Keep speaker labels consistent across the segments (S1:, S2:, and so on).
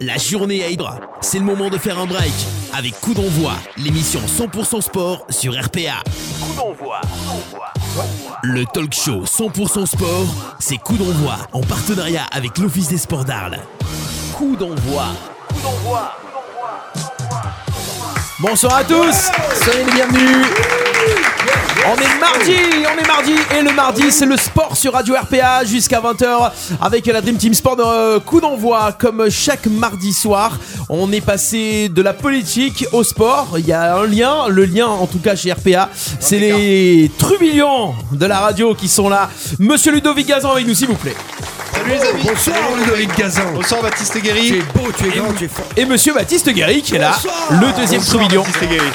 S1: La journée à Hydra, c'est le moment de faire un break avec Coup d'envoi, l'émission 100% sport sur RPA. Coup d'envoi. Le talk show 100% sport, c'est Coup d'envoi en partenariat avec l'Office des sports d'Arles. Coup d'envoi. Coup d'envoi.
S2: Bonsoir à tous, soyez les bienvenus. On est mardi, on est mardi et le mardi c'est le sport sur Radio RPA jusqu'à 20h avec la Dream Team Sport euh, coup d'envoi comme chaque mardi soir. On est passé de la politique au sport, il y a un lien, le lien en tout cas chez RPA, c'est les trublions de la radio qui sont là. Monsieur Ludovic Gazan avec nous s'il vous plaît.
S3: Salut les amis.
S4: Bonsoir Ludovic Gazan.
S3: Bonsoir Baptiste
S4: Tu
S3: Guéry.
S4: es beau, tu es grand, tu es fort.
S2: Et monsieur Baptiste Guéry qui est là,
S4: Bonsoir.
S2: le deuxième trublion.
S3: Baptiste Guéry.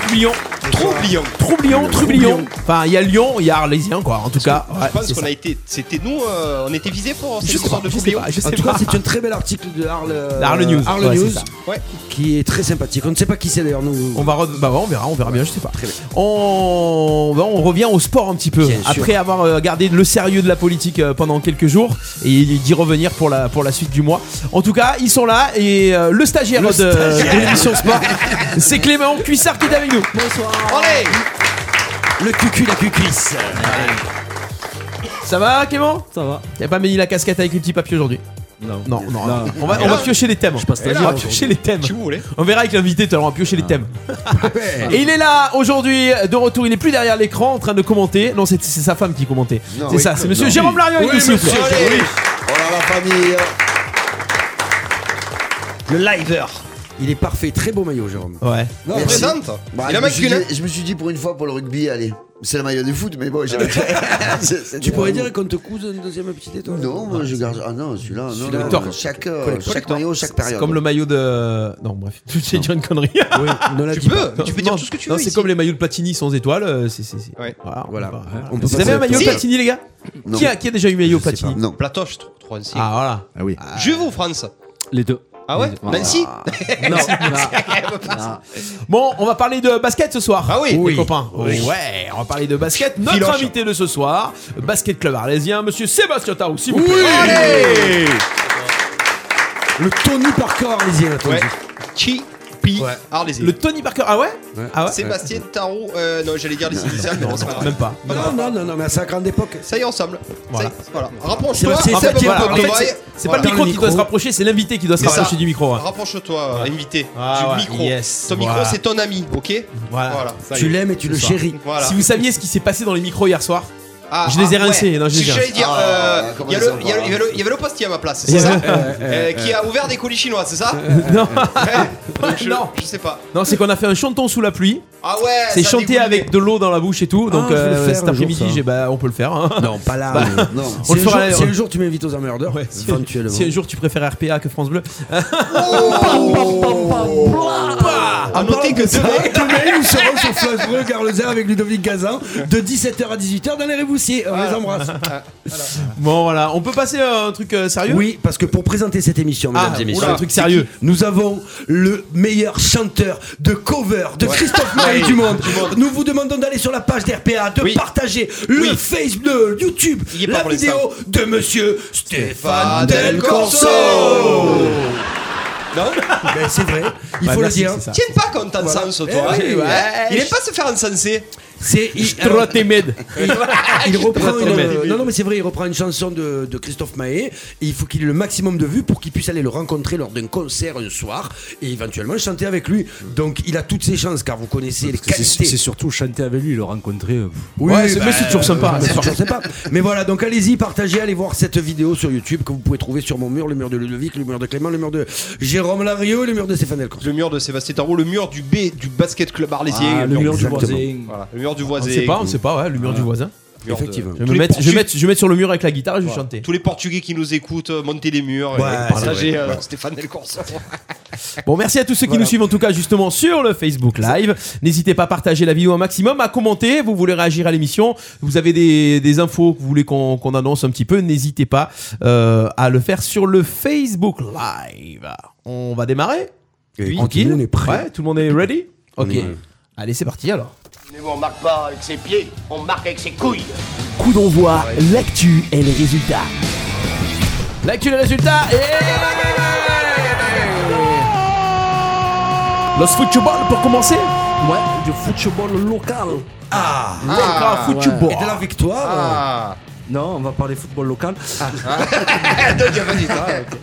S2: Trublion.
S3: Troublion.
S2: Troublion, Troublion. Enfin, il y a Lyon, il y a Arlésien, quoi. En tout cas,
S3: je
S2: ouais,
S3: pense
S2: c'est
S3: qu'on
S2: ça.
S3: a été. C'était nous, euh, on était visés pour cette
S2: Je
S3: histoire
S2: crois,
S3: de
S2: je sais
S3: Troublion.
S2: pas, je
S4: En
S2: sais
S4: tout
S2: pas.
S4: cas, c'est un très bel article de Arles,
S2: Arles News.
S4: Arles
S2: Ouais, c'est
S4: News,
S2: ça.
S3: Ouais.
S4: qui est très sympathique. On ne sait pas qui c'est d'ailleurs. Nous,
S2: On va re- bah ouais, on verra, on verra bien, je sais pas. On... bah, on revient au sport un petit peu.
S4: Bien sûr.
S2: Après avoir euh, gardé le sérieux de la politique euh, pendant quelques jours et d'y revenir pour la, pour la suite du mois. En tout cas, ils sont là et euh, le stagiaire
S4: Le
S2: de,
S4: stagiaire.
S2: de l'émission sport, c'est Clément Cuissard qui est avec nous.
S3: Allez
S4: le cucu, la cucuisse.
S2: Ça va Clément
S5: Ça va.
S2: T'as pas mis la casquette avec les petits papiers aujourd'hui
S5: Non.
S2: Non, non.
S4: Non.
S2: On va, on va piocher les thèmes.
S4: pas stagiaire
S2: on va
S4: aujourd'hui.
S2: piocher les thèmes.
S3: Si vous voulez.
S2: On verra avec l'invité, t'as on va piocher les thèmes. Et il est là aujourd'hui, de retour, il est plus derrière l'écran en train de commenter. Non, c'est c'est sa femme qui commentait.
S6: Non,
S2: C'est
S6: oui,
S2: ça, c'est monsieur
S6: non.
S2: Jérôme Larion avec nous, s'il vous plaît.
S3: Allez.
S6: Oh là la famille
S3: Le liver.
S4: Il est parfait, très beau maillot, Jérôme.
S2: Ouais.
S6: Non,
S3: On présente Il
S6: Bah, je,
S3: a
S6: me
S3: mal
S6: suis
S3: qu'une. hein.
S6: dit, je me suis dit pour une fois pour le rugby, allez, c'est le maillot de foot, mais bon, j'avais. C'est- c'est-
S4: Tu pourrais dire qu'on te couse une deuxième Bah, petite étoile
S6: euh, Non, moi je garde. Ah non, celui-là, non,
S4: Celui-là,
S6: non,
S2: Victor.
S6: non, Chaque, euh,
S2: Collector.
S6: chaque maillot, chaque
S2: C'est
S6: période.
S2: comme le maillot de. Non, bref, je vais dire une connerie.
S4: Oui, ne la
S3: Tu
S4: dis pas.
S3: peux, tu peux dire
S2: Non,
S3: tout ce que tu
S2: non,
S3: veux.
S2: c'est
S3: ici.
S2: comme les maillots de Platini sans étoiles. euh, c'est- c'est- c'est-
S3: Ouais.
S2: Voilà.
S4: Voilà.
S2: on va-
S4: On peut
S2: Vous
S4: passer
S2: avez un
S4: à la
S2: maillot
S4: Si.
S2: Platini, les gars
S6: Non.
S2: qui a, qui a déjà eu maillot Platini
S6: Non.
S3: Platoche, je trouve, trop ancien.
S2: Ah, voilà.
S6: Ah oui.
S3: Juve ou France
S5: Les deux.
S3: Ah ouais
S5: Les deux.
S4: Bah,
S3: Nancy
S4: Non,
S2: Bon, on va parler de basket ce soir.
S3: Ah oui.
S2: les
S3: Oui.
S2: copains. Ouais, on va parler de basket. Notre
S3: Filoche.
S2: invité de ce soir, basket club arlésien, monsieur Sébastien Tao, s'il vous plaît.
S3: Allez
S4: le Tony Parker arlésien, toi.
S3: Ouais. Qui Pi
S2: Ouais.
S3: Arlésien.
S2: Le Tony Parker. Ah ouais
S4: Ouais.
S2: Ah ouais
S3: Sébastien Tarot. euh, Non, j'allais dire les initiales, mais
S2: Non,
S3: bon, c'est pas
S2: Ah non,
S3: grave.
S2: même pas.
S3: Pas
S4: Non,
S3: grave.
S4: non, non, non, mais à sa grande époque.
S3: Ça y est, ensemble.
S2: Voilà.
S3: Ça y est, Voilà. Rapproche-toi. Sébastien,
S4: Sébastien,
S2: En fait,
S4: Sébastien,
S2: voilà, en fait,
S3: Tarot.
S2: c'est c'est pas
S3: Voilà.
S2: le micro qui doit se
S4: micro.
S2: rapprocher, c'est l'invité qui doit se
S3: C'est ça.
S2: rapprocher du micro. hein. ouais.
S3: Rapproche-toi,
S2: Ouais.
S3: invité.
S2: Ah ouais,
S3: du micro.
S2: yes,
S3: Ton micro,
S2: voilà.
S3: c'est ton ami, ok
S2: Voilà.
S3: ça y
S4: Tu
S3: est.
S4: l'aimes et tu le
S2: soir.
S4: chéris.
S3: Voilà.
S2: Si vous saviez ce qui s'est passé dans les micros hier soir,
S3: Ah,
S2: Je les ai
S3: ah,
S2: rincés,
S3: ouais.
S2: non, je les
S3: C'est que
S2: ai
S3: J'allais dire,
S6: Ah,
S3: euh,
S6: comment
S3: il y a
S6: ils
S3: le-
S6: sont
S3: il y a le- il y a le- il y avait le postier à ma place, c'est
S2: Ouais.
S3: ça Euh, Qui a ouvert des colis chinois, c'est ça
S2: non,
S3: Ouais. je,
S2: Non.
S3: je sais pas.
S2: non c'est qu'on a fait un chanton sous la pluie.
S3: Ah ouais
S2: C'est
S3: ça
S2: chanté
S3: dégouline.
S2: avec de l'eau dans la bouche et tout. Donc
S4: Ah, je vais le
S2: euh,
S4: faire
S2: cet
S4: un jour,
S2: après-midi,
S4: ça.
S2: j'ai- bah, on peut le faire. hein.
S4: Non, pas là. mais-
S6: Non.
S2: On
S4: Si
S2: le
S4: un
S2: fera
S4: jour-
S2: à la-
S4: si un jour tu m'invites aux emmerdeurs,
S2: Ouais, si, un,
S4: éventuellement.
S2: si un jour tu préfères RPA que France Bleu.
S3: À noter
S2: Ah,
S3: que demain,
S4: Demain, nous serons sur Flash Bleu, Garlezer avec Ludovic Gazan de 17h à 18h dans les Réboussiers. On les embrasse.
S2: Bon voilà, on peut passer à un truc euh, sérieux
S4: Oui, parce que pour présenter cette émission, mesdames
S2: Ah,
S4: et messieurs,
S2: oula, un truc sérieux.
S4: nous avons le meilleur chanteur de cover de Christophe Maé du, monde. Nous vous demandons d'aller sur la page d'RPA, de
S3: Oui.
S4: partager le
S3: Oui.
S4: Facebook, le YouTube,
S3: Il y est pas
S4: la
S3: pour
S4: vidéo de monsieur
S3: Stéphane
S4: Stéphane
S3: Del
S4: Del Corso.
S3: Corso. non
S4: Ben, c'est vrai, il
S2: Bah,
S4: faut
S2: merci,
S4: le dire.
S2: c'est ça.
S3: Tiens pas qu'on t'encense,
S4: Voilà.
S3: toi.
S4: Eh oui,
S3: hein.
S4: ouais.
S3: Il aime pas se faire encenser.
S4: C'est il,
S2: Trop timide.
S4: il reprend
S2: très
S4: une,
S2: bien.
S4: euh, non non mais c'est vrai, il reprend une chanson de, de Christophe Maé et il faut qu'il ait le maximum de vues pour qu'il puisse aller le rencontrer lors d'un concert un soir et éventuellement chanter avec lui. Donc il a toutes ses chances car vous connaissez les
S5: C'est
S4: qualités.
S5: c'est surtout chanter avec lui, le rencontrer. euh, pff.
S4: Oui,
S2: Ouais, c'est- mais c'est toujours sympa.
S4: euh, c'est toujours sympa. Mais voilà, donc allez-y, partagez, allez voir cette vidéo sur YouTube que vous pouvez trouver sur mon mur, le mur de Ludovic, le mur de Clément, le mur de Jérôme Lario, le mur de Stéphane Delcourt.
S3: Le mur de Sébastien Tarot, le mur du B du basket club arlésien.
S5: Ah, le mur du
S4: exactement.
S5: voisin.
S3: Voilà, le mur du
S2: On
S3: voisin.
S2: sait pas, on sait pas, ouais, le mur du voisin.
S3: Le mur de-
S4: Effectivement.
S2: Je vais,
S3: Tous
S2: me
S3: les
S2: mettre, je, vais
S3: Portugais-
S2: mettre, je vais mettre sur le mur avec la guitare et je vais chanter.
S3: Tous les Portugais qui nous écoutent, euh, montez les murs et
S4: Ouais,
S3: partagez euh, Stéphane Del Corso.
S2: Bon, merci à tous ceux qui nous suivent en tout cas justement sur le Facebook Live. N'hésitez pas à partager la vidéo un maximum, à commenter. Vous voulez réagir à l'émission, vous avez des, des infos que vous voulez qu'on qu'on annonce un petit peu, n'hésitez pas euh, à le faire sur le Facebook Live. On va démarrer
S4: Et
S2: Tranquille
S4: tout le monde est prêt.
S2: Ouais, tout le monde est ready Ok. Allez, c'est parti alors.
S7: Mais on marque pas avec ses pieds, on marque avec ses couilles.
S1: Coup d'envoi, l'actu et les résultats.
S2: L'actu des résultats et... Le football pour commencer
S5: Ouais, du football local.
S4: Ah,
S2: Ah, football.
S4: Et de la victoire
S3: Ah,
S5: Non, on va parler football local.
S3: donc il y a pas dit ça. Ah, ok.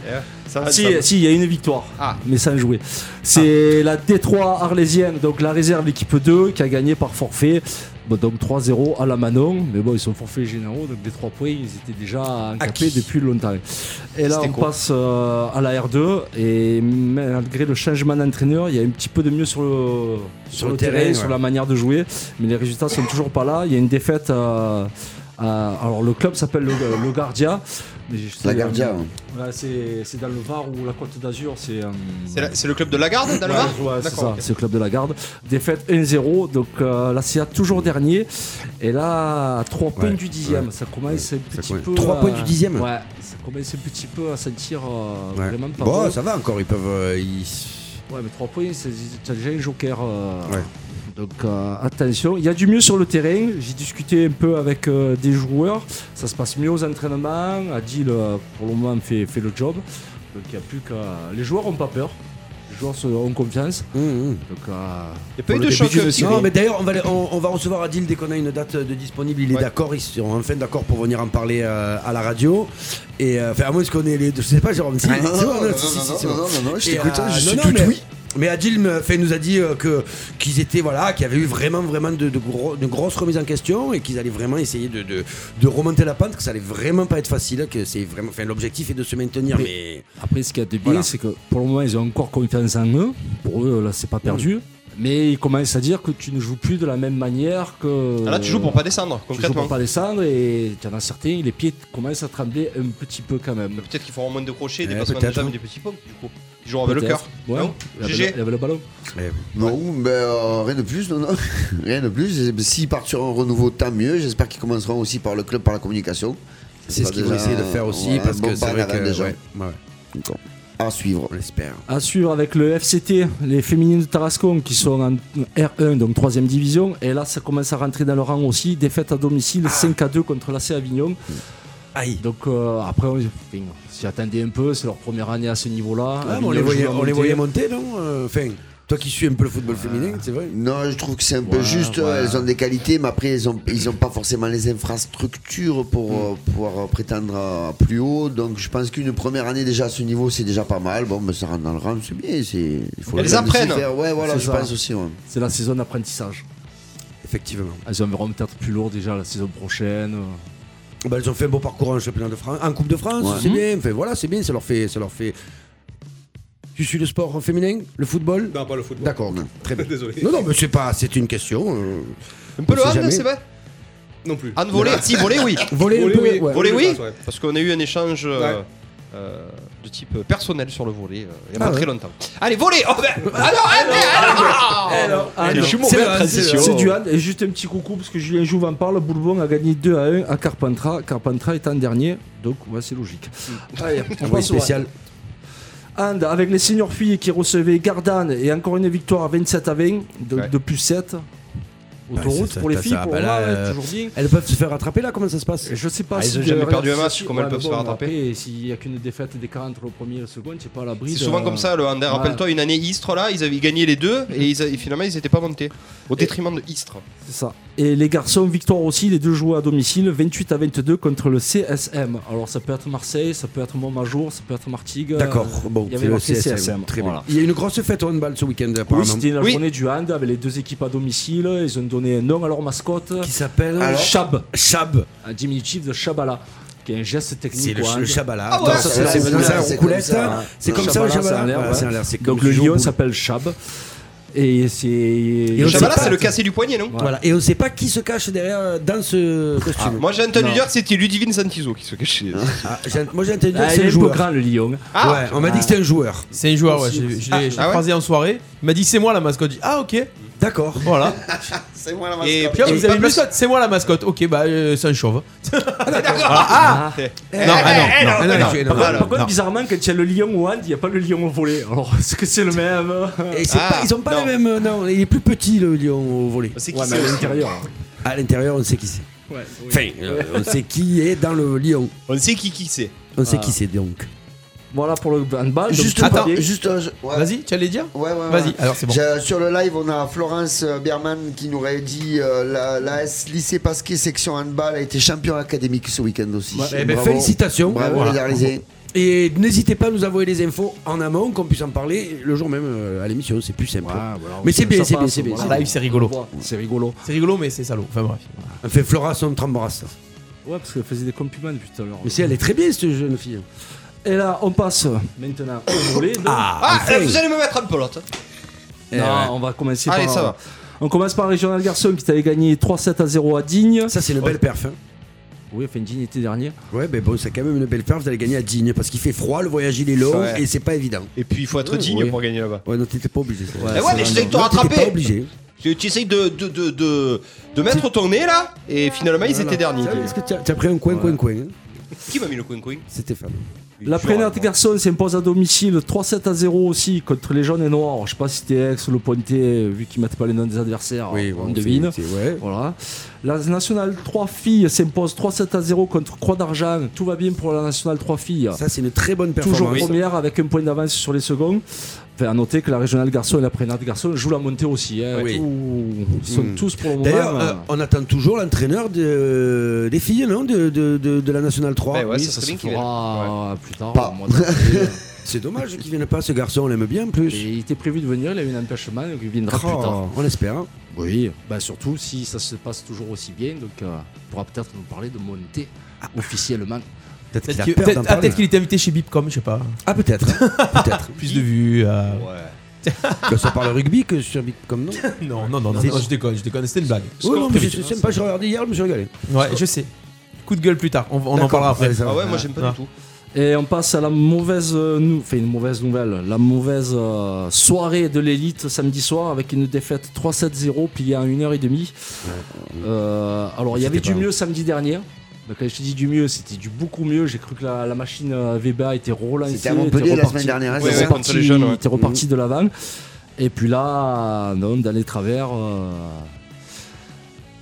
S3: Ça va,
S5: si,
S3: ça va.
S5: si, il y a une victoire,
S3: Ah.
S5: mais sans jouer. C'est la Détroit Arlésienne, donc la réserve, l'équipe 2, qui a gagné par forfait. Bon, donc 3-0 à la Manon, mais bon, ils sont forfaits généraux, donc des 3 points, ils étaient déjà handicapés
S4: Acquis.
S5: depuis longtemps. Et là,
S3: C'était
S5: on
S3: quoi
S5: passe euh, à la R2, et malgré le changement d'entraîneur, il y a un petit peu de mieux sur le, sur le, terrain,
S4: ouais.
S5: sur la manière de jouer, mais les résultats sont toujours pas là. Il y a une défaite. euh, à- alors, le club s'appelle le, le Gardia. mais je sais- euh,
S6: La Gardia. ouais.
S5: Ouais, c'est c'est dans le Var ou la Côte d'Azur, c'est. euh,
S3: C'est la- c'est le club de la garde, dans le
S5: Ouais,
S3: Var
S5: ouais, c'est
S3: D'accord,
S5: ça,
S3: ok.
S5: c'est le club de la garde. Défaite 1-0, donc euh, la CA toujours dernier. Et là, 3 points
S4: Ouais,
S5: du dixième. Ça commence un petit
S4: commence.
S5: peu.
S4: Trois
S5: à-
S4: points du dixième
S5: Ouais, ça commence un petit peu à sentir
S2: Ah.
S5: euh,
S4: Ouais.
S5: vraiment pas
S4: Bon,
S5: bon.
S4: ça va encore, ils peuvent. euh, ils-
S5: Ouais, mais 3 points, c'est t'as déjà un joker. euh,
S4: Ouais.
S5: Donc euh, attention, il y a du mieux sur le terrain. J'ai discuté un peu avec euh, des joueurs. Ça se passe mieux aux entraînements. Adil, euh, pour le moment, fait, fait le job. Donc il n'y a plus qu'à. Les joueurs n'ont pas peur. Les joueurs se- ont confiance.
S4: Hum, hum.
S5: Donc,
S3: Il
S5: euh,
S3: n'y a pas eu
S5: Pour
S3: de
S5: le
S3: choc.
S5: début d'une
S3: euh,
S5: série.
S4: Non, mais d'ailleurs, on va, les- on, on va recevoir Adil dès qu'on a une date de disponible. Il est
S3: Ouais.
S4: d'accord, ils sont enfin d'accord pour venir en parler euh, à la radio. Et euh, enfin, à moins qu'on ait les deux. Je sais pas, Jérôme. Si,
S6: Ah, non,
S4: c'est
S6: non,
S4: bon,
S6: non,
S4: si, si, si,
S6: non,
S4: c'est
S6: non,
S4: bon.
S6: non, non, non, je
S4: Et,
S6: t'écoute, hein,
S4: euh,
S6: je suis
S4: non,
S6: tout
S4: mais-
S6: oui.
S4: Mais Adil me- fait, nous a dit euh, que qu'ils étaient voilà, qu'il y avait eu vraiment vraiment de, de gros- de grosses remises en question et qu'ils allaient vraiment essayer de, de- de remonter la pente, que ça allait vraiment pas être facile, que c'est vraiment, enfin l'objectif est de se maintenir,
S5: Oui.
S4: mais
S5: Après, ce qu'il y a de bien,
S4: Voilà.
S5: c'est que pour le moment, ils ont encore confiance en eux. Pour eux, là, c'est pas perdu.
S3: Mm.
S5: Mais ils commencent à dire que tu ne joues plus de la même manière que.
S3: Ah, Là, tu joues pour pas descendre,
S5: Tu joues
S3: concrètement.
S5: pour pas descendre et tu en as certains, les pieds commencent à trembler un petit peu quand même.
S3: Peut-être qu'ils feront moins de crochets, des
S4: Eh,
S3: passements de
S4: peut-être,
S3: jambes
S4: hein.
S3: et des petits pommes, du coup. Ils
S4: Oh,
S3: joueront avec le cœur.
S5: Peut-être. Ouais.
S3: Non
S5: Il y avait
S3: GG.
S5: le- il y avait le ballon.
S6: Non, ben, euh, rien de plus, non, non. rien de plus. ben, S'ils partent sur un renouveau, tant mieux. J'espère qu'ils commenceront aussi par le club, par la communication.
S4: c'est ce qu'ils vont
S6: déjà
S4: essayer de faire aussi
S6: un
S4: parce
S6: bon
S4: que c'est
S6: pas
S4: vrai
S6: en avant
S4: que
S6: déjà.
S4: ouais, ouais,
S6: Donc, À suivre.
S4: on l'espère.
S5: À suivre avec le FCT, les féminines de Tarascon qui sont en R1, donc 3 division. Et là, ça commence à rentrer dans le rang aussi. Défaite à domicile 5 à 2 contre l'AC Avignon.
S4: Ah. Aïe.
S5: Donc euh, après, on enfin, s'y attendait un peu. C'est leur première année à ce niveau-là.
S4: Ouais, mais Ah,
S5: Avignon
S4: on les
S5: joue
S4: voyait,
S5: la
S4: on les
S5: montée.
S4: voyait monter, non Euh, Enfin, toi qui suis un peu le football féminin, c'est vrai.
S6: Non, je trouve que c'est un peu
S5: Ouais,
S6: juste.
S5: ouais.
S6: Elles ont des qualités, mais après, ils n'ont ils ont pas forcément les infrastructures
S5: Mm.
S6: pour euh, pouvoir prétendre à plus haut. Donc, je pense qu'une première année déjà à ce niveau, c'est déjà pas mal. Bon, mais ça rentre dans le rang, c'est bien. c'est- Il faut
S3: Elles
S6: le temps de s'y
S3: apprennent.
S6: faire. Ouais, voilà,
S5: C'est
S6: je
S5: ça.
S6: pense aussi. ouais.
S5: C'est la saison d'apprentissage.
S4: Effectivement.
S5: Elles en verront peut-être plus lourd déjà la saison prochaine.
S4: Bah, elles ont fait un beau parcours en championnat de France, en Coupe de France,
S6: Ouais.
S4: c'est bien. Enfin, voilà, c'est bien, ça leur fait, ça leur fait. Tu suis le sport féminin, le football
S3: Non, pas le football.
S4: D'accord,
S6: Mm.
S4: ok, très bien.
S3: Désolé.
S4: Non, non, mais c'est pas, c'est une question. euh,
S3: Un peu
S4: On
S3: le
S4: sait
S3: hand,
S4: jamais.
S3: c'est vrai
S8: Non plus.
S3: Han volé, si, volé, oui.
S4: Voler un peu, ouais.
S3: Voler, oui.
S8: Ouais.
S3: Parce qu'on a eu un échange euh,
S8: Ouais.
S3: euh, de type euh, personnel sur le volet euh, il y a
S4: Ah
S3: pas
S4: ouais.
S3: très longtemps. Allez, voler Oh ben Alors, alors Ah, Alors
S5: non.
S3: Je suis
S4: C'est
S3: mauvais
S4: vrai,
S3: en transition.
S5: C'est du hand. Et juste un petit coucou parce que Julien Jouve en parle. Bourbon a gagné 2 à 1 à Carpentras. Carpentras est en dernier. Donc, ouais, c'est logique.
S3: Hmm.
S5: Allez, on
S4: Envoyé
S5: passe au hand.
S4: spécial.
S5: Hand avec les seniors filles qui recevaient Gardanne et encore une victoire à 27 à 20, donc
S3: Ouais.
S5: de plus 7.
S4: Ouais,
S5: Autoroute
S4: c'est ça,
S5: pour les
S4: t'as
S5: filles,
S4: ça.
S5: pour
S4: Bah
S5: moi,
S4: là,
S5: ouais,
S4: euh,
S5: toujours bien.
S4: Elles peuvent se faire attraper là, comment ça se passe
S5: Et Je sais pas
S3: Ah,
S5: si.
S3: ils ont
S5: de-
S3: jamais perdu un
S5: regarde,
S3: match,
S5: si-
S3: comment elles
S5: ouais,
S3: peuvent
S5: mais
S3: se
S5: bon,
S3: faire attraper
S5: après, S'il n'y a qu'une défaite d'écart entre le premier et le second, c'est pas à l'abri.
S3: C'est
S5: de-
S3: souvent comme ça le hand. Rappelle-toi une année Istres là, ils avaient gagné les deux et ils a- et finalement ils n'étaient pas montés. Au détriment de Istres.
S5: C'est ça. Et les garçons, victoire aussi, les deux joués à domicile, 28 à 22 contre le CSM. Alors ça peut être Marseille, ça peut être Montmajour, ça peut être Martigues.
S4: D'accord,
S5: euh,
S4: bon,
S5: il y
S4: c'est
S5: avait
S4: le
S5: marqué
S4: CSM.
S5: CSM,
S4: Très bien.
S5: voilà.
S4: Il y a une grosse fête au handball ce week-end,
S5: Oui,
S4: apparemment.
S5: c'était la
S3: Oui.
S5: journée du hand avec les deux équipes à domicile. Ils ont donné un nom à leur mascotte. Euh,
S4: qui s'appelle
S5: Chab,
S4: Chab.
S5: un diminutif de Shabala, qui est un geste
S4: C'est
S5: technique.
S4: le,
S5: au hand.
S4: le Chabala.
S3: Ah ouais,
S4: Attends,
S3: ça,
S4: c'est-
S6: c'est
S4: c'est
S6: comme
S4: ça,
S6: ça,
S4: on
S6: c'est
S4: coulette,
S6: comme ça,
S4: là.
S6: ouais.
S4: C'est comme ça
S5: Shabala,
S4: le Chabala.
S5: ça a l'air,
S4: Voilà,
S5: ouais.
S4: ça a l'air, c'est
S5: Donc
S4: comme
S5: le
S4: du jeu au
S5: lion
S4: boule.
S5: s'appelle Chab. Et c'est.
S4: Et
S3: Le
S4: on
S5: je
S4: sait
S3: Chavala,
S4: pas,
S3: c'est le
S4: tu sais.
S3: cassé du poignet, non
S5: Ouais.
S4: Voilà, et on ne sait pas qui se cache derrière euh, dans ce
S3: Ah,
S4: costume.
S3: Moi j'ai entendu
S5: Non.
S3: dire que c'était Ludivine Santizo qui se cachait.
S4: Ah, j'ai- moi j'ai entendu dire que
S5: Ah,
S4: c'est
S5: il est
S4: un
S5: un peu
S4: joueur.
S5: grand le lion.
S3: Ah,
S4: ouais, on m'a dit que c'était un joueur.
S2: C'est un joueur, ouais. Je, l'ai- je l'ai je l'ai
S3: Ah ouais
S2: croisé en soirée. Il m'a dit c'est moi la mascotte. J'ai dit, ah ok,
S4: D'accord.
S2: voilà.
S3: C'est moi la
S2: Et puis ah, vous avez une mascotte, c'est moi la mascotte. Ok, bah euh, c'est un chauve.
S5: Ah,
S2: Non, ah non, non.
S4: Ah, non,
S3: non,
S4: tu-
S3: non,
S4: non,
S5: Par,
S4: non.
S5: contre, bizarrement, quand il y a le lion au hand, il n'y a pas le lion au volet. Alors, est-ce que c'est le même
S4: Et c'est
S3: Ah,
S4: pas, ils ont pas
S3: non.
S4: le même. euh, Non, il est plus petit le lion au volet.
S3: C'est qui
S5: Ouais, mais
S3: c'est
S5: à
S3: aussi
S5: l'intérieur.
S4: À l'intérieur, on sait qui c'est.
S5: Ouais, oui.
S4: Enfin, euh, on sait qui est dans le lion.
S3: On sait qui qui c'est.
S4: On sait qui c'est donc.
S5: Voilà pour le handball. donc
S6: Juste,
S5: tout
S2: attends,
S5: va bien.
S6: juste euh, je- ouais.
S2: Vas-y, tu allais dire
S6: Ouais, ouais, ouais.
S2: Vas-y, alors c'est bon.
S6: J'ai- Sur le live, on a Florence euh, Biermann qui nous aurait dit euh, la, la S lycée Pasquier section handball a été champion académique ce week-end aussi.
S4: Eh ben,
S6: Bravo.
S4: félicitations.
S6: Bravo
S4: Voilà.
S6: les Arlésiens.
S4: Et n'hésitez pas à nous envoyer les infos en amont, qu'on puisse en parler le jour même euh, à l'émission, c'est plus simple.
S5: Ah, voilà,
S4: Mais c'est
S5: ça
S4: bien, c'est
S5: passe,
S4: bien, c'est bien,
S5: voilà.
S4: c'est
S2: Live, bah, c'est rigolo.
S5: C'est rigolo.
S2: C'est rigolo, mais c'est salaud. Enfin bref.
S4: On fait Flora son trembrasse.
S5: Ouais, parce qu'elle faisait des compliments depuis tout à l'heure.
S4: Mais si elle est très bien cette jeune fille.
S5: Et là, on passe maintenant au volet. donc.
S3: Ah, euh, vous allez me mettre un peu l'autre.
S5: Non, on va commencer
S3: Allez,
S5: par.
S3: ça va.
S5: On commence par Régional Garçon qui avait gagné 3-7 à 0 à Digne.
S4: Ça c'est une belle perf. hein.
S5: Oui, enfin Digne était dernier.
S4: Ouais, mais bon, c'est quand même une belle perf, vous allez gagner à Digne parce qu'il fait froid, le voyage il est long
S3: Ouais.
S4: et c'est pas évident.
S3: Et puis il faut être digne
S4: oui.
S3: pour gagner là-bas.
S4: Ouais, non, t'étais pas obligé. Ouais,
S3: Eh ouais, mais j'essaye de te rattraper.
S4: pas obligé.
S3: Tu, tu essayes de, de, de, de, de mettre ton nez là, et finalement ils étaient derniers.
S4: Ah, Est-ce que t'as t'as pris un coin, coin, coin hein
S3: Qui m'a mis le coin coin
S4: C'était femme.
S5: La Prénate Garçon s'impose à domicile 3-7 à 0 aussi contre les jaunes et noirs. Je sais pas si c'était Aix ou le Ponté, vu qu'ils mettent pas les noms des adversaires, Oh, on,
S4: bon,
S5: devine.
S4: c'est- c'est- ouais.
S5: Voilà. La Nationale 3 filles s'impose 3-7 à 0 contre Croix d'Argent. Tout va bien pour la Nationale 3 filles.
S4: Ça c'est une très bonne
S5: Toujours
S4: performance.
S5: première avec un point d'avance sur les secondes. Enfin, à noter que la Régionale Garçon et la Prénate Garçon jouent la montée aussi. hein.
S4: Oui.
S5: Tous- ils sont
S4: Mm.
S5: tous pour le moment.
S4: D'ailleurs,
S5: euh,
S4: euh, on attend toujours l'entraîneur de, euh, des filles, non de, de, de, de la Nationale 3.
S3: Ben ouais,
S5: oui,
S3: ça
S5: ça,
S3: serait
S5: se
S3: bien qu'il
S5: fera plus tard.
S6: Pas.
S5: au mois d'avril.
S4: C'est dommage qu'il vienne pas, ce garçon, on l'aime bien en plus.
S5: Et il était prévu de venir, il a eu un empêchement, donc il viendra plus tard.
S4: Oh, on espère. hein.
S5: Oui, bah surtout si ça se passe toujours aussi bien, donc euh, il pourra peut-être nous parler de montée officiellement.
S4: Peut-être qu'il
S2: Peut-être
S4: a
S2: que-
S4: peur
S2: peut-être-
S4: d'en
S2: ah,
S4: parler.
S2: peut-être qu'il était invité chez Bipcom, je sais pas.
S4: Ah, peut-être. peut-être.
S2: Plus de vues. euh,
S4: Que ça parle rugby que sur Big comme non.
S2: Non, non, non, non, non, je déconne, je déconne, c'était une blague.
S4: Oui, non,
S2: Score
S4: mais
S2: très
S4: c'est
S2: vite.
S4: sympa, je regardais hier, je me suis régalé.
S2: Ouais, je sais. Coup de gueule plus tard, on, on en
S4: D'accord.
S2: parlera après.
S4: Allez, ça va.
S3: Ah ouais, moi j'aime pas
S2: Ah.
S3: du tout.
S5: Et on passe à la mauvaise, euh, nou- enfin une mauvaise nouvelle, la mauvaise euh, soirée de l'élite samedi soir avec une défaite 3-7-0 pliée à 1h30. Euh, alors il y avait du mieux samedi dernier. Donc quand je te dis du mieux, c'était du beaucoup mieux. J'ai cru que la, la machine euh, VBA était relancée.
S6: C'était à Montpellier la
S5: repartie-
S6: semaine dernière. hein,
S3: Ouais,
S5: C'est
S3: ouais.
S6: c'est ça Mm.
S5: reparti,
S3: contre les jeunes, ouais.
S5: il était reparti de l'avant. Et puis là, non, dans les travers, euh,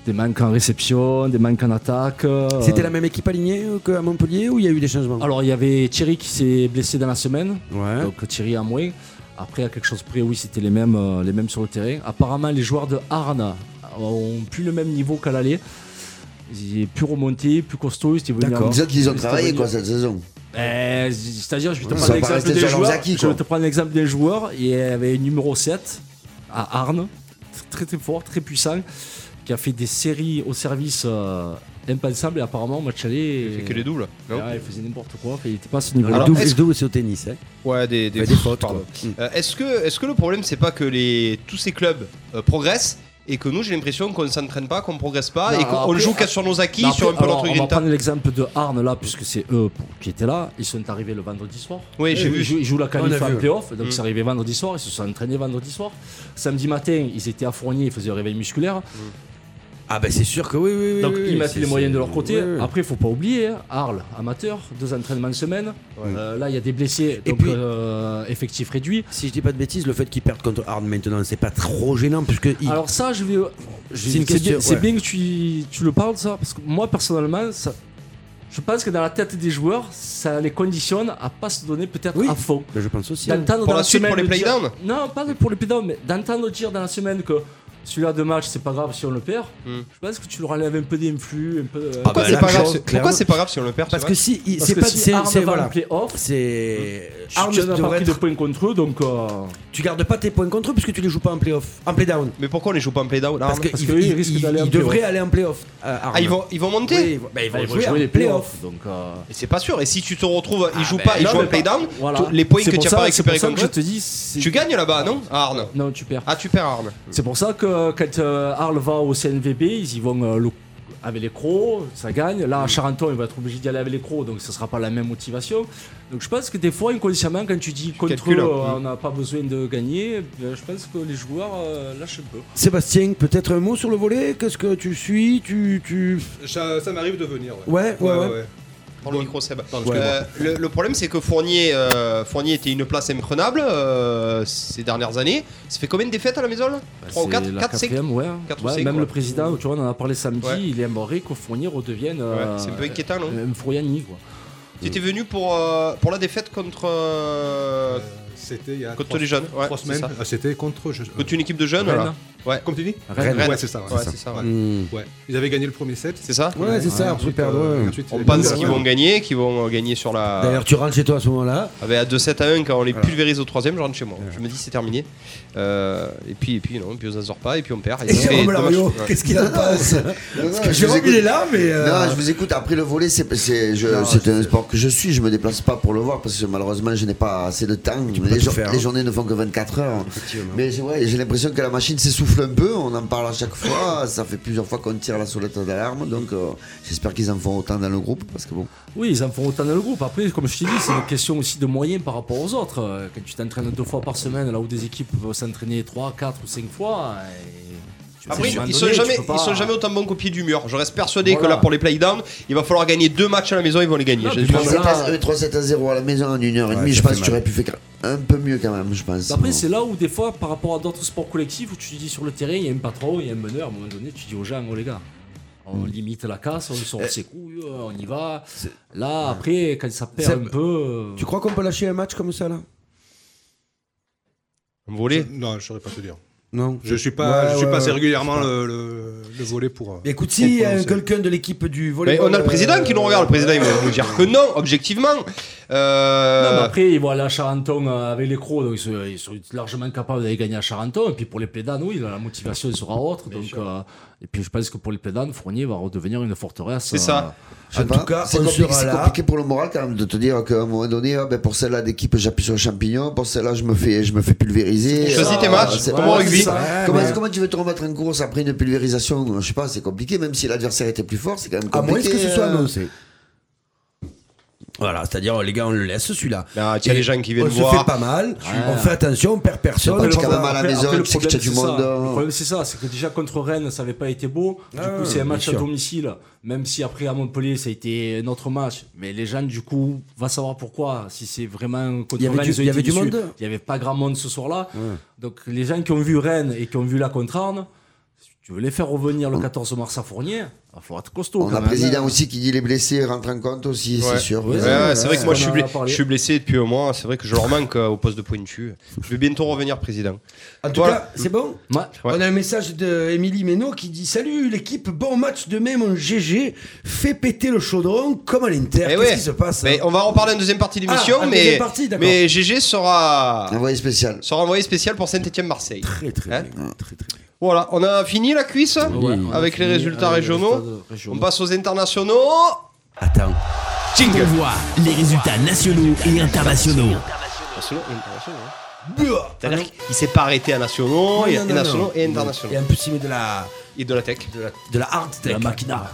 S5: des manques en réception, des manques en attaque. euh,
S4: C'était la même équipe alignée euh, qu'à Montpellier ou il y a eu des changements
S5: Hein Alors il y avait Thierry qui s'est blessé dans la semaine, hein
S4: Ouais.
S5: donc Thierry a moins. Après, à quelque chose près, oui, c'était les mêmes, euh, les mêmes sur le terrain. Apparemment, les joueurs de Arna ont plus le même niveau qu'à l'aller. Ils étaient plus remontés, plus costauds. Ils étaient venus
S4: D'accord.
S5: avant.
S6: Disons qu'ils ont
S5: Ils étaient
S6: travaillé
S5: venus-
S6: quoi cette saison.
S5: ben, C'est-à-dire, je vais te
S6: Ils
S5: prendre
S6: sont pas
S5: l'exemple
S6: restés
S5: des
S6: sur leurs
S5: joueurs.
S6: acquis,
S5: je vais
S6: quoi.
S5: te prendre l'exemple des joueurs. Il y avait le numéro 7 à Arne, très très fort, très puissant, qui a fait des séries au service euh, impensables. Et apparemment, au match aller,
S3: C'est que les doubles. non
S5: Ah, il faisait n'importe quoi. Enfin, il était pas à ce niveau.
S3: Alors,
S4: le double,
S3: est-ce
S4: le double, c'est au tennis. hein.
S3: Ouais, des, des,
S4: Bah, des fautes,
S3: pardon.
S4: quoi. Mm.
S3: Euh, est-ce, que, est-ce que le problème c'est pas que les, tous ces clubs euh, progressent et que nous j'ai l'impression qu'on s'entraîne pas, qu'on progresse pas
S5: Non,
S3: et qu'on
S5: alors
S3: on joue
S5: après-
S3: qu'à
S5: ah,
S3: sur nos acquis,
S5: Non,
S3: sur un
S5: après,
S3: peu
S5: alors,
S3: notre
S5: on va
S3: green time
S5: prendre l'exemple de Arne là, puisque c'est eux pour- qui étaient là. Ils sont arrivés le vendredi soir.
S3: Oui, j'ai
S5: ils,
S3: vu.
S5: Jouent, ils jouent la
S4: On
S5: qualif
S4: a
S5: en
S4: vu.
S5: playoff, donc
S3: Mm.
S5: c'est arrivé vendredi soir. Ils se sont entraînés vendredi soir. Samedi matin, ils étaient à Fournier, ils faisaient le réveil musculaire.
S4: Ah, ben c'est sûr que oui, oui, oui.
S5: Donc
S4: oui,
S5: ils
S4: oui,
S5: mettent
S4: c'est-
S5: les moyens de leur
S4: c'est-
S5: côté.
S4: oui, oui.
S5: Après, il faut pas oublier, hein, Arles, amateur, deux entraînements semaine. Euh, là, il y a des blessés,
S4: Et
S5: donc
S4: puis-
S5: euh, effectif réduit.
S4: Si je dis pas de bêtises, le fait qu'ils perdent contre Arne maintenant, c'est pas trop gênant puisque il-
S5: Alors ça, je vais.
S4: J'ai
S5: C'est
S4: une
S5: c'est bien,
S4: question,
S5: c'est
S4: ouais.
S5: bien que tu, tu le parles ça, parce que moi personnellement, ça- je pense que dans la tête des joueurs, ça les conditionne à pas se donner peut-être
S4: Oui.
S5: à fond.
S4: Ben, je pense aussi. hein.
S5: D'entendre
S3: Pour
S5: dans
S3: la suite,
S5: semaine
S3: pour les
S5: le dire-
S3: playdowns
S5: Non, pas pour les playdowns, mais d'entendre dire dans la semaine que celui-là de match, c'est pas grave si on le perd.
S3: Mm.
S5: Je pense que tu leur enlèves un peu d'influx, un peu. euh,
S4: Ah
S3: Pourquoi,
S4: bah,
S3: c'est
S4: la
S3: pas grave,
S4: chose,
S3: c'est- pourquoi
S4: clairement.
S3: c'est pas grave si on le perd
S4: Parce
S3: c'est
S4: que
S3: vrai
S4: si, il-
S5: Parce
S4: c'est
S5: que
S4: pas,
S5: si
S4: c'est-
S5: Arne
S4: c'est-
S5: va
S4: voilà.
S5: en play-off,
S4: C'est. Arne
S5: tu n'as pas
S4: devrait
S5: pris de
S4: être-
S5: points contre eux, donc. euh,
S4: Tu gardes pas tes points contre eux puisque tu les joues pas en play-off, en play-down.
S3: Mais pourquoi on les joue pas en play down
S4: Parce
S5: parce
S4: qu'ils
S5: que eux, ils risquent d'aller en play-off.
S4: devraient aller en play-off. euh, Arne.
S3: Ah, ils vont, ils vont monter
S4: Oui, ils vont- bah, ils vont jouer en play-off.
S5: playoffs, Donc. euh,
S3: Et c'est pas sûr. Et si tu te retrouves,
S5: Ah,
S3: ils jouent
S4: ben,
S3: pas, ils
S4: non,
S3: jouent
S4: mais
S3: en play down,
S5: Voilà.
S3: les points
S5: C'est
S3: que
S5: pour
S3: tu as
S5: ça-
S3: pas
S5: c'est pour
S3: récupérés
S5: ça
S3: comme
S5: que je
S3: eux,
S5: te dis. c'est-
S3: tu gagnes là-bas, non À Arne.
S5: Non, tu perds.
S3: Ah, tu perds à Arne.
S5: C'est pour ça que quand euh, Arles va au CNVB, ils y vont euh, le- avec les crocs, ça gagne. Là, à Charenton, il va être obligé d'y aller avec les crocs, donc ce sera pas la même motivation. Donc je pense que des fois, inconsciemment, quand tu dis contre
S3: calcules,
S5: eux,
S3: hein.
S5: euh, on n'a pas besoin de gagner, ben, je pense que les joueurs euh, lâchent un peu.
S4: Sébastien, peut-être un mot sur le volet Qu'est-ce que tu suis tu, tu...
S8: Ça, ça m'arrive de venir. ouais.
S4: Ouais, ouais, ouais.
S3: Prends le micro, Seb. Euh, le, le problème, c'est que Fournier, euh, Fournier était une place imprenable euh, ces dernières années. Ça fait combien de défaites à la maison 3 ou
S5: Bah, C'est
S3: 4
S5: la
S3: 4, 5
S5: quatrième, ouais.
S3: Quatre ou
S5: Ouais,
S3: cinq,
S5: même
S3: quoi.
S5: le président, tu vois, on en a parlé samedi,
S3: Ouais.
S5: il aimerait qu'au fournir redevienne euh,
S3: C'est un peu inquiétant, non
S5: un Fouriani, quoi.
S3: Tu étais venu pour, euh, pour la défaite contre. euh,
S8: C'était il y a
S3: Contre
S8: trois-
S3: les jeunes, ouais,
S8: trois
S3: c'est
S8: semaines.
S3: ça.
S8: Ah, C'était contre. je- euh,
S3: contre une équipe de jeunes,
S5: Rennes.
S3: voilà. Ouais.
S8: Comme tu dis
S4: Rennes.
S8: Ouais, c'est ça. ouais.
S3: Ouais, c'est ça, Ah, ouais.
S8: Ouais. Ils avaient gagné le premier set.
S3: C'est ça
S4: Hmm. Ouais, c'est ça,
S8: Et
S4: on peut
S8: ensuite,
S4: perdre.
S8: euh,
S4: ouais.
S8: ensuite,
S3: On
S8: ils
S3: pense
S8: avaient-
S3: qu'ils vont gagner, qu'ils vont gagner sur la.
S4: D'ailleurs, tu rentres chez toi à ce moment-là.
S3: Avec Ah ben, à 2 7 à 1 quand on les pulvérise au troisième, je rentre chez moi. Je me dis c'est terminé. Euh, et puis et puis non, et puis on s'azore pas et puis on perd. ça
S4: Et
S3: fait
S4: Jérôme
S3: dommage.
S4: Lario,
S3: Ouais.
S4: qu'est-ce qu'il en pense
S6: Non,
S4: Parce
S6: non,
S4: que
S6: je vous
S4: Jérôme,
S6: écoute.
S4: il est là, mais. euh,
S6: Non, je vous écoute. Après le volet, c'est c'est- je- c'est un sport que je suis. Je me déplace pas pour le voir parce que malheureusement, je n'ai pas assez de temps.
S4: pas
S6: Les,
S4: tout
S6: jour-
S4: faire,
S6: les
S4: hein.
S6: journées ne font que 24 heures. Mais j'ai ouais, j'ai l'impression que la machine s'essouffle un peu. On en parle à chaque fois. Ça fait plusieurs fois qu'on tire la sonnette d'alarme. Donc, euh, j'espère qu'ils en font autant dans le groupe parce que bon.
S5: Oui, ils en font autant dans le groupe. Après, comme je t'ai dit, c'est une question aussi de moyens par rapport aux autres. Euh, Quand tu t'entraînes deux fois par semaine, là où des équipes peuvent s'entraîner trois, quatre ou cinq fois. et tu-
S3: Après,
S5: à un moment
S3: ils sont,
S5: donné, tu
S3: jamais,
S5: peux pas-
S3: ils sont jamais autant bons qu'au pied du mur. Je reste persuadé que
S5: Voilà.
S3: là, pour les playdowns, il va falloir gagner deux matchs à la maison, ils vont les gagner.
S5: Non,
S3: J'ai
S5: puis
S3: du
S5: bon,
S3: mal.
S6: 3-7
S5: là-
S6: à- euh, 3-7 à 0 à la maison en une heure et demie. Je pense que tu aurais pu faire un peu mieux quand même. Je pense.
S5: Après, c'est là où, des fois, par rapport à d'autres sports collectifs, où tu te dis sur le terrain, il y a un patron, il y a un meneur, à un moment donné, tu dis aux gens, oh les gars, on
S3: Hmm.
S5: limite la casse, on sort
S3: Eh.
S5: ses couilles, euh, on y va. Là, après, quand ça perd
S4: Seb,
S5: un peu. euh,
S4: Tu crois qu'on peut lâcher un match comme ça là
S3: Voler.
S8: Non, je saurais pas te dire.
S4: Non.
S8: Je suis pas, je suis
S4: Ouais,
S8: pas assez
S4: ouais,
S8: régulièrement
S4: je sais
S8: le, le, le volet pour. euh,
S4: Mais Écoute,
S8: pour
S4: si il y a
S8: prononcer.
S4: quelqu'un de l'équipe du volley.
S3: Mais on a le président qui nous regarde. Le président, il va nous dire que non, objectivement.
S5: Non, mais
S3: Euh,
S5: après, ils vont aller à Charenton euh, avec les crocs, donc ils sont, ils sont largement capables d'aller gagner à Charenton. Et puis pour les plaidans, oui, la motivation sera autre. Donc, euh, et puis je pense que pour les plaidans, Fournier va redevenir une forteresse.
S3: c'est
S5: euh,
S3: ça.
S6: Je sais
S4: En
S6: pas.
S4: tout cas,
S6: c'est
S4: on
S6: compliqué,
S4: sera
S6: c'est
S4: là.
S6: compliqué pour le moral quand même de te dire qu'à un moment donné, ah, ben, pour celle-là d'équipe, j'appuie sur le champignon, pour celle-là, je me fais, je me fais pulvériser.
S3: Choisis
S6: Ah,
S3: tes matchs,
S6: c'est-
S3: comme
S6: ouais,
S3: au
S6: c'est
S3: rugby.
S6: ça.
S4: Ouais,
S6: comment,
S4: mais-
S6: comment tu veux te remettre en course après une pulvérisation Je sais pas, c'est compliqué, même si l'adversaire était plus fort, c'est quand même
S4: À moins
S6: compliqué.
S4: Ah, que ce soit
S6: euh.
S4: annoncé. Voilà, c'est-à-dire, les gars, on le laisse celui-là.
S3: Ah, tiens,
S4: Et
S3: les gens qui viennent
S4: on
S3: voir. Ah.
S4: se fait pas mal, on fait attention, on perd personne.
S6: pas
S4: on
S6: le
S4: prend
S6: cas
S4: pas-
S6: mal à la
S5: Après-
S6: maison,
S5: après, le
S6: tu sais que
S5: problème,
S6: t'as du
S5: c'est
S6: monde,
S5: ça.
S6: hein.
S5: Le problème, c'est ça, c'est que déjà contre Rennes, ça n'avait pas été beau. Du
S4: Ah,
S5: coup, c'est un
S4: bien
S5: match à
S4: sûr.
S5: domicile, même si après à Montpellier, ça a été notre match. Mais les gens, du coup, va savoir pourquoi. Si c'est vraiment contre
S4: Il y avait
S5: Rennes,
S4: du-
S5: ils ont
S4: il y avait
S5: été
S4: du
S5: déçus.
S4: monde
S5: Il n'y avait pas grand monde ce soir-là. Donc les gens qui ont vu Rennes et qui ont vu la contre Arne, si tu veux les faire revenir le 14 mars à Fournier, il va falloir être costaud.
S6: On
S5: quand
S6: a
S5: même.
S6: président aussi qui dit les blessés rentrent en compte aussi,
S3: Ouais.
S6: c'est sûr.
S5: Ouais,
S3: Ouais,
S5: ouais,
S3: ouais, c'est vrai que moi je suis,
S5: on en a
S3: blessé-
S5: parlé.
S3: je suis blessé depuis un mois, c'est vrai que je leur manque euh, au poste de pointu. Je vais bientôt revenir président.
S4: En tout
S3: Voilà.
S4: cas, c'est bon
S5: Ouais.
S3: Ouais.
S4: On a un message d'Emilie Ménaud qui dit Salut l'équipe, bon match demain, mon GG. Fais péter le chaudron comme à l'Inter.
S3: Eh
S4: Qu'est-ce
S3: ouais.
S4: qui se passe
S3: Mais
S4: hein
S3: on va en parler en deuxième partie de l'émission,
S4: Ah, en
S3: mais,
S4: deuxième partie, d'accord.
S3: mais GG sera,
S6: Envoyé spécial.
S3: sera envoyé spécial pour Saint-Etienne-Marseille.
S4: Très, très,
S3: Hein
S4: bien, très, très bien.
S3: Voilà, on a fini la cuisse
S5: Ouais, on a
S3: avec les
S5: fini euh,
S3: résultats
S5: avec les
S3: régionaux.
S5: résultats régionaux.
S3: On passe aux internationaux.
S4: Attends.
S1: On voit les résultats nationaux et internationaux.
S3: Nationaux et internationaux, hein. C'est-à-dire qu'il s'est pas arrêté à nationaux, il y a
S4: Bah, Non,
S3: des
S4: non, non,
S3: nationaux
S4: non.
S3: et
S4: Et
S3: internationaux.
S4: en plus, il met de la,
S3: Et de la tech.
S4: de la hard tech.
S5: La maquina.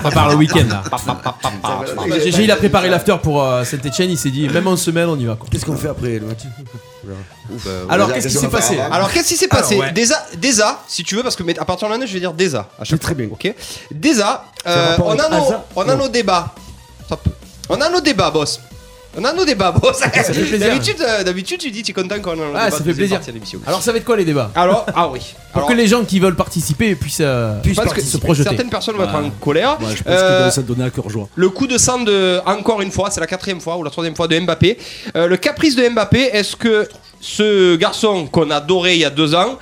S2: Prépare le week-end là.
S3: Ah,
S2: GG il a préparé l'after pour euh, cette Etienne, il s'est dit même en semaine on y va quoi.
S4: Qu'est-ce qu'on fait après le match
S2: Alors
S6: bah,
S2: qu'est-ce
S6: Déjà,
S2: qui
S6: qu'est-ce
S2: s'est
S6: qu'on va
S2: passé
S6: faire
S3: Alors qu'est-ce qui s'est
S2: Alors,
S3: passé
S2: ouais.
S3: Déjà, déjà, si tu veux, parce que mais à partir de l'année, je vais dire déjà à chaque
S4: C'est très bien.
S3: Ok. Déjà, euh,
S4: rapport
S3: on a
S4: avec
S3: nos,
S4: Asa
S3: on a nos débats. Top. On a nos débats, boss. On a nos débats, boss.
S2: fait plaisir.
S3: D'habitude, euh, d'habitude, tu dis, tu es content quand on a nos
S2: Ah,
S3: débats.
S2: ça fait
S3: deuxième
S2: plaisir.
S3: partie à l'émission.
S2: Alors ça va être quoi les débats
S3: Alors, ah oui.
S2: Pour
S3: Alors,
S2: que les gens qui veulent participer puissent, euh,
S3: je pense que
S2: se Ah. projeter.
S3: certaines personnes vont être en colère.
S5: Ouais, je pense
S3: Euh,
S5: que ça donner à cœur joie.
S3: le coup de sang de, encore une fois, c'est la quatrième fois ou la troisième fois de Mbappé. Euh, le caprice de Mbappé, est-ce que ce garçon qu'on adorait il y a deux ans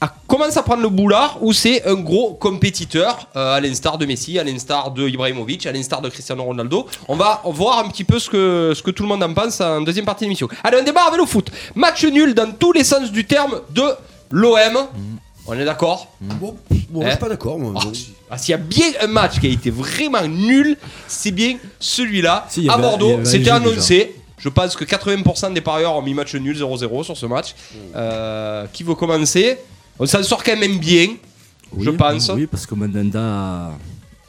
S3: a- commence à prendre le boulard ou c'est un gros compétiteur euh, à l'instar de Messi, à l'instar de Ibrahimovic, à l'instar de Cristiano Ronaldo On va voir un petit peu ce que, ce que tout le monde en pense en deuxième partie de l'émission. Allez, on démarre avec le foot. Match nul dans tous les sens du terme de l'OM. On est d'accord
S5: Hmm.
S4: Bon, bon, je
S3: Eh.
S4: suis pas d'accord, moi.
S3: ah,
S4: Bon.
S3: si. Ah, S'il y a bien un match qui a été vraiment nul, c'est bien celui-là.
S5: Si, il y
S3: à
S5: avait- il y
S3: Bordeaux,
S5: avait
S3: c'était
S5: un jeu
S3: annoncé. Je pense que 80% des parieurs ont mis match nul 0-0 sur ce match. Euh, qui veut commencer On s'en sort quand même bien, je pense.
S5: Oui, parce que Mandanda,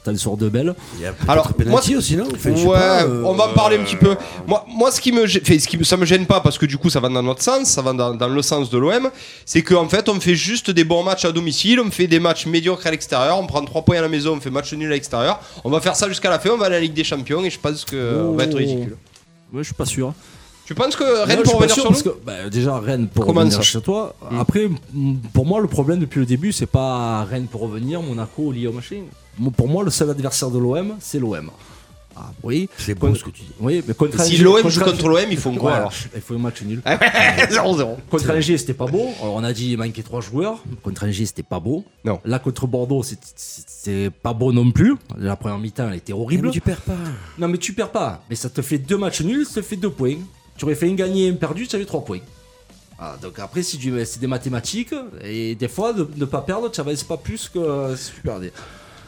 S5: t'as le sort de belle.
S4: Il y a
S3: Alors,
S4: peut-être penalty aussi, non Enfin, je sais
S3: ouais,
S4: pas, euh,
S3: on va en parler un petit peu. Moi, moi ce qui me, gê- fait, ce qui, me- ça me gêne pas parce que du coup, ça va dans notre sens, ça va dans, dans le sens de l'OM. C'est qu'en fait, on fait juste des bons matchs à domicile, on fait des matchs médiocres à l'extérieur, on prend 3 points à la maison, on fait match nul à l'extérieur. On va faire ça jusqu'à la fin, on va à la Ligue des Champions et je pense que euh,
S5: Oh.
S3: on va être ridicule.
S5: Ouais, je suis pas sûr.
S3: Tu penses que Rennes pour
S5: Non, je suis pas
S3: revenir
S5: sûr
S3: sur nous
S5: parce que, bah, Déjà, Rennes pour
S3: Comment ça Hmm.
S5: revenir chez toi. Après, m- pour moi, le problème depuis le début, c'est pas Rennes pour revenir, Monaco, Lyon, machin. Moi, Pour moi, le seul adversaire de l'OM, c'est l'OM. Ah oui.
S4: C'est beau
S5: Contre-
S4: ce que tu dis.
S5: Oui, mais contre
S3: Si
S5: Angers-
S3: l'OM joue contre l'OM, ils font
S5: Ouais,
S3: quoi, alors
S5: Il faut un match nul.
S3: Ah ouais, 0-0.
S5: Contre Angers, c'était pas beau. Alors, on a dit il manquait trois joueurs. Contre Angers, c'était pas beau.
S3: Non.
S5: Là, contre Bordeaux, c'est- c'est pas beau non plus. La première mi-temps, elle était horrible.
S4: Mais tu perds pas.
S5: Non, mais tu perds pas. Mais ça te fait deux matchs nuls, ça te fait deux points. Tu aurais fait une gagnée et une perdue, tu avais trois points. Ah, donc après, c'est du- c'est des mathématiques. Et des fois, de ne pas perdre, tu n'avances pas plus que si tu perdais.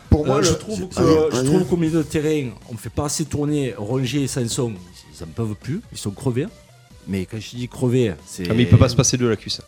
S6: Pour
S5: Euh,
S6: moi,
S5: je
S6: le-
S5: trouve que-
S6: Allez,
S5: je
S6: allez.
S5: trouve qu'au milieu de terrain, on ne fait pas assez tourner Rongier et Sanson. Ils n'en peuvent plus, ils sont crevés. Mais quand je dis crevés, c'est.
S3: Ah, mais il peut pas se passer de la cuisse.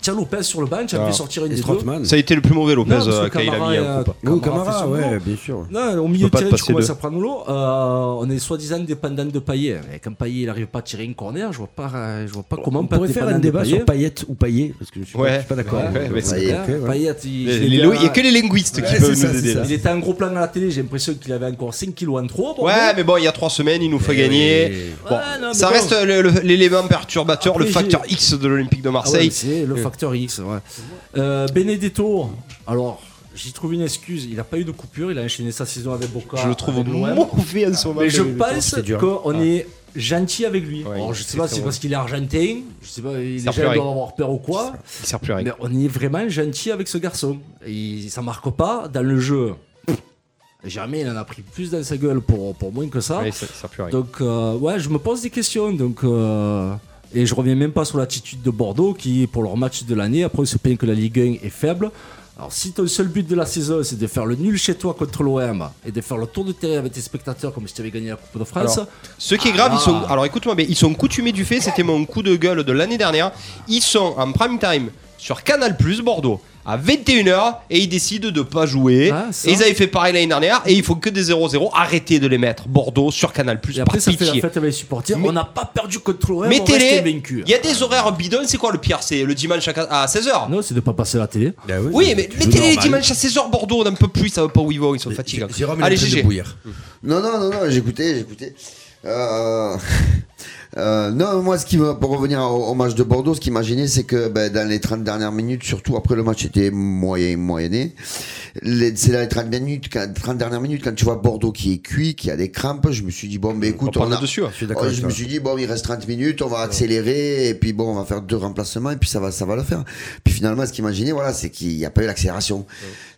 S5: Tiens, Lopez sur le banc, tu as
S3: Ah.
S5: pu sortir une
S4: Et
S5: des deux.
S4: Strootman.
S3: Ça a été le plus mauvais Lopez
S5: Non, parce que
S3: euh, quand il a
S5: Camara
S3: mis
S5: est,
S3: un coup.
S4: Ou
S5: Camara fait
S4: Camara,
S5: son boulot.
S4: ouais, bien sûr.
S5: Non, au
S3: peut
S5: milieu de
S3: pas te
S5: terrain, tu
S3: passer
S5: commences
S3: d'eux.
S5: à prendre l'eau. Euh, on est soi-disant dépendant de Payet. Et quand Payet n'arrive pas à tirer une corner, je vois pas, euh, je vois pas comment
S4: on
S5: pas
S4: pourrait
S5: être
S4: faire un
S5: dépendant de
S4: débat
S5: Payet.
S4: sur Payette ou Payet, parce que je suis pas,
S3: Ouais.
S4: je suis pas d'accord.
S5: Ouais,
S3: ouais,
S6: Ça y est.
S4: Ok, ouais.
S5: Payet, il,
S3: Les-
S5: il
S3: les
S5: était
S3: lo- Il
S5: à-
S3: n'y a que les linguistes qui
S4: Ouais,
S3: peuvent
S4: c'est ça,
S3: nous
S4: c'est
S3: aider.
S4: ça.
S3: là.
S5: il était en gros plan à la télé. J'ai l'impression qu'il avait encore 5 kilos en trop. bon,
S3: Ouais,
S5: bon.
S3: mais bon, il y a trois semaines, il nous fait
S4: Eh
S3: gagner.
S4: oui.
S3: Bon,
S5: Ouais, non, mais
S3: ça
S5: bon.
S3: reste le- le- l'élément perturbateur, le
S5: Après,
S3: facteur X de l'Olympique de
S5: Ah ouais,
S3: Marseille.
S5: c'est le facteur X. Ouais. Euh, Benedetto, alors j'y trouve une excuse. Il n'a pas eu de coupure. Il a enchaîné sa saison avec Boca.
S3: je le trouve
S5: avec l'OM.
S3: mauvais en ce moment.
S5: Mais je
S3: Benedetto.
S5: pense
S4: c'était dur. Ah.
S5: qu'on est gentil avec lui.
S3: Ouais,
S5: Alors,
S3: il
S5: je sais
S3: sait
S5: pas
S3: faire,
S5: si c'est
S3: ouais.
S5: parce qu'il est argentin, je sais pas, les
S3: Ça
S5: gens
S3: fait rien.
S5: doivent avoir peur ou quoi,
S3: Il sert plus à rien.
S5: mais on est vraiment gentil avec ce garçon. Il, ça marque pas dans le jeu. Jamais il en a pris plus dans sa gueule pour, pour moins que ça.
S3: Ouais, ça- ça sert plus à rien.
S5: Donc, euh, ouais, je me pose des questions. Donc, euh, et je reviens même pas sur l'attitude de Bordeaux qui, pour leur match de l'année, après, on se plaint que la Ligue 1 est faible. Alors, si ton seul but de la saison, c'est de faire le nul chez toi contre l'OM et de faire le tour de terrain avec tes spectateurs comme si tu avais gagné la Coupe de France,
S3: Alors, Ce qui est grave,
S5: Ah.
S3: ils sont. Alors écoute-moi, mais ils sont coutumés du fait. C'était mon coup de gueule de l'année dernière. Ils sont en prime time sur Canal Plus Bordeaux à 21h et ils décident de pas jouer.
S5: Ah, ça.
S3: et ils avaient fait pareil l'année dernière et ils font que des 0-0. Arrêtez de les mettre Bordeaux sur Canal Plus.
S5: et après, ça
S3: par
S5: fait la
S3: pitié.
S5: fête avec les supporters.
S3: Mais-
S5: on n'a pas perdu contre l'OM, on restait
S3: Mettez-les.
S5: vaincu.
S3: Il y a des horaires bidons. C'est quoi le pire C'est le dimanche à quat- à 16h.
S5: Non, c'est de pas passer la télé.
S4: Bah
S3: Oui,
S4: tu
S3: mais
S4: joues
S3: mettez-les les
S4: normal.
S3: dimanches à 16h Bordeaux, on n'en peut plus, ça va pas où ils vont, ils sont fatigués.
S4: J- Jérôme, il est
S3: Allez,
S4: en train de
S3: GG.
S4: bouillir.
S6: Non, non, non, non, j'écoutais, j'écoutais. Euh, euh, non, moi, ce qui me, pour revenir au, au match de Bordeaux, ce qui m'a gêné, c'est que ben, dans les 30 dernières minutes, surtout après le match était moyen, moyenné, les- c'est dans les 30, minutes, quand- 30 dernières minutes, quand tu vois Bordeaux qui est cuit, qui a des crampes, je me suis dit, bon, ben
S3: On
S6: écoute,
S3: prend
S6: on
S3: le
S6: a,
S3: dessus. hein.
S4: Je suis d'accord
S6: Oh,
S4: avec
S6: je
S4: toi.
S6: me suis dit bon il reste 30 minutes on va accélérer et puis bon on va faire deux remplacements et puis ça va ça va le faire puis finalement ce qu'imaginait voilà c'est qu'il n'y a pas eu l'accélération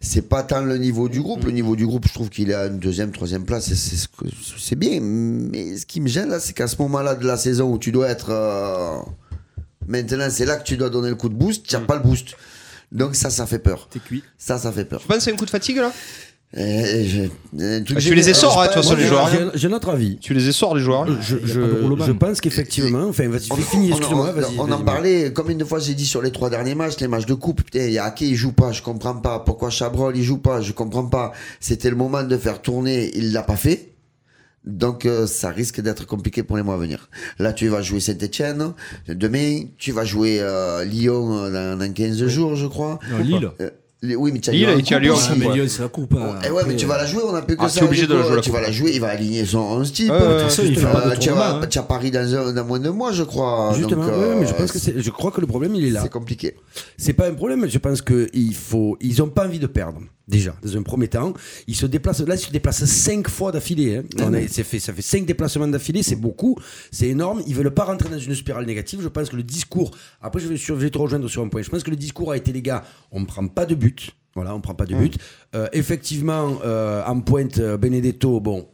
S6: c'est pas tant le niveau du
S4: Mm-hmm.
S6: groupe le niveau du groupe je trouve qu'il est à une deuxième troisième place et c'est ce que- c'est bien mais ce qui me gêne là c'est qu'à ce moment là de la saison où tu dois être euh, maintenant c'est là que tu dois donner le coup de boost
S4: Mm.
S6: tu n'as pas le boost donc ça ça fait peur
S5: T'es cuit.
S6: ça ça fait peur
S3: Tu penses que c'est un coup de fatigue là
S6: Et- et je- et un truc
S3: Ah, tu
S6: gêné-
S3: les essors,
S6: Alors,
S3: hein, de
S6: je-
S3: toute façon,
S4: Moi,
S3: les
S4: j'ai-
S3: joueurs.
S4: j'ai- J'ai notre avis.
S3: Tu les essors les joueurs là
S4: Je,
S5: pas de roulement.
S4: je, je pense qu'effectivement, enfin, vas-y,
S6: On,
S4: finis,
S6: on-
S4: excuse-moi,
S6: on-
S4: vas-y.
S6: on en
S4: vas-y.
S6: parlait, combien de fois j'ai dit sur les trois derniers matchs, les matchs de coupe, putain, il y a Ake, il joue pas, je comprends pas. Pourquoi Chabrol, il joue pas, je comprends pas. C'était le moment de faire tourner, il l'a pas fait. Donc euh, ça risque d'être compliqué pour les mois à venir. Là, tu vas jouer Saint-Etienne, demain, tu vas jouer euh, Lyon euh, dans, dans 15 jours, je crois.
S5: Non, Lille.
S6: Euh, les- oui, mais tu as
S3: Lille
S6: Lyon en
S3: et tu as
S6: coupe
S3: Lyon en
S6: aussi.
S5: Ah, mais
S3: ouais.
S5: Lyon, c'est la coupe. hein.
S6: Eh ouais, mais
S5: Après,
S6: tu vas la jouer, on a plus que
S3: Ah,
S6: ça.
S3: t'es obligé de la
S6: Nico.
S3: jouer, la
S6: Tu vas la jouer, il va aligner son 11 type.
S3: Ouais, ouais, ouais.
S5: De toute façon, il fait
S6: Euh,
S5: pas de
S6: tu,
S5: tournoi,
S6: as,
S5: hein.
S6: tu as Paris dans, un- dans moins de mois, je crois.
S4: Justement,
S6: Donc,
S4: ouais,
S6: euh,
S4: mais je pense que c'est, je crois que le problème il est là.
S6: c'est compliqué.
S4: C'est pas un problème. Je pense que il faut, ils ont pas envie de perdre. Déjà, dans un premier temps, ils se déplacent. Là, ils se déplacent cinq fois d'affilée. hein.
S6: Ah
S4: On a- c'est fait, ça fait cinq déplacements d'affilée. C'est beaucoup, c'est énorme. Ils veulent pas rentrer dans une spirale négative. Je pense que le discours. Après, je vais, sur- je vais te rejoindre sur un point. Je pense que le discours a été, les gars, on prend pas de but. Voilà, on prend pas de but. Euh, effectivement, euh, en pointe, euh, Benedetto, bon.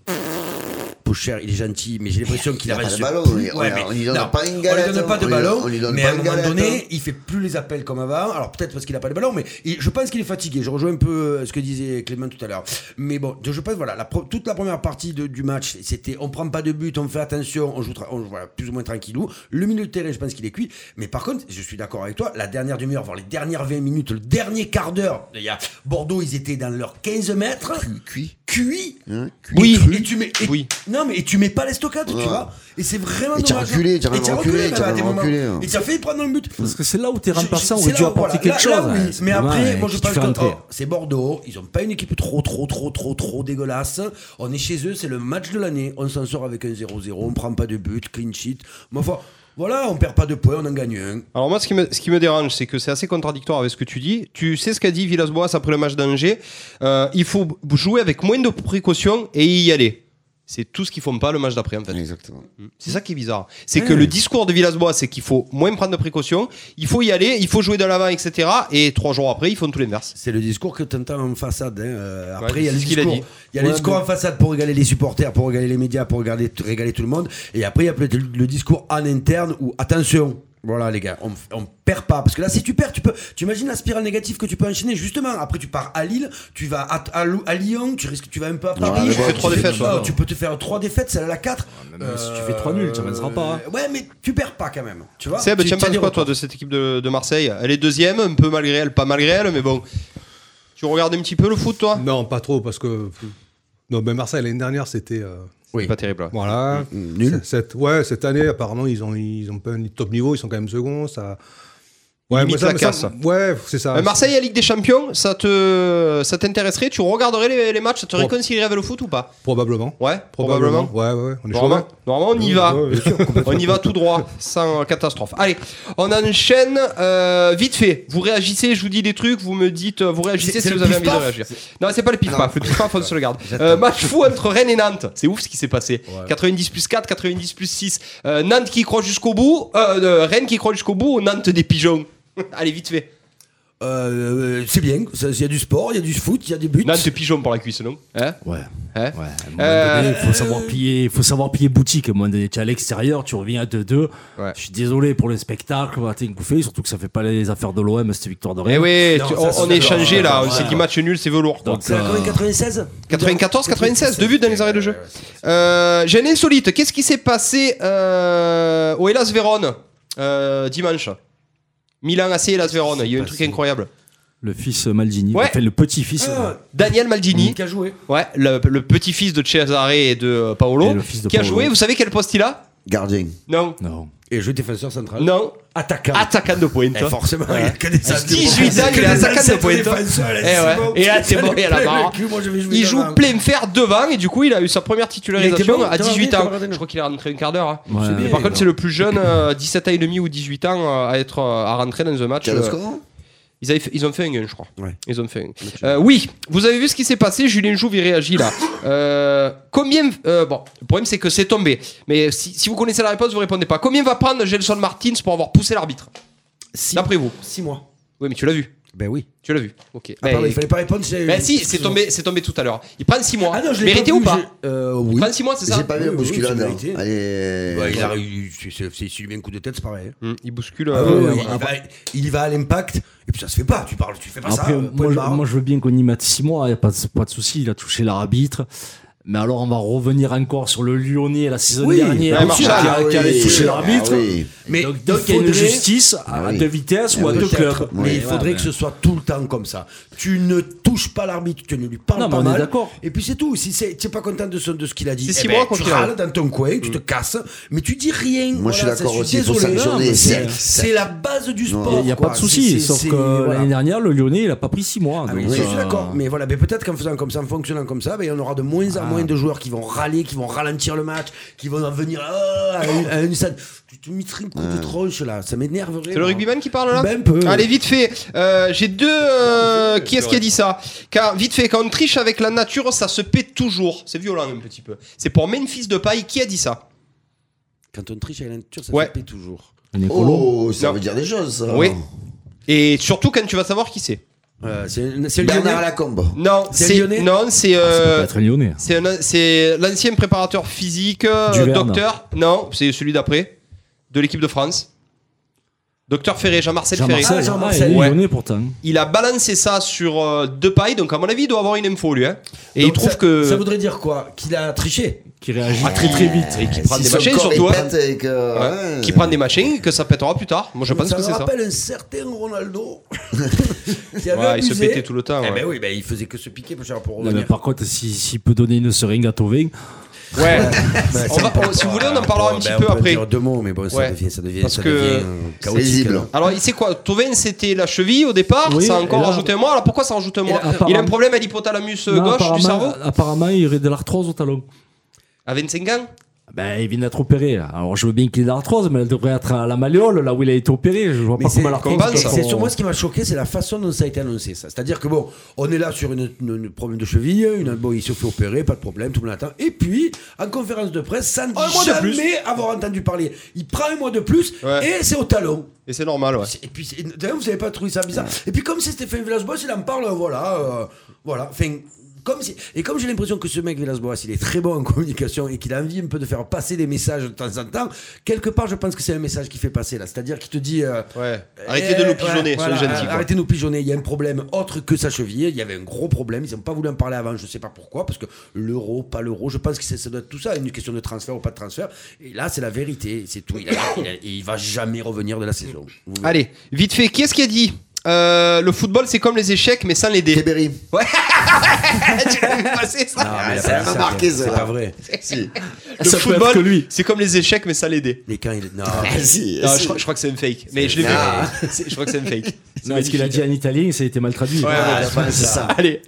S4: Pocher, il est gentil, mais j'ai l'impression qu'il
S6: Il a
S4: arrête
S6: pas de
S4: ce
S6: ballon,
S4: pull.
S6: on-
S4: Ouais,
S6: on-
S4: mais
S6: on lui donne
S4: non,
S6: pas une
S4: On
S6: galette,
S4: lui donne pas de
S6: on lui-
S4: ballon,
S6: on lui donne
S4: mais
S6: pas
S4: à un
S6: une
S4: moment
S6: galette. hein.
S4: donné, il fait plus les appels comme avant. Alors peut-être parce qu'il a pas de ballon, mais il- je pense qu'il est fatigué. Je rejoins un peu euh, ce que disait Clément tout à l'heure. Mais bon, je pense voilà, la pro- toute la première partie de- du match, c'était on prend pas de but, on fait attention, on joue, tra- on joue, voilà, plus ou moins tranquillou. Le milieu de terrain, je pense qu'il est cuit. Mais par contre, je suis d'accord avec toi, la dernière demi-heure, voire les dernières 20 minutes, le dernier quart d'heure, il y a Bordeaux, ils étaient dans leurs 15 mètres,
S6: Cuit.
S4: cuits.
S6: Hein,
S3: Oui.
S4: Et tu mets, et-
S3: Oui.
S4: Non, mais et tu mets pas l'estocade,
S6: Ouais.
S4: tu vois. Et c'est vraiment
S6: Et t'as
S4: dommage. hein.
S6: reculé, t'as
S4: Et
S6: vraiment reculé,
S4: même
S6: t'as
S4: à des
S6: vraiment
S4: moments.
S6: reculé, hein.
S4: Et t'as failli prendre un but.
S5: Parce que c'est là où t'es remplaçant,
S4: Je-
S5: on
S4: c'est
S5: aurait
S4: là
S5: dû
S4: où, voilà,
S5: apporter
S4: là-
S5: quelque chose.
S4: là, oui.
S5: hein. C'est
S4: Mais
S5: dommage,
S4: après, moi
S5: qui
S4: je
S5: te
S4: pense
S5: fait
S4: que
S5: rentrer.
S4: oh, c'est Bordeaux. Ils ont pas une équipe trop, trop, trop, trop, trop, dégueulasse. On est chez eux, c'est le match de l'année. On s'en sort avec un 0-0, on prend pas de but, clean sheet. Mais enfin, voilà, on perd pas de points, on en gagne un.
S3: Alors moi, ce qui me, ce qui me dérange, c'est que c'est assez contradictoire avec ce que tu dis. Tu sais ce qu'a dit Villas-Boas après le match d'Angers. Euh, il faut b- jouer avec moins de précautions et y aller. c'est tout ce qu'ils font pas le match d'après en fait.
S6: Exactement.
S3: C'est ça qui est bizarre. C'est que le discours de Villas-Boas, c'est qu'il faut moins prendre de précautions, il faut y aller, il faut jouer de l'avant, etc. Et trois jours après, ils font tout l'inverse.
S4: C'est le discours que tu entends en façade. hein. Euh,
S3: Ouais,
S4: Après, il y a le
S3: c'est ce qu'il a
S4: discours,
S3: dit.
S4: il y a le
S5: Ouais,
S4: discours
S5: mais-
S4: en façade pour régaler les supporters, pour régaler les médias, pour regarder, régaler tout le monde. Et après, il y a peut-être le discours en interne où attention. Voilà les gars, on, on perd pas parce que là si tu perds, tu peux, tu imagines la spirale négative que tu peux enchaîner justement. Après tu pars à Lille, tu vas à, à Lou- à Lyon, tu risques, tu vas un peu à Paris.
S6: mais bon,
S4: tu
S6: tu
S3: fais
S4: fais-
S3: défaites,
S4: oh,
S3: ouais.
S4: tu peux te faire trois défaites, celle à la 4
S5: même si tu fais trois nuls, tu avanceras pas, hein.
S4: Ouais mais tu perds pas quand même, tu vois.
S3: Seb,
S4: Tu-
S3: Ah, tu aimes
S4: t'as
S3: pas
S4: des
S3: quoi,
S4: retours.
S3: toi, de cette équipe de, de Marseille Elle est deuxième, un peu malgré elle, pas malgré elle, mais bon. Tu regardes un petit peu le foot, toi
S8: Non, pas trop, parce que. Non, mais Marseille, l'année dernière, c'était. euh,
S3: Oui. Pas terrible. ouais.
S8: Voilà.
S4: Hmm,
S6: Nul.
S8: C'est- Cette, ouais, cette année, apparemment, ils ont, ils ont pas un top niveau, ils sont quand même seconds. Ça... Ouais,
S3: Limite
S8: moi, ça
S3: la
S8: me semble-
S3: casse.
S8: Ouais, Ah, c'est ça.
S3: Euh, Marseille à Ligue des Champions, ça te ça t'intéresserait Tu regarderais les, les matchs Ça te
S8: Pro-
S3: réconcilierait avec le foot ou pas
S8: Probablement.
S3: Ouais, probablement.
S8: Ouais, ouais, ouais. On est chauvin.
S3: Normalement, normalement, on y
S8: Oui,
S3: va.
S8: ouais, bien sûr,
S3: on y va tout droit, sans catastrophe. Allez, on enchaîne euh, vite fait. Vous réagissez, je vous dis des trucs, vous me dites, euh, vous réagissez
S4: C'est-
S3: si
S4: c'est
S3: vous
S4: le
S3: avez envie de
S4: pif-paf
S3: réagir. Non, c'est pas le pif-paf, le pif-paf, on se le garde.
S4: J'attends.
S3: Euh, match fou entre Rennes et Nantes. C'est ouf ce qui s'est passé. 90 plus 4, 90 plus 6. Euh, Nantes qui croit jusqu'au bout, euh, euh, Rennes qui croit jusqu'au bout, Nantes des pigeons. Allez, vite fait.
S4: Euh, euh, c'est bien, ça- il y a du sport, il y a du foot, il y a des buts.
S3: Nantes des pigeons pour la cuisse, non Hein
S5: Ouais.
S3: Hein
S5: Ouais, à un moment
S3: Euh,
S5: donné, faut savoir piller, faut savoir piller boutique. À un moment donné, tu es à l'extérieur, tu reviens à 2-2.
S3: Ouais.
S5: Je suis désolé pour le spectacle, voilà, t'es une bouffée, surtout que ça fait pas les affaires de l'OM, cette victoire de Rennes.
S3: Eh oui, tu-
S4: ça,
S3: on,
S4: c'est
S3: on est
S4: d'accord.
S3: changé là, on
S4: Ouais.
S3: s'est dit match nul, c'est velours. quoi.
S5: Donc,
S4: C'est la
S5: euh,
S4: Corée 96
S3: 94, 96, deux buts dans les arrêts de jeu. Euh, j'ai une insolite. Qu'est-ce qui s'est passé euh, au Hellas Vérone euh, dimanche Milan AC Hellas Vérone. Il y a eu un truc incroyable.
S5: le fils Maldini,
S3: Ouais.
S5: enfin, le petit-fils, euh,
S3: Daniel Maldini,
S4: Qui a joué
S3: ouais, le, le petit-fils de Cesare et de euh, Paolo,
S5: Et le fils de
S3: qui a
S5: Paolo.
S3: joué. Vous savez quel poste il a
S6: Gardien.
S3: Non,
S5: non.
S4: Et joué défenseur central.
S3: non,
S4: Attaquant.
S3: attaquant de pointe.
S4: Eh, forcément, il a que des
S3: 18 ans, il est attaquant de pointe. Eh ouais. Et là, c'est bon, il a la barre. Il joue plein fer devant et du coup il a eu sa première
S4: Il était
S3: titularisation
S4: bon,
S3: à
S4: t'as regardé,
S3: 18
S4: t'as
S3: ans.
S4: regardé, non
S3: Je crois qu'il a rentré un quart d'heure. hein.
S5: Ouais.
S3: Mais par contre, c'est le plus jeune, euh, 17 ans et demi ou 18 ans, euh, à être euh, à rentrer dans un match.
S6: Quel
S3: euh,
S6: score
S3: ils, avaient fait- ils ont fait un gain, je crois.
S4: Ouais.
S3: Ils ont fait un gain. Euh, oui, vous avez vu ce qui s'est passé. Julien Jouve il réagit là. Euh, combien euh, Bon, le problème c'est que c'est tombé. Mais si, si vous connaissez la réponse, vous répondez pas. Combien va prendre Gelson Martins pour avoir poussé l'arbitre D'après vous
S4: 6 mois.
S3: Oui, mais tu l'as vu.
S4: Ben oui.
S3: Tu l'as vu. Ok.
S4: Ah,
S3: Ben,
S4: pardon, il fallait pas répondre. j'ai-
S3: ben si, c'est tombé, c'est tombé tout à l'heure. Il prend 6 mois.
S4: Ah non, je l'ai
S3: Mérité
S4: pas
S3: ou
S4: vu,
S3: pas
S4: j'ai- Euh, oui.
S3: Il prend 6 mois, c'est ça
S6: J'ai pas vu la
S4: Oui, oui,
S6: bousculade. hein.
S4: c'est mérité.
S6: là. Elle est-
S4: Ouais, il a eu. c'est- c'est- c'est- S'il lui met un coup de tête, c'est pareil.
S3: Hum, Il bouscule.
S4: Ah
S3: euh,
S4: ouais,
S5: ouais,
S4: il, va, il y va à l'impact, et puis ça se fait pas. Tu parles, tu fais pas ça.
S5: Après,
S4: euh, point
S5: moi, je,
S4: barre.
S5: moi, je veux bien qu'on y mette 6 mois, y a pas de, pas de souci, il a touché l'arbitre. Mais alors, on va revenir encore sur le Lyonnais la saison
S4: Oui,
S5: dernière
S3: ben,
S5: qui, a-
S3: Marchal,
S5: qui a- qui avait
S6: oui,
S5: touché
S6: ah
S5: l'arbitre.
S6: oui.
S4: mais
S5: donc, donc,
S4: il
S5: il y a une
S4: faudrait-
S5: justice à
S6: Ah oui.
S5: deux vitesses ou à deux
S4: Peut-être,
S5: clubs.
S4: Mais il faudrait
S5: ouais.
S4: que ce soit tout le temps comme ça. Tu ne touches pas l'arbitre, tu ne lui parles
S5: Non, mais
S4: pas
S5: on est
S4: mal.
S5: d'accord.
S4: Et puis c'est tout. Si c'est- tu n'es pas content de ce, de ce qu'il a dit,
S3: C'est
S4: eh
S3: six
S4: ben,
S3: mois, quoi
S4: tu
S3: qu'il
S4: râles dans ton coin,
S5: Mm.
S4: tu te casses, mais tu dis rien.
S6: Moi, je suis
S4: Voilà,
S6: d'accord
S4: ça,
S6: aussi,
S4: suis
S6: il faut
S4: désolé.
S6: sanctionner.
S4: Non, mais C'est
S6: C'est-
S4: c'est la base du
S6: Non,
S4: sport.
S5: Il n'y a
S4: quoi.
S5: pas de
S4: C'est-
S5: souci,
S4: c'est-
S5: sauf
S4: c'est-
S5: que
S4: voilà.
S5: l'année dernière, le Lyonnais, il a pas pris 6 mois.
S4: Ah oui,
S5: donc,
S4: je
S5: euh,
S4: suis d'accord, mais voilà, mais peut-être qu'en faisant comme ça, en fonctionnant comme ça, ben, il y en aura de moins
S5: Ah.
S4: en moins de joueurs qui vont râler, qui vont ralentir le match, qui vont en venir ah, à une, à une salle. Tu te mettrais une coup de tronche là, ça m'énerverait.
S3: C'est le
S4: moi.
S3: rugbyman qui parle là
S4: Ben, un peu.
S3: Allez, vite fait. Euh, J'ai deux. euh, qui est-ce qui a dit ça Car, Vite fait, quand on triche avec la nature, ça se paie toujours. C'est violent un petit peu. C'est pour Memphis de paille. Qui a dit ça
S4: Quand on triche avec la nature, ça
S3: Ouais.
S4: se paie toujours.
S5: on est colo.
S6: Oh, ça
S3: Non.
S6: veut dire des choses. ça.
S3: Oui. Et surtout quand tu vas savoir qui c'est.
S4: Euh, c'est c'est le
S6: Bernard
S4: Lyonnais.
S6: Lacombe.
S3: Non,
S4: C'est
S3: c'est.
S4: lyonnais
S3: Non, c'est.
S5: Ça peut pas
S3: euh,
S5: être un Lyonnais.
S3: c'est un- c'est l'ancien préparateur physique, euh,
S5: Duverne.
S3: docteur. Non, c'est celui d'après, de l'équipe de France. Docteur Ferré, Jean-Marcel Ferré.
S5: Jean-Marcel,
S4: Ah, Jean-Marcel,
S5: ah, il est
S3: ouais.
S5: Lyonnais pourtant.
S3: Il a balancé ça sur euh, Depay, donc à mon avis, il doit avoir une info lui. hein. Et
S4: Donc
S3: il trouve
S4: ça-
S3: que. Ah,
S4: Ça voudrait dire quoi Qu'il a triché
S5: Qui réagit
S4: Ah,
S5: très très vite.
S3: et qui prend
S6: Eh, Si
S3: des
S6: son
S3: machines
S6: corps est
S3: surtout. hein.
S6: pète et que-
S3: Ouais.
S6: ouais.
S3: Qui prend des machines que ça pètera plus tard. Moi je pense
S4: ça
S3: que
S4: me
S3: c'est ça.
S4: rappelle un certain Ronaldo. qui avait
S3: Ouais, il se
S4: abusé.
S3: pétait tout le temps.
S4: Eh
S3: ouais.
S4: ben oui, ben il faisait que se piquer pour cher pour
S5: Non, mais
S4: revenir.
S5: par contre, s'il s'il peut donner une seringue à Tovin,
S3: Ouais. On va- on- si vous voulez, on en parlera un
S4: Ben,
S3: petit
S4: on
S3: peu
S4: peut
S3: après.
S4: dire deux mots, mais bon, ça
S3: Ouais.
S4: devient, ça devient,
S3: Parce
S4: ça
S3: que
S4: devient, euh,
S6: c'est
S4: chaotique,
S6: lisible.
S4: hein.
S3: Alors, il sait quoi Tovin, c'était la cheville au départ.
S5: Oui,
S3: ça a
S5: et
S3: encore
S5: là-
S3: rajouté un mois. Alors pourquoi ça rajoute un mois Il a un
S5: apparemment-
S3: problème à l'hypothalamus euh,
S5: Non,
S3: gauche du
S5: apparemment-
S3: cerveau
S5: Apparemment, il aurait de l'arthrose au talon.
S3: à 25 ans
S5: Ben, il vient d'être opéré. Alors, je veux bien qu'il ait de l'arthrose, mais elle devrait être à la malléole, là où il a été opéré. Je vois
S4: Mais
S5: pas
S4: c'est-
S5: comment l'arthrose.
S4: c'est-
S5: peut-
S4: C'est sur moi ce qui m'a choqué, c'est la façon dont ça a été annoncé. ça. C'est-à-dire que bon, on est là sur une, une- une problème de cheville, une, bon, il se fait opérer, pas de problème, tout le monde attend. Et puis, en conférence de presse, sans
S3: Un mois de plus.
S4: jamais avoir entendu parler, il prend un mois de plus
S3: Ouais.
S4: et c'est au talon.
S3: Et c'est normal, ouais.
S4: C'est- Et puis, c'est- d'ailleurs, vous avez pas trouvé ça bizarre. Et puis, comme c'est Stéphane Villas-Boas, il en parle, euh, voilà, euh, voilà. Enfin, comme c'est- et comme j'ai l'impression que ce mec Villas-Boas, il est très bon en communication et qu'il a envie un peu de faire passer des messages de temps en temps, quelque part, je pense que c'est un message qui fait passer là. C'est-à-dire qu'il te dit. euh,
S3: Ouais.
S4: euh,
S3: Arrêtez de nous pigeonner, soyez gentils,
S4: euh,
S3: quoi.
S4: Arrêtez de nous pigeonner. Il y a un problème autre que sa cheville. Il y avait un gros problème. Ils n'ont pas voulu en parler avant. Je ne sais pas pourquoi. Parce que l'euro, pas l'euro, je pense que c'est- ça doit être tout ça. Une question de transfert ou pas de transfert. Et là, c'est la vérité. C'est tout. Il, a- il a- il va jamais revenir de la saison. Vous verrez.
S3: Allez, vite fait, qui est-ce qui a dit euh, le football, c'est comme les échecs, mais sans les dés.
S6: Tibéri.
S3: tu l'as vu passer ça
S4: Non, Ah, mais il a
S6: ça
S4: dit
S6: m'a
S4: ça,
S6: marqué,
S4: c'est
S6: ça.
S4: pas vrai.
S6: Si.
S3: Le
S5: Ça peut
S3: football,
S5: être que lui.
S3: c'est comme les échecs, mais sans les dés.
S4: Mais quand il est. Non.
S6: Ah, si.
S3: Non,
S6: si.
S3: je, crois- je crois que c'est un fake. Mais je l'ai vu.
S6: Ah.
S3: C'est- Je crois que c'est un fake. C'est
S5: Non, ce qu'il a dit en italien, et ça a été mal traduit.
S3: Ouais,
S6: Ah,
S3: ouais,
S6: c'est pas ça.
S3: Allez,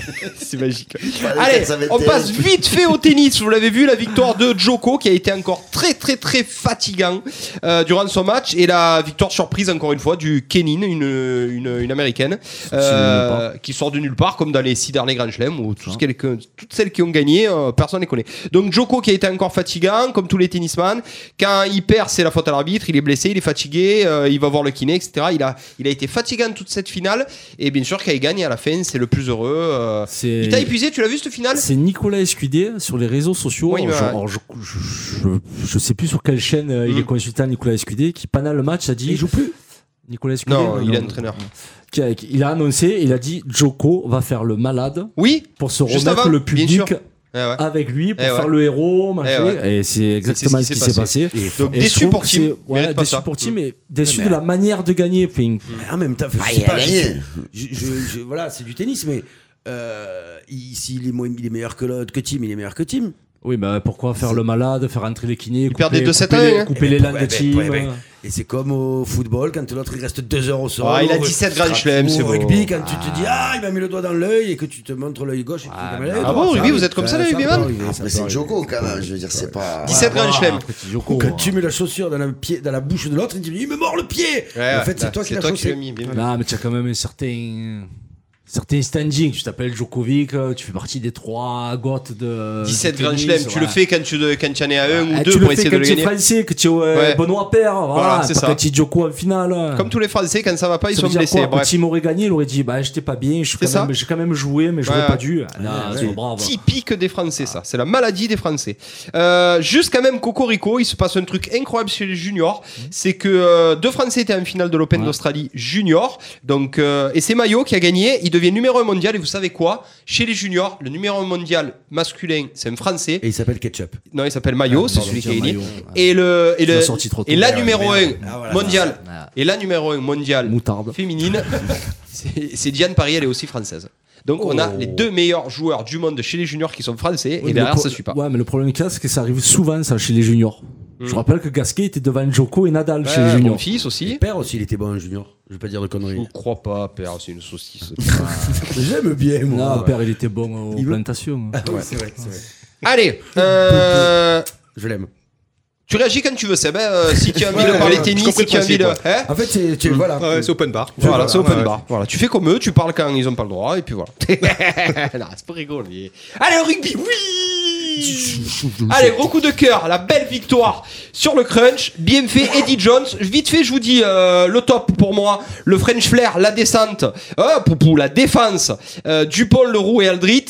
S3: c'est magique.
S6: Allez,
S3: Allez,
S6: ça va être
S3: on passe
S6: terrible.
S3: vite fait au tennis. Vous l'avez vu, la victoire de Djoko qui a été encore très très très fatigant euh, durant son match et la victoire surprise encore une fois du Kenin, une, une, une américaine euh,
S5: de nulle
S3: qui sort de nulle part comme dans les six derniers Grand Chelem où tous quelques- toutes celles qui ont gagné, euh, personne les connaît. Donc Djoko qui a été encore fatigant comme tous les tennisman. Quand il perd, c'est la faute à l'arbitre. Il est blessé, il est fatigué, euh, il va voir le kiné, etc. Il a il a été fatigant toute cette finale et bien sûr quand il gagne à la fin, c'est le plus heureux. euh,
S5: C'est-
S3: il t'a épuisé, tu l'as vu cette finale
S5: C'est Nicolas Escudé sur les réseaux sociaux.
S3: Oui, bah,
S5: je, alors, je, je- je- je sais plus sur quelle chaîne euh, il
S3: Hmm.
S5: est consultant Nicolas Escudé qui pendant le match a dit.
S4: Il joue plus.
S5: Nicolas Escudé.
S3: Non, il est entraîneur.
S5: qui a- qui- il a annoncé, il a dit Joko va faire le malade
S3: Oui
S5: pour se
S3: Juste
S5: remettre
S3: avant,
S5: le
S3: bien
S5: public
S3: sûr. Eh ouais.
S5: avec lui pour
S3: Eh
S5: faire
S3: ouais.
S5: le héros, machin.
S3: Eh
S5: Et c'est exactement ce qui s'est passé.
S3: Donc
S5: Et je
S3: déçu
S5: trouve
S3: pour
S5: que
S3: Tim.
S5: c'est- ouais,
S3: Mérite pas
S5: déçu
S3: ça. euh,
S5: pour Tim et déçu de la manière de gagner. Ping.
S3: Mm.
S4: Mais en même temps, je
S6: Ah,
S4: sais
S6: il a
S4: pas.
S6: gagné.
S4: je- je- je- voilà, c'est du tennis, mais. Euh, il- s'il est, moins- il est meilleur que l'autre, que Tim, il est meilleur que Tim.
S5: Oui, bah pourquoi faire le malade, faire entrer les kinés, couper,
S3: perd des deux sept
S5: couper
S3: à
S5: les,
S3: un, hein.
S5: couper
S4: Eh
S5: les
S4: ben,
S5: lignes
S4: ouais,
S5: de
S4: ben,
S5: Tim. hein.
S4: ouais, ben. Et c'est comme au football, quand l'autre il reste deux heures au sol.
S3: Ah, il a
S4: Ou-
S3: 17 Grand Chelem,
S4: ou
S3: c'est
S4: Au
S3: beau.
S4: rugby, quand tu te dis, ah, il m'a mis le doigt dans l'œil et que tu te montres l'œil gauche. et tu te dis,
S3: ah bon, rugby, vous êtes comme ça, les rugbyman
S4: Ah,
S6: Mais c'est Joko quand même, je veux dire, c'est pas.
S3: 17 Grand Chelem.
S5: Joko, hein.
S4: Quand tu mets la chaussure dans la, pied, dans la bouche de l'autre, il dit, il me mord le pied
S3: Ouais,
S4: En
S3: ouais,
S4: fait, c'est
S3: là,
S4: toi qui
S3: c'est
S4: l'as
S3: toi qui l'as
S4: chaussé.
S3: mis. bien vu.
S5: Non, mais tu as quand même un certain, certain standing. Tu t'appelles Djokovic, euh, tu fais partie des trois gottes de.
S3: 17
S5: du
S3: Grand
S5: tennis,
S3: Chelem, tu
S5: Euh, voilà.
S3: le fais quand tu, de- quand tu en es à un
S5: Ah,
S3: ou
S5: tu
S3: deux
S5: le
S3: pour
S5: fais
S3: essayer de
S5: quand
S3: le
S5: tu es
S3: gagner.
S5: français, que tu es euh,
S3: Ouais.
S5: Benoît Père, voilà,
S3: c'est
S5: pas
S3: ça.
S5: quand tu es Djoko en finale.
S3: Comme tous les Français, quand ça va pas, ils
S5: Ça
S3: sont
S5: veut dire
S3: blessés.
S5: quoi Quand
S3: Bref.
S5: Tim aurait gagné, il aurait dit Bah, j'étais pas bien, je suis
S3: C'est
S5: quand
S3: ça.
S5: même- j'ai quand même joué, mais j'aurais
S3: Ouais.
S5: pas dû. Ah, non, sois brave.
S3: Typique des Français, ça. C'est la maladie des Français. Euh, juste quand même, Cocorico, il se passe un truc incroyable chez les juniors. C'est que euh, deux Français étaient en finale de l'Open
S5: Ouais.
S3: d'Australie junior. Donc, euh, et c'est Maillot qui a gagné. Il devient numéro un mondial. Et vous savez quoi Chez les juniors, le numéro un mondial masculin, c'est un Français.
S4: Et il s'appelle Ketchup.
S3: Non, il s'appelle Maillot, c'est celui qui a
S5: tiens,
S3: gagné.
S5: Maillot.
S3: Et le et
S5: Tu
S3: le
S5: l'as sorti trop tôt.
S3: et la
S5: Ouais,
S3: numéro 1
S4: Ah, voilà,
S3: mondiale.
S5: Ah,
S3: Et la numéro 1 mondiale
S5: Moutarde.
S3: féminine, c'est c'est Diane Paris, elle est aussi française. Donc on a
S4: Oh.
S3: les deux meilleurs joueurs du monde chez les juniors qui sont français
S5: Ouais,
S3: et
S5: mais le
S3: derrière
S5: pro-
S3: ça suit pas.
S5: Ouais, mais le problème qu'il y a, c'est que ça arrive souvent, ça, chez les juniors.
S4: Hmm.
S5: Je rappelle que Gasquet était devant Joko et Nadal
S3: Ouais,
S5: chez les
S3: Euh, mon
S5: juniors.
S3: fils aussi.
S4: Père aussi, il était bon, junior. Je vais pas dire de
S3: Je ne
S4: conneries.
S3: crois pas, père, c'est une saucisse.
S4: J'aime bien, moi.
S5: Non, Père, il Ah était bon aux
S4: Il veut-
S5: plantations.
S4: Ouais, c'est vrai, c'est vrai.
S3: Allez, euh,
S4: Je l'aime.
S3: tu réagis quand tu veux, Seb. hein, euh, si tu as envie de
S8: Ouais,
S3: parler
S8: ouais, j'ai
S3: tennis,
S8: compris
S3: si
S8: le
S3: tu as envie de.
S8: principe,
S3: hein
S4: En fait, c'est, tu- voilà.
S8: Ouais, c'est open bar.
S3: Voilà, euh, c'est open
S8: Ouais,
S3: bar. Voilà, tu fais comme eux, tu parles quand ils ont pas le droit, et puis voilà. non, c'est pas rigoler. Allez, au rugby, oui Allez, gros coup de cœur, la belle victoire sur le crunch, bien fait, Eddie Jones. Vite fait, je vous dis euh, le top pour moi, le French Flair, la descente, euh, poupou, la défense, euh, Dupont, Leroux et Aldrit.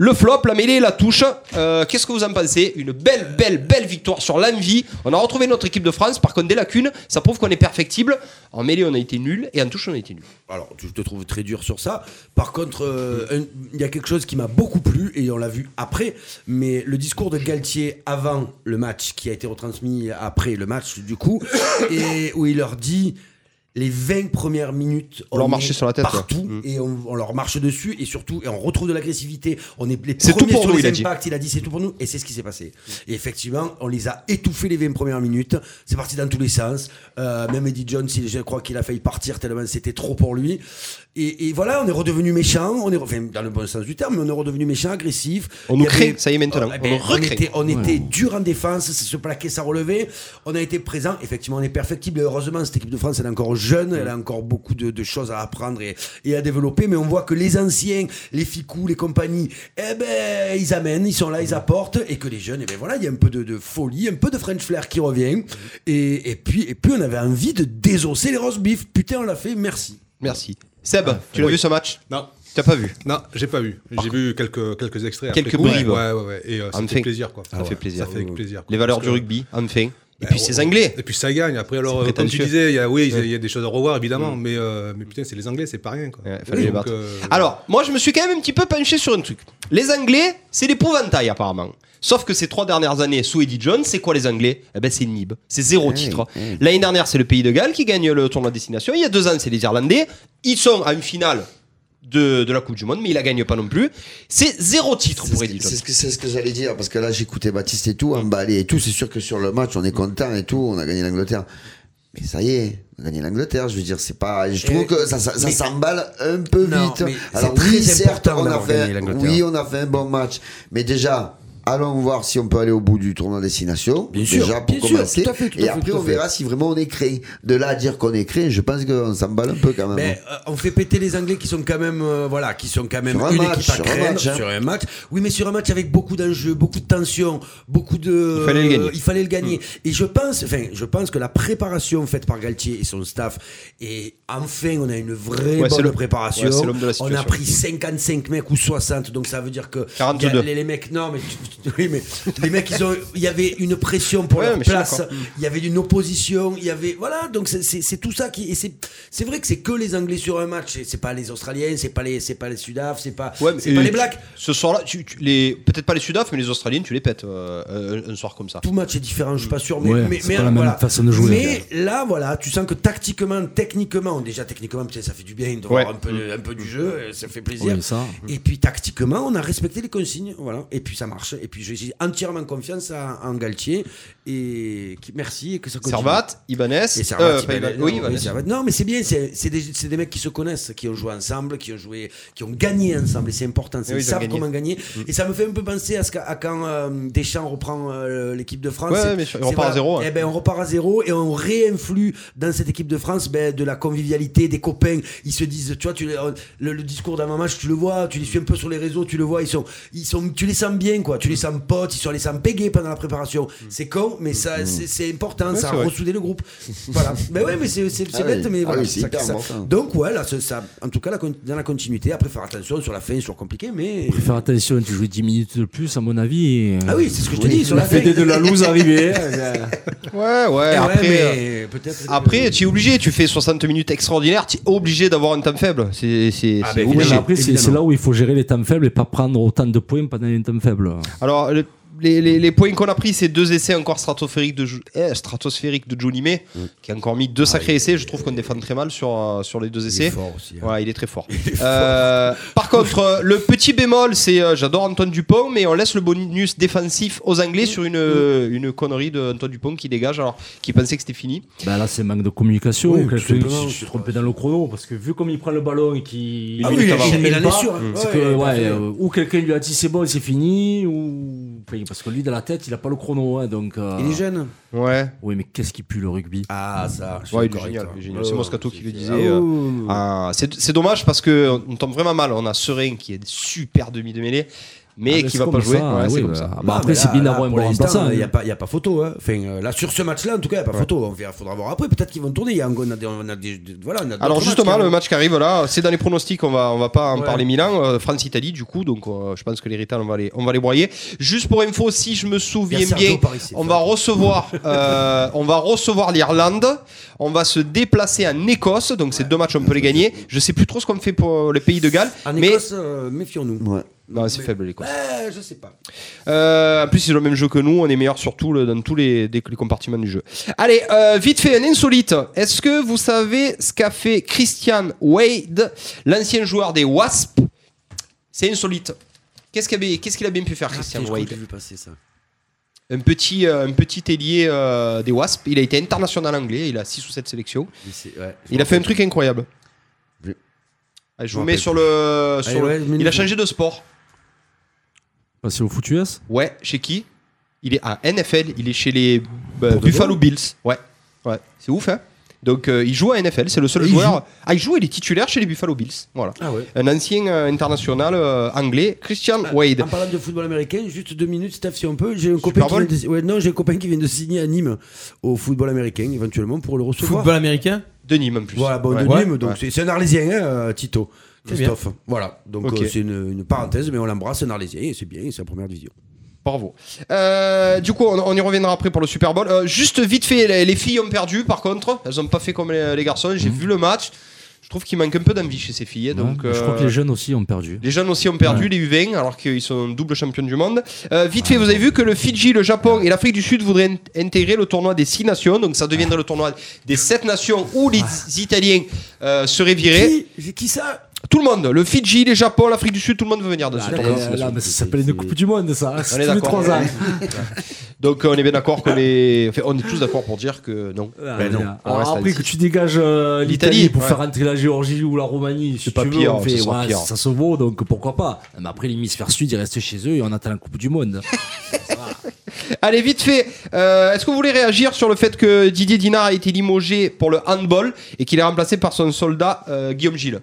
S3: Le flop, la mêlée, la touche. Euh, Qu'est-ce que vous en pensez Une belle, belle, belle victoire sur l'envie. On a retrouvé notre équipe de France. Par contre, des lacunes, ça prouve qu'on est perfectible. En mêlée, on a été nul et en touche, on a été nul.
S4: Alors, je te trouve très dur sur ça. Par contre, euh, un- il y a quelque chose qui m'a beaucoup plu, et on l'a vu après, mais le discours de Galtier avant le match, qui a été retransmis après le match, du coup, et où il leur dit les 20 premières minutes,
S3: On leur
S4: est
S3: marchait sur la tête, ouais.
S4: partout
S3: Mm.
S4: et on, on leur marche dessus et surtout et on retrouve de l'agressivité. On est les
S3: C'est tout
S4: premiers
S3: pour
S4: sur
S3: nous,
S4: les
S3: il a dit.
S4: impacts, il a dit c'est tout pour nous et c'est ce qui s'est passé. Et effectivement, on les a étouffés les 20 premières minutes. C'est parti dans tous les sens. Euh, même Eddie Jones, il- je crois qu'il a failli partir tellement c'était trop pour lui. Et, et voilà, on est redevenu méchant. On est re- enfin, dans le bon sens du terme, mais on est redevenu méchant, agressif.
S3: On
S4: Il
S3: nous
S4: y
S3: crée, ça y est maintenant.
S4: Oh, eh
S3: On
S4: ben,
S3: nous
S4: on
S3: recrée.
S4: était, on était dur en défense, se plaquer, ça relevait. On a été présent. Effectivement, on est perfectible. Heureusement, cette équipe de France, elle est encore jeune. Elle a encore beaucoup de, de choses à apprendre et, et à développer. Mais on voit que les anciens, les Ficou, les compagnies, eh ben, ils amènent, ils sont là, ils apportent. Et que les jeunes, eh ben voilà, il y a un peu de, de folie, un peu de French flair qui revient. Et, et puis, et puis, on avait envie de désosser les roast beef. Putain, on l'a fait. Merci.
S3: Merci. Seb, tu l'as vu ce match
S8: Non.
S3: Tu l'as pas vu
S8: Non, j'ai pas vu. J'ai vu quelques, quelques extraits.
S3: Ah. Quelques Ah,
S8: après
S3: bribes.
S8: coup. Ouais, ouais, ouais. Et euh, ça
S3: En
S8: fait
S3: fait.
S8: plaisir, quoi.
S3: Ça fait plaisir.
S8: Ça fait plaisir. quoi.
S3: Les valeurs
S8: Parce
S3: du
S8: que-
S3: rugby, enfin. Et
S8: Bah,
S3: puis c'est
S8: on-
S3: anglais.
S8: Et puis ça gagne. Après, alors,
S3: C'est
S8: euh, comme tu
S3: prétentieux. Mm.
S8: disais, il y a, oui, il y a des choses à revoir, évidemment. Mais, euh, mais putain, c'est les anglais, c'est pas rien, quoi.
S3: Ouais, fallait les
S8: Donc,
S3: battre. Ah,
S8: euh,
S3: Alors, moi, je me suis quand même un petit peu penché sur un truc. Les Anglais, c'est l'épouvantail, apparemment. Sauf que ces trois dernières années, sous Eddie Jones, c'est quoi les Anglais Eh ben, c'est Nib. C'est zéro titre. L'année dernière, c'est le pays de Galles qui gagne le tournoi de destination. Il y a deux ans, c'est les Irlandais. Ils sont à une finale de, de la Coupe du Monde, mais ils la gagnent pas non plus. C'est zéro titre
S6: C'est
S3: pour
S6: ce
S3: Eddie
S6: que-
S3: Jones.
S6: C'est ce que, c'est ce que j'allais dire, parce que là j'écoutais Baptiste et tout, emballé et tout, c'est sûr que sur le match on est content et tout, on a gagné l'Angleterre. Mais ça y est, on a gagné l'Angleterre, je veux dire, c'est pas... Je trouve que ça, ça, ça
S4: Euh, mais-
S6: s'emballe un peu
S4: Non,
S6: vite.
S4: mais
S6: Alors
S4: c'est très
S6: oui, certes,
S4: important
S6: on a
S4: d'avoir
S6: fait,
S4: gagné l'Angleterre.
S6: oui, on a fait un bon match, mais déjà... Allons voir si on peut aller au bout du tournoi destination.
S4: Bien
S6: déjà
S4: sûr,
S6: pour
S4: bien sûr,
S6: commencer.
S4: tout à fait, tout à
S6: et
S4: fait,
S6: après,
S4: tout à
S6: on
S4: fait.
S6: verra si vraiment on est créé. De là à dire qu'on est créé, je pense qu'on s'emballe un peu quand même.
S4: Mais
S3: hein.
S4: euh, on fait péter les Anglais qui sont quand même, euh, voilà, qui sont quand même
S6: Sur un
S4: une
S6: match,
S4: équipe à
S6: sur un
S4: craindre
S6: match, hein.
S4: sur un match. Oui, mais sur un match avec beaucoup d'enjeux, beaucoup de tensions, beaucoup de. euh,
S3: Il fallait le gagner. Mm.
S4: il fallait le gagner. Et je pense, enfin, je pense que la préparation faite par Galtier et son staff et enfin, on a une vraie
S3: Ouais, c'est
S4: bonne
S3: le-
S4: préparation.
S3: ouais, c'est l'homme de la
S4: on
S3: situation.
S4: a pris 55 mecs ou 60, donc ça veut dire que
S3: 42.
S4: il y a les, les mecs, non, mais tu- tu- oui, mais les mecs, ils ont, il y avait une pression pour
S3: Ouais,
S4: leur
S3: mais je suis
S4: place.
S3: d'accord.
S4: Il y avait une opposition, il y avait. Voilà, donc c'est- c'est c'est tout ça qui. et C'est c'est vrai que c'est que les Anglais sur un match. C'est- C'est pas les Australiens, c'est pas les, c'est pas les Sudaf, c'est pas,
S3: Ouais, mais-
S4: c'est pas
S3: et
S4: les
S3: tu-
S4: Blacks.
S3: Ce soir-là, tu- tu- les- peut-être pas les Sudaf, mais les Australiens, tu les pètes euh, un, un soir comme ça.
S4: Tout match est différent, je suis pas sûr, mais,
S5: Ouais,
S4: mais,
S5: c'est
S4: mais,
S5: pas la même
S4: voilà.
S5: façon de jouer.
S4: Mais là, voilà, tu sens que tactiquement, techniquement, déjà techniquement, putain, ça fait du bien de voir
S3: Ouais.
S4: un peu, de- un peu du jeu, euh, ça fait plaisir.
S5: Oui, Mm. ça.
S4: Et puis tactiquement, on a respecté les consignes, voilà. Et puis ça marche. Et puis j'ai j'ai entièrement confiance à- en Galtier et qui- merci et que ça continue.
S3: Servat, Ibanez,
S4: Et Servat,
S3: euh,
S4: il
S3: pas
S4: valait-
S3: Ibanez,
S4: non,
S3: oui,
S4: oui,
S3: Ibanez.
S4: Servat. Non, mais c'est bien, c'est c'est des, c'est des mecs qui se connaissent, qui ont joué ensemble, qui ont joué, qui ont gagné ensemble, et c'est important, c'est-
S3: Oui,
S4: ils
S3: ils ont
S4: savent
S3: gagné. Mm.
S4: comment gagner. Et ça me fait un peu penser à, ce qu'a- à quand euh, Deschamps reprend euh, l'équipe de France.
S3: Ouais,
S4: C'est-
S3: ouais, bien sûr, et on
S4: c'est
S3: repart à zéro, hein.
S4: Eh ben, on repart à zéro et on réinflue dans cette équipe de France ben, de la convivialité, des copains. Ils se disent, tu vois, tu, les- on- le, le discours d'un match, tu le vois, tu les suis un peu sur les réseaux, tu le vois, ils sont, ils sont, tu les sens bien, quoi. Tu les sens potes, ils sont les sens bégués pendant la préparation. C'est con, mais ça, c'est c'est important, ça a
S3: Mm. c'est vrai.
S4: ressouder le groupe. voilà. Mais ouais, mais c'est c'est- c'est
S6: Ah
S4: bête,
S6: oui.
S4: mais
S6: Ah
S4: voilà.
S6: oui, c'est
S4: ça-
S6: hyper
S4: ça-
S6: important.
S4: Donc, ouais, là, ça- ça, en tout cas, la con- dans la continuité, après, faire attention sur la fin, sur compliqué, mais.
S5: Faire attention, tu joues 10 minutes de plus, à mon avis. et- euh,
S4: Ah oui, c'est ce que je te dis, sur la
S5: La
S4: fin.
S5: fédé de la loose arrivée. hein.
S3: Ouais, ouais,
S4: Eh Ouais,
S3: après. euh,
S4: mais peut-être que-
S3: Après, tu es obligé, tu fais 60 minutes extraordinaires, tu es obligé d'avoir un temps faible. C'est c'est-
S4: Ah,
S3: c'est
S4: ben,
S5: Oui,
S3: obligé.
S5: mais après, c'est
S4: évidemment.
S5: c'est là où il faut gérer les temps faibles et pas prendre autant de points pendant les temps faibles.
S3: Alors, le- les, les- les points qu'on a pris, c'est deux essais encore stratosphériques de, Jo- eh, stratosphériques de Johnny May,
S4: Mm.
S3: qui a encore mis
S4: Ah,
S3: deux sacrés essais. Je trouve qu'on défend très mal sur, euh, sur les deux essais.
S4: fort aussi, hein.
S3: Voilà, il est très fort. Euh, par contre, euh, le petit bémol, c'est euh, j'adore Antoine Dupont, mais on laisse le bonus défensif aux Anglais sur une,
S4: Mm.
S3: une connerie d'Antoine Dupont qui dégage, alors qui pensait que c'était fini.
S5: Ben là, c'est manque de communication.
S4: Oui,
S5: ou quelque
S4: tout
S5: chose,
S4: simplement,
S5: si je
S4: c'est
S5: suis trompé dans le chrono, parce que vu comme il prend le ballon et qu'il.
S4: Ah oui, il,
S5: il
S4: a- il,
S5: met
S4: il en
S5: pas,
S4: est sûr. hein.
S5: C'est
S4: Ouais,
S5: que,
S4: il a
S5: ouais,
S4: fait-
S5: euh, ou quelqu'un lui a dit c'est bon, c'est fini, ou. enfin, Parce que lui, dans la tête, il a pas le chrono. hein, donc, euh,
S4: Il est jeune.
S3: Ouais.
S5: Oui, mais qu'est-ce qui pue le rugby
S4: Ah, ça.
S3: Ouais, il est génial,
S4: hein.
S3: il est génial. C'est Moscato qui le disait.
S4: Ah,
S3: euh,
S4: ouh.
S3: Ah, c'est c'est dommage parce que on tombe vraiment mal. On a Serein qui est super demi de mêlée, mais
S5: Ah,
S3: qui
S5: c'est
S3: va pas
S5: comme
S3: jouer.
S5: ça,
S3: Ouais,
S5: oui,
S3: c'est comme
S5: bah,
S3: ça.
S5: bah,
S4: Non,
S5: après,
S4: Ah, mais
S5: c'est
S4: là-
S5: bien
S4: là,
S5: d'avoir un
S4: pour
S5: bon
S4: l'instant,
S5: remplaçant.
S4: Il
S3: euh,
S4: n'y a, pas- il y a pas photo. hein. Enfin, euh, là, sur ce match-là, en tout cas, il n'y a pas photo. Il faudra voir après. Peut-être qu'ils vont tourner. Il y a, un- on a des- on a des- voilà, on a
S3: Alors
S4: d'autres
S3: justement,
S4: matchs,
S3: le
S4: hein.
S3: match qui arrive là, c'est dans les pronostics. On va on va pas en
S4: Ouais.
S3: parler Milan, euh, France Italie du coup. Donc euh, je pense que les Rital on va les on va les broyer. Juste pour info, si je me
S4: Il y
S3: souviens
S4: a Sergio
S3: bien,
S4: par ici,
S3: on
S4: ça.
S3: va recevoir euh, on va recevoir l'Irlande. On va se déplacer en Écosse. Donc ces deux matchs on peut les gagner. Je sais plus trop ce qu'on fait pour les pays de Galles,
S4: En
S3: mais
S4: Écosse, euh, méfions-nous.
S6: hein. Ouais.
S3: Non, c'est faible l'Écosse.
S4: Euh, je sais pas.
S3: Euh, en plus, ils ont le même jeu que nous. On est meilleur sur tout le- dans tous les, dès que les compartiments du jeu. Allez, euh, vite fait, un insolite. Est-ce que vous savez ce qu'a fait Christian Wade, l'ancien joueur des Wasps C'est insolite. Qu'est-ce qu'il a, qu'est-ce qu'il a bien pu faire, Christian
S4: Tiens, je crois que
S3: Wade
S4: j'ai vu passer ça.
S3: un petit, euh, un petit ailier euh, des Wasps. Il a été international anglais. Il a 6 ou 7 sélections.
S4: Mais c'est- ouais, je
S3: Il
S4: me
S3: a fait un
S4: rappelle.
S3: truc incroyable.
S6: Oui.
S3: Allez, je
S4: Je
S3: vous
S4: me
S3: mets
S4: rappelle
S3: sur le. sur
S4: Allez,
S3: le-
S4: ouais, mets-nous.
S3: il a changé de sport.
S5: Passer au foot US
S3: Ouais, chez qui Il est à NFL, il est chez les euh, Buffalo Bills. Ouais, ouais, c'est ouf, hein Donc euh, il joue à NFL, c'est le seul
S4: Et il
S3: joueur.
S4: joue
S3: Ah, il joue, il est titulaire chez les Buffalo Bills. Voilà.
S4: Ah ouais.
S3: Un ancien euh, international euh, anglais, Christian Wade.
S4: En parlant de football américain, juste deux minutes, Steph, si on peut. J'ai un,
S3: Super
S4: copain qui
S3: Bowl.
S4: vient de... ouais, non, j'ai un copain qui vient de signer à Nîmes au football américain, éventuellement, pour le recevoir.
S2: Football américain
S3: De Nîmes en plus.
S4: Voilà, bon,
S3: Ouais.
S4: de
S3: Ouais.
S4: Nîmes, donc
S3: Ouais.
S4: c'est- c'est un Arlésien, hein, euh, Tito.
S2: Très
S4: Christophe. Voilà, donc
S3: Ok.
S4: euh, c'est une, une parenthèse, mais on l'embrasse, c'est un Arlésien, et c'est bien, et c'est la première division.
S3: Bravo. Euh, du coup, on, on y reviendra après pour le Super Bowl. Euh, juste vite fait, les, les filles ont perdu par contre. Elles n'ont pas fait comme les, les garçons. J'ai vu le match. Je trouve qu'il manque un peu d'envie chez ces filles. Donc,
S5: Hein, Je crois
S3: euh,
S5: que les jeunes aussi ont perdu.
S3: Les jeunes aussi ont perdu, les U20, alors qu'ils sont double champions du monde. Euh, vite fait, vous avez vu que le Fidji, le Japon et l'Afrique du Sud voudraient in- intégrer le tournoi des 6 nations. Donc ça deviendrait le tournoi des 7 nations où les Italiens euh, seraient virés.
S4: Qui C'est qui ça
S3: tout le monde, le Fidji, les Japon, l'Afrique du Sud, tout le monde veut venir
S5: Ah,
S3: de ce tournoi. des six nations.
S5: ça s'appelle une Coupe du Monde, ça. hein,
S3: On est
S5: C'est tous les
S3: d'accord.
S5: trois ans.
S3: Donc on est bien d'accord qu'on est... enfin, on est tous d'accord pour dire que non.
S5: Ben
S3: non, on reste
S5: Alors
S3: à
S5: après
S3: dix.
S5: que tu dégages euh,
S3: L'Italie,
S5: l'Italie pour
S3: ouais.
S5: faire entrer la Géorgie ou la Roumanie, si
S3: C'est
S5: tu
S3: pas
S5: veux,
S3: pire,
S5: on fait,
S3: ce sera
S5: ouais,
S3: pire.
S5: ça se vaut, donc pourquoi pas. Mais après l'hémisphère sud, ils restent chez eux et on attend la Coupe du Monde.
S3: Allez, vite fait, euh, est-ce que vous voulez réagir sur le fait que Didier Dinard a été limogé pour le handball et qu'il est remplacé par son soldat euh, Guillaume Gilles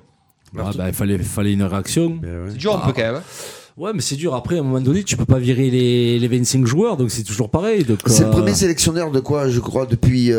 S5: Ouais, bah, il fallait, fallait une réaction.
S3: C'est dur un peu quand même. hein.
S5: Ouais, mais c'est dur. Après, à un moment donné, tu peux pas virer les, les 25 joueurs, donc c'est toujours pareil. donc,
S6: C'est le
S5: euh,
S6: premier sélectionneur de quoi, je crois, depuis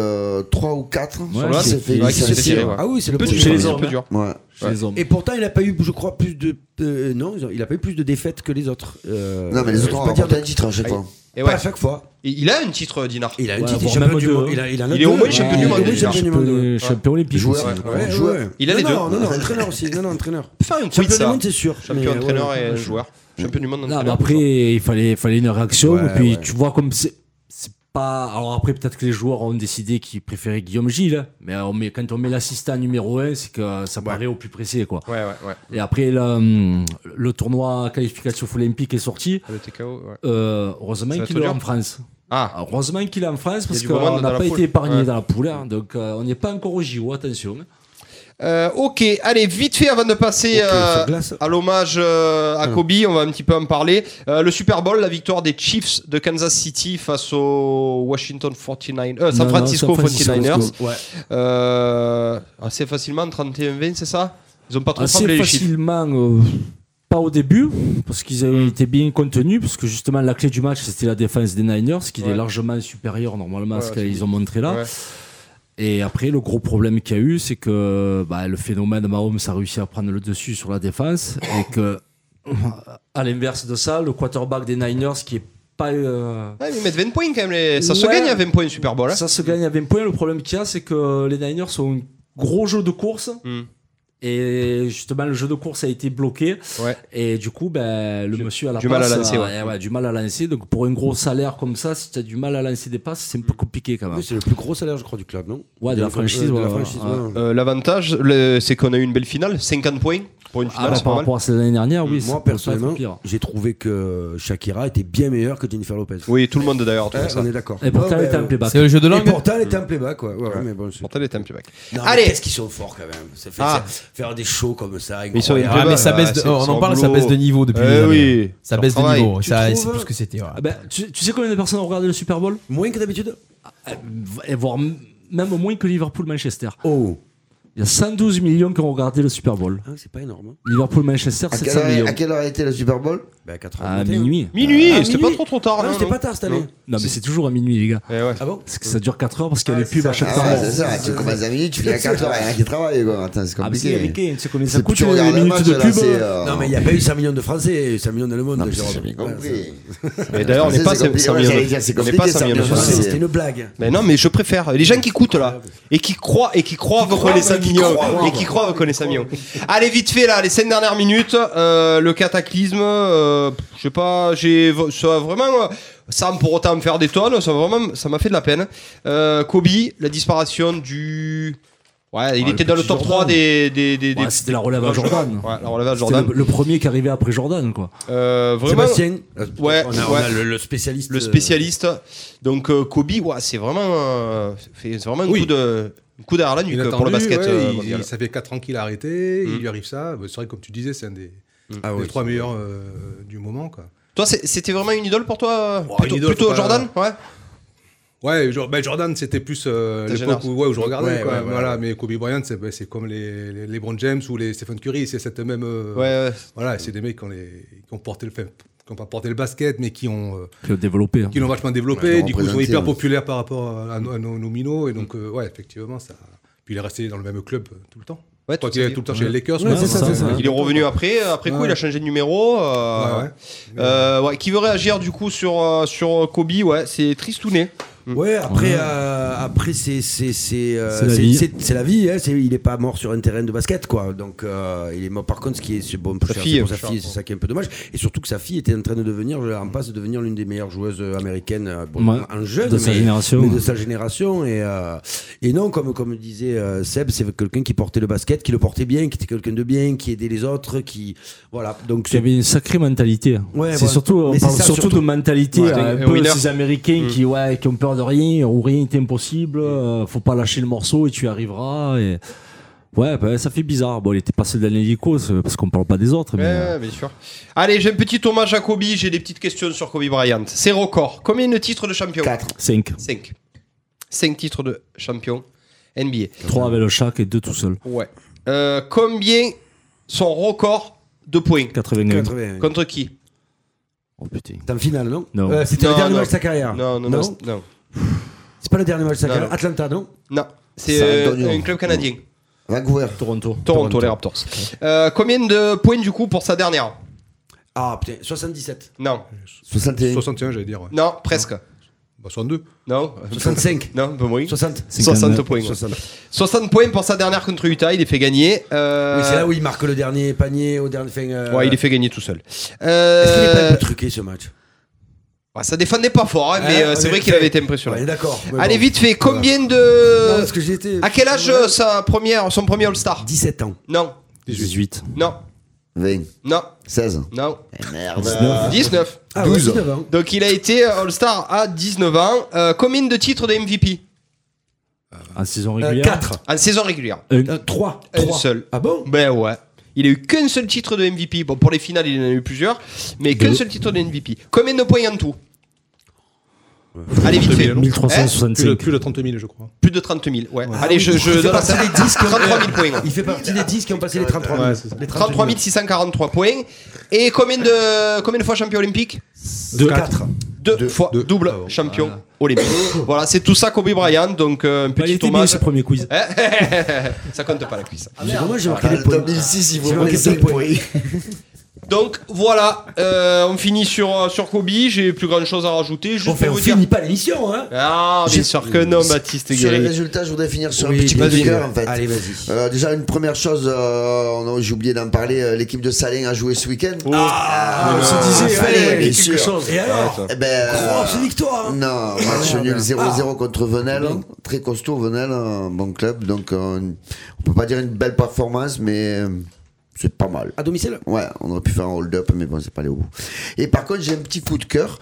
S6: 3 ou 4
S5: Ouais,
S6: qui s'est
S5: c'est-
S6: fait
S5: ouais,
S3: qui s'est fait
S6: licencier.
S3: tirer, ouais.
S4: Ah oui, c'est le
S3: Peu
S4: premier.
S5: chez les
S3: dur,
S5: hommes,
S3: peu
S5: hein.
S3: dur.
S6: Ouais.
S5: chez les hommes.
S4: Et pourtant, il n'a pas eu, je crois, plus de. euh, non, ils ont- il n'a pas eu plus de défaites que les autres. Euh,
S6: Non, mais
S4: je
S6: les
S4: peux
S6: autres ont
S4: pas dire
S6: remporté un titre à chaque
S3: Aïe.
S6: fois.
S3: Et
S4: Pas
S3: ouais.
S4: à chaque fois.
S3: Et Il a un titre, euh, Dinard.
S4: Il a une
S5: Ouais,
S4: petite
S5: voire
S4: champion
S5: même
S4: du
S5: deux,
S4: monde.
S5: hein.
S4: Il, a, il, en a
S3: Il est au
S4: deux.
S3: moins champion
S4: Ouais,
S3: du
S4: il est
S3: monde,
S4: au moins
S3: déjà.
S4: champion du monde, ouais.
S5: Champion- champion olympique.
S6: Joueur,
S5: aussi.
S6: ouais.
S4: Ouais,
S6: Joueur.
S4: ouais.
S3: Il a
S4: non,
S3: les deux.
S4: Non, non, non, entraîneur aussi. Non, non, entraîneur.
S3: Faire un tweet,
S4: Champion du
S3: ça.
S4: monde, c'est sûr.
S3: Champion
S4: mais,
S3: entraîneur
S4: ouais,
S3: et
S4: ouais.
S3: joueur. Champion du monde
S5: Non, mais
S3: entraîneur.
S5: après, il fallait, il fallait une réaction.
S4: Ouais,
S5: et puis,
S4: ouais.
S5: tu vois, comme c'est c'est pas. Alors, après, peut-être que les joueurs ont décidé qu'ils préféraient Guillaume Gilles. hein. Mais on met- quand on met l'assistant numéro 1, c'est que ça paraît au plus pressé, quoi.
S3: Ouais, ouais, ouais.
S5: Et après, là, hum, le tournoi qualification olympique est sorti.
S3: Le TKO, ouais.
S5: Euh, heureusement
S3: Ça va
S5: qu'il
S3: tout
S5: est
S3: dur.
S5: en France.
S3: Ah,
S5: Alors, Heureusement qu'il est en France parce
S3: du bon monde
S5: qu'on
S3: dans
S5: n'a
S3: la
S5: pas
S3: foule.
S5: été épargné
S3: Ouais.
S5: dans la poule. hein. donc, euh, on n'est pas encore au JO, attention. hein.
S3: Euh, ok, allez, vite fait avant de passer
S4: Ok,
S3: euh,
S4: sur glace.
S3: à l'hommage euh, à Kobe, on va un petit peu en parler. Euh, le Super Bowl, la victoire des Chiefs de Kansas City face aux Washington 49 euh, San
S5: Non, non,
S3: Francisco
S5: San Francisco,
S3: 49ers.
S5: ouais.
S3: Euh, assez facilement, 31-20, c'est ça Ils ont pas trop
S5: assez
S3: tremblé les chiffres.
S5: facilement. euh, pas au début, parce qu'ils
S3: Mm.
S5: avaient été bien contenus, parce que justement la clé du match c'était la défense des Niners, qui
S3: Ouais.
S5: est largement supérieure normalement à ce
S3: Ouais,
S5: qu'ils ont montré là.
S3: Ouais.
S5: Et après, le gros problème qu'il y a eu, c'est que bah, le phénomène Mahomes a réussi à prendre le dessus sur la défense, et que à l'inverse de ça, le quarterback des Niners qui est pas. euh,
S3: Ouais, mais ils mettent 20 points quand même. les- Ça se
S5: Ouais.
S3: gagne à 20 points le Super Bowl. hein.
S5: ça se gagne à 20 points. Le problème qu'il y a, c'est que les Niners ont un gros jeu de course.
S3: Hmm.
S5: Et justement, le jeu de course a été bloqué.
S3: Ouais.
S5: Et du coup, ben, le monsieur à la
S3: du mal
S5: passe.
S3: à lancer,
S5: euh,
S3: ouais.
S5: ouais, du mal à lancer. Donc, pour un gros salaire comme ça, si tu as du mal à lancer des passes, c'est un peu compliqué quand même.
S4: Oui, c'est le plus gros salaire, je crois, du club, non
S5: Ouais, de la
S4: Euh,
S5: franchise,
S4: De la
S5: ouais,
S4: franchise,
S5: ouais.
S4: ouais.
S3: Euh, L'avantage, le- c'est qu'on a eu une belle finale, 50 points pour une
S5: Ah,
S3: finale,
S5: bah,
S3: c'est
S5: par
S3: pas mal.
S5: rapport à celle de l'année dernière, oui. ça
S4: Mm. Moi,
S5: peut pas être
S4: personnellement,
S5: pire.
S4: j'ai trouvé que Shakira était bien meilleure que Jennifer Lopez.
S3: Oui, tout le monde d'ailleurs. tout
S4: Hein,
S3: le
S4: on
S3: monde.
S4: est d'accord.
S5: Et pourtant,
S4: Ouais,
S5: elle était
S4: ouais,
S5: en playback.
S2: Ah, C'est le jeu de
S4: Et
S2: langue hein.
S4: pourtant, elle était en playback, ouais. ouais, ouais, mais bon, c'est-
S3: Pourtant, elle était un petit bac.
S4: Non, mais
S3: Allez.
S4: Qu'est-ce qu'ils sont forts quand même. Ça fait
S3: Ah.
S4: ça- faire des shows comme ça.
S3: Mais ils sont-
S4: incroyable.
S2: Ah, mais ça
S3: bah,
S2: baisse de-
S3: c'est-
S2: on
S3: c'est
S2: en
S3: leur
S2: parle, ça
S3: boulot.
S2: baisse de niveau depuis les
S3: Eh
S2: années.
S3: oui,
S2: Ça
S3: leur
S2: baisse de
S3: travail.
S2: niveau,
S4: Tu
S2: ça-
S4: trouves
S2: c'est plus ce que c'était. ouais.
S5: Ah, ben, tu, tu sais combien de personnes ont regardé le Super Bowl
S4: Moins que d'habitude
S5: Euh, Et voire m- même moins que Liverpool-Manchester.
S4: Oh.
S5: Il y a 112 millions qui ont regardé le Super Bowl.
S4: Ah, c'est pas énorme. hein.
S5: Liverpool-Manchester,
S6: À quelle,
S5: 700
S6: heure,
S5: Ah, millions.
S6: à quelle heure a été le Super Bowl
S4: Bah, à 4
S5: À minuit.
S3: Minuit,
S4: Ah,
S3: c'était pas
S4: minuit.
S3: trop trop tard.
S4: Non,
S3: non,
S4: c'était
S3: non.
S4: pas tard cette année.
S3: Non.
S5: Non, mais c'est toujours à minuit, les gars.
S3: Eh ouais.
S4: Ah bon
S5: Parce que ça dure 4 heures parce qu'il y a
S4: Ouais,
S5: les pubs
S4: c'est
S5: à
S4: ça.
S5: chaque
S4: Ah,
S5: fois.
S6: Ah, c'est ça, tu commences à minuit, tu finis à 4 heures, il y en a qui travaillent, quoi. Attends, c'est
S5: Ah, mais c'est
S6: compliqué.
S5: américain, tu sais combien
S6: C'est
S5: ça coûte
S6: tu
S5: les
S6: regardes le
S5: minutes
S6: match,
S5: de
S6: là,
S5: pub
S6: c'est,
S3: Ah.
S6: euh,
S4: Non, mais il n'y a pas eu 5 millions de Français et 5 millions dans le monde.
S6: Non, mais
S4: Jérôme.
S6: j'ai bien compris.
S3: Et d'ailleurs, on n'est
S6: C'est
S3: pas
S6: compliqué,
S3: Samir
S6: ouais,
S3: Noël.
S6: j'allais dire, c'est
S3: On n'est
S6: compliqué,
S3: pas
S6: ça,
S3: Samir
S6: bien
S4: Ouais,
S6: sûr.
S3: Noël.
S6: c'est-
S4: C'était une blague.
S3: Mais non, mais je préfère. Les gens qui écoutent là et qui croient et qui croient qu'on les a qui croient, et qui croient qu'on est Samio. Allez, vite fait, là, les cinq dernières minutes, euh, le cataclysme, euh, je sais pas, j'ai, ça a vraiment, euh, sans pour autant me faire des tonnes, ça a vraiment, ça m'a fait de la peine. Euh, Kobe, la disparition du, ouais, il
S5: le
S3: était dans le
S5: petit
S3: top 3
S5: Jordan.
S3: des, des, des,
S5: Ouais,
S3: des-
S5: C'était la relève à Jordan.
S3: Ouais, la relève à
S5: C'était
S3: Jordan.
S5: le, le premier qui arrivait après Jordan, quoi.
S3: Euh, vraiment.
S4: Sébastien euh,
S3: Ouais,
S4: on a, on
S3: ouais.
S4: a le, le spécialiste.
S3: le
S4: euh,
S3: spécialiste. Donc euh, Kobe, ouais, c'est vraiment, euh, c'est vraiment un
S8: Oui.
S3: coup de un coup derrière la nuque
S8: Inattendu,
S3: pour le basket
S8: ouais,
S3: euh,
S8: il-
S3: mondial.
S8: il- ça fait 4 ans qu'il a arrêté,
S3: Mm.
S8: il lui arrive ça. Bah, c'est vrai, que, comme tu disais, c'est un des,
S4: Ah
S8: des
S4: oui.
S8: trois meilleurs euh, du moment. Quoi.
S3: Toi, c'est- c'était vraiment une idole pour toi
S8: Ouais,
S3: Plutôt,
S8: une idole,
S3: plutôt
S8: faut pas-
S3: Jordan Ouais.
S8: Ouais, jo- ben, Jordan, c'était plus euh,
S3: Ta
S8: l'époque
S3: génération.
S8: où, ouais, où je regardais.
S4: Ouais,
S8: quoi,
S4: ouais,
S8: voilà, Mais Kobe Bryant, c'est ben, c'est comme les, les LeBron James ou les Stephen Curry, c'est cette même. euh,
S3: Ouais, ouais.
S8: Voilà, c'est des mecs qui ont, les- qui ont porté le fait- qui ont pas porté le basket, mais qui ont euh,
S5: Qui a développé. hein.
S8: qui l'ont vachement développé.
S6: Ouais,
S8: du coup, ils sont hyper
S6: représenté, ouais.
S8: populaires par rapport à, à nos, à nos- nos minots. Et donc, euh, ouais, effectivement, ça. Puis il est resté dans le même club euh, tout le temps.
S3: Ouais,
S8: Je crois
S3: tout
S8: qu'il
S3: à
S8: est
S3: fait.
S8: tout le temps chez les Lakers.
S5: Ouais,
S8: mais
S5: c'est ça, c'est ça.
S3: Il est revenu après, euh, après coup,
S8: Ouais.
S3: il a changé de numéro. euh,
S8: Ouais, ouais.
S3: euh, ouais, Qui veut réagir du coup sur, euh, sur Kobe Ouais, c'est tristouné.
S4: Ouais, après, euh, après c'est c'est c'est euh,
S5: C'est la
S4: c'est-
S5: vie.
S4: c'est- c'est la vie. Hein, c'est- il est pas mort sur un terrain de basket, quoi. Donc, euh, il est mort. Par contre, ce qui est c'est bon pour
S3: Sa
S4: c'est
S3: fille,
S4: pour sa
S3: je
S4: fille,
S3: crois.
S4: c'est ça qui est un peu dommage. Et surtout que sa fille était en train de devenir, je la remplace, de devenir l'une des meilleures joueuses américaines euh, bon,
S5: Ouais,
S4: en jeune,
S5: de sa
S4: mais-
S5: génération.
S4: mais de sa génération. Et euh, et non, comme comme disait euh, Seb, c'est quelqu'un qui portait le basket, qui le portait bien, qui était quelqu'un de bien, qui aidait les autres, qui voilà. Donc,
S5: Il y
S4: c'est
S5: avait une sacrée mentalité.
S4: Ouais,
S5: c'est
S4: voilà.
S5: surtout, on
S4: Mais c'est
S5: parle
S4: ça,
S5: surtout,
S4: surtout.
S5: de mentalité.
S3: Ouais.
S5: un
S3: Un
S5: peu
S3: winner.
S5: ces Américains qui, ouais, qui ont peur de rien, où rien est impossible, euh, faut pas lâcher le morceau et tu y arriveras. Et... Ouais, bah, ça fait bizarre. Bon, il était passé dans l'hélico c'est- parce qu'on parle pas des autres. Mais,
S3: Ouais,
S5: euh,
S3: ouais, bien sûr. Allez, j'ai un petit hommage à Kobe. J'ai des petites questions sur Kobe Bryant. Ses records. Combien de titres de champion
S6: 4.
S5: 5.
S3: 5. 5 titres de champion NBA.
S5: 3 avec le chac et 2 tout seul.
S3: Ouais. Euh, combien son record de points
S5: 81.
S4: 80.
S3: Contre qui
S5: Oh putain.
S4: C'est en finale, non
S5: Non.
S4: Euh, C'était le
S3: Non,
S4: dernier
S3: non.
S4: match de sa carrière.
S3: Non, non, non. Non. non.
S4: C'est pas le dernier match de sa
S3: Non,
S4: carrière.
S3: non.
S4: Atlanta, non
S3: C'est
S6: San
S3: euh,
S6: Antonio.
S3: un club canadien.
S6: Vancouver.
S5: Toronto.
S3: Toronto, les Raptors. Euh, combien de points du coup pour sa dernière
S4: Ah putain, 77.
S3: Non.
S6: 61.
S8: 61, j'allais dire. Ouais.
S3: Non, presque.
S8: Bah, 62.
S3: Non.
S4: 65.
S3: Non, un peu moins.
S4: 60.
S3: 60 points.
S4: 60.
S3: 60 points pour sa dernière contre Utah. Il les fait gagner. Euh,
S4: Oui, c'est là où il marque le dernier panier au dernier. Enfin, euh,
S3: Ouais, il les fait gagner tout seul.
S4: Est-ce qu'il est pas un
S3: Euh,
S4: peu truqué ce match
S3: bah, ça défendait pas fort, hein, mais
S4: Ouais,
S3: euh, c'est
S4: ouais,
S3: vrai qu'il
S4: ouais.
S3: avait été
S4: Ouais,
S3: impressionnant.
S4: d'accord. mais
S3: Allez,
S4: bon.
S3: vite fait, combien
S4: Non,
S3: de.
S4: parce que j'ai été-
S3: À quel âge euh, sa première, son premier All-Star
S4: 17 ans.
S3: Non,
S5: 18.
S3: non,
S6: 20.
S3: non,
S6: 16.
S3: non.
S6: Eh
S5: Ah bah,
S6: merde.
S5: euh,
S3: 19.
S4: Ah,
S6: 12.
S4: ouais, 19 ans.
S3: Donc il a été euh, All-Star à 19 ans. Euh, combien de titres de MVP
S5: En saison
S4: Euh,
S5: régulière.
S4: 4.
S3: En saison régulière
S5: Euh,
S4: 3.
S3: Un
S4: 3.
S3: seul.
S4: Ah bon
S3: Ben ouais. Il a eu qu'un seul titre de MVP. Bon, pour les finales, il en a eu plusieurs, mais qu'un
S5: Deux.
S3: seul titre de MVP. Combien de points en tout Allez, vite fait.
S5: 1365.
S8: Plus, de, plus de 30 000, je crois.
S3: Plus de 30 000, ouais.
S4: Ah
S3: Allez,
S4: oui,
S3: je, je
S4: il fait
S3: donne la
S4: partie
S3: salle.
S4: des 10 qui ont-
S3: 33 000 points.
S4: Il fait partie des 10 qui ont passé les 33 000.
S8: Ouais, c'est ça.
S4: Les
S3: 33 643 points. Et combien de, combien de fois champion olympique
S4: 2. 4.
S3: deux, fois
S8: deux.
S3: double
S8: Ah bon,
S3: champion olympique. voilà, c'est tout ça Kobe Bryant. Donc euh, un
S5: Bah, il
S3: petit
S5: était bien
S3: hommage.
S5: ce premier quiz.
S3: ça compte pas la cuisse.
S4: Moi j'ai marqué
S6: Ah,
S4: les
S6: le
S4: points.
S6: top 1006, il
S4: J'ai
S6: faut
S4: marqué
S6: marquer
S4: cinq
S6: 5 points.
S3: Donc voilà, euh, on finit sur, euh, sur Kobe. J'ai plus grand chose à rajouter. Juste
S4: On
S3: pour vous dire.
S4: finit pas l'émission, hein
S3: Ah, bien sûr que non, Baptiste
S6: Sur les
S3: Guéry.
S6: résultats, je voudrais finir sur
S4: Oui,
S6: un petit coup de
S3: vas-y.
S6: cœur en fait.
S4: Allez, vas-y.
S6: Euh, déjà, une première chose, euh, on a- j'ai oublié d'en parler, euh, l'équipe de Salin a joué ce week-end. euh,
S4: Ah, on
S6: se disait, fallait quelque
S4: chose. Et alors
S6: Eh ben, euh,
S4: Grosse victoire hein.
S6: non, match nul 0-0 contre Venelle. Très costaud, Venelle, un bon club. Donc, euh, on peut pas dire une belle performance, mais euh, c'est pas mal.
S4: À domicile
S6: Ouais, on aurait pu faire un hold-up, mais bon, c'est pas allé au bout. Et par contre, j'ai un petit coup de cœur.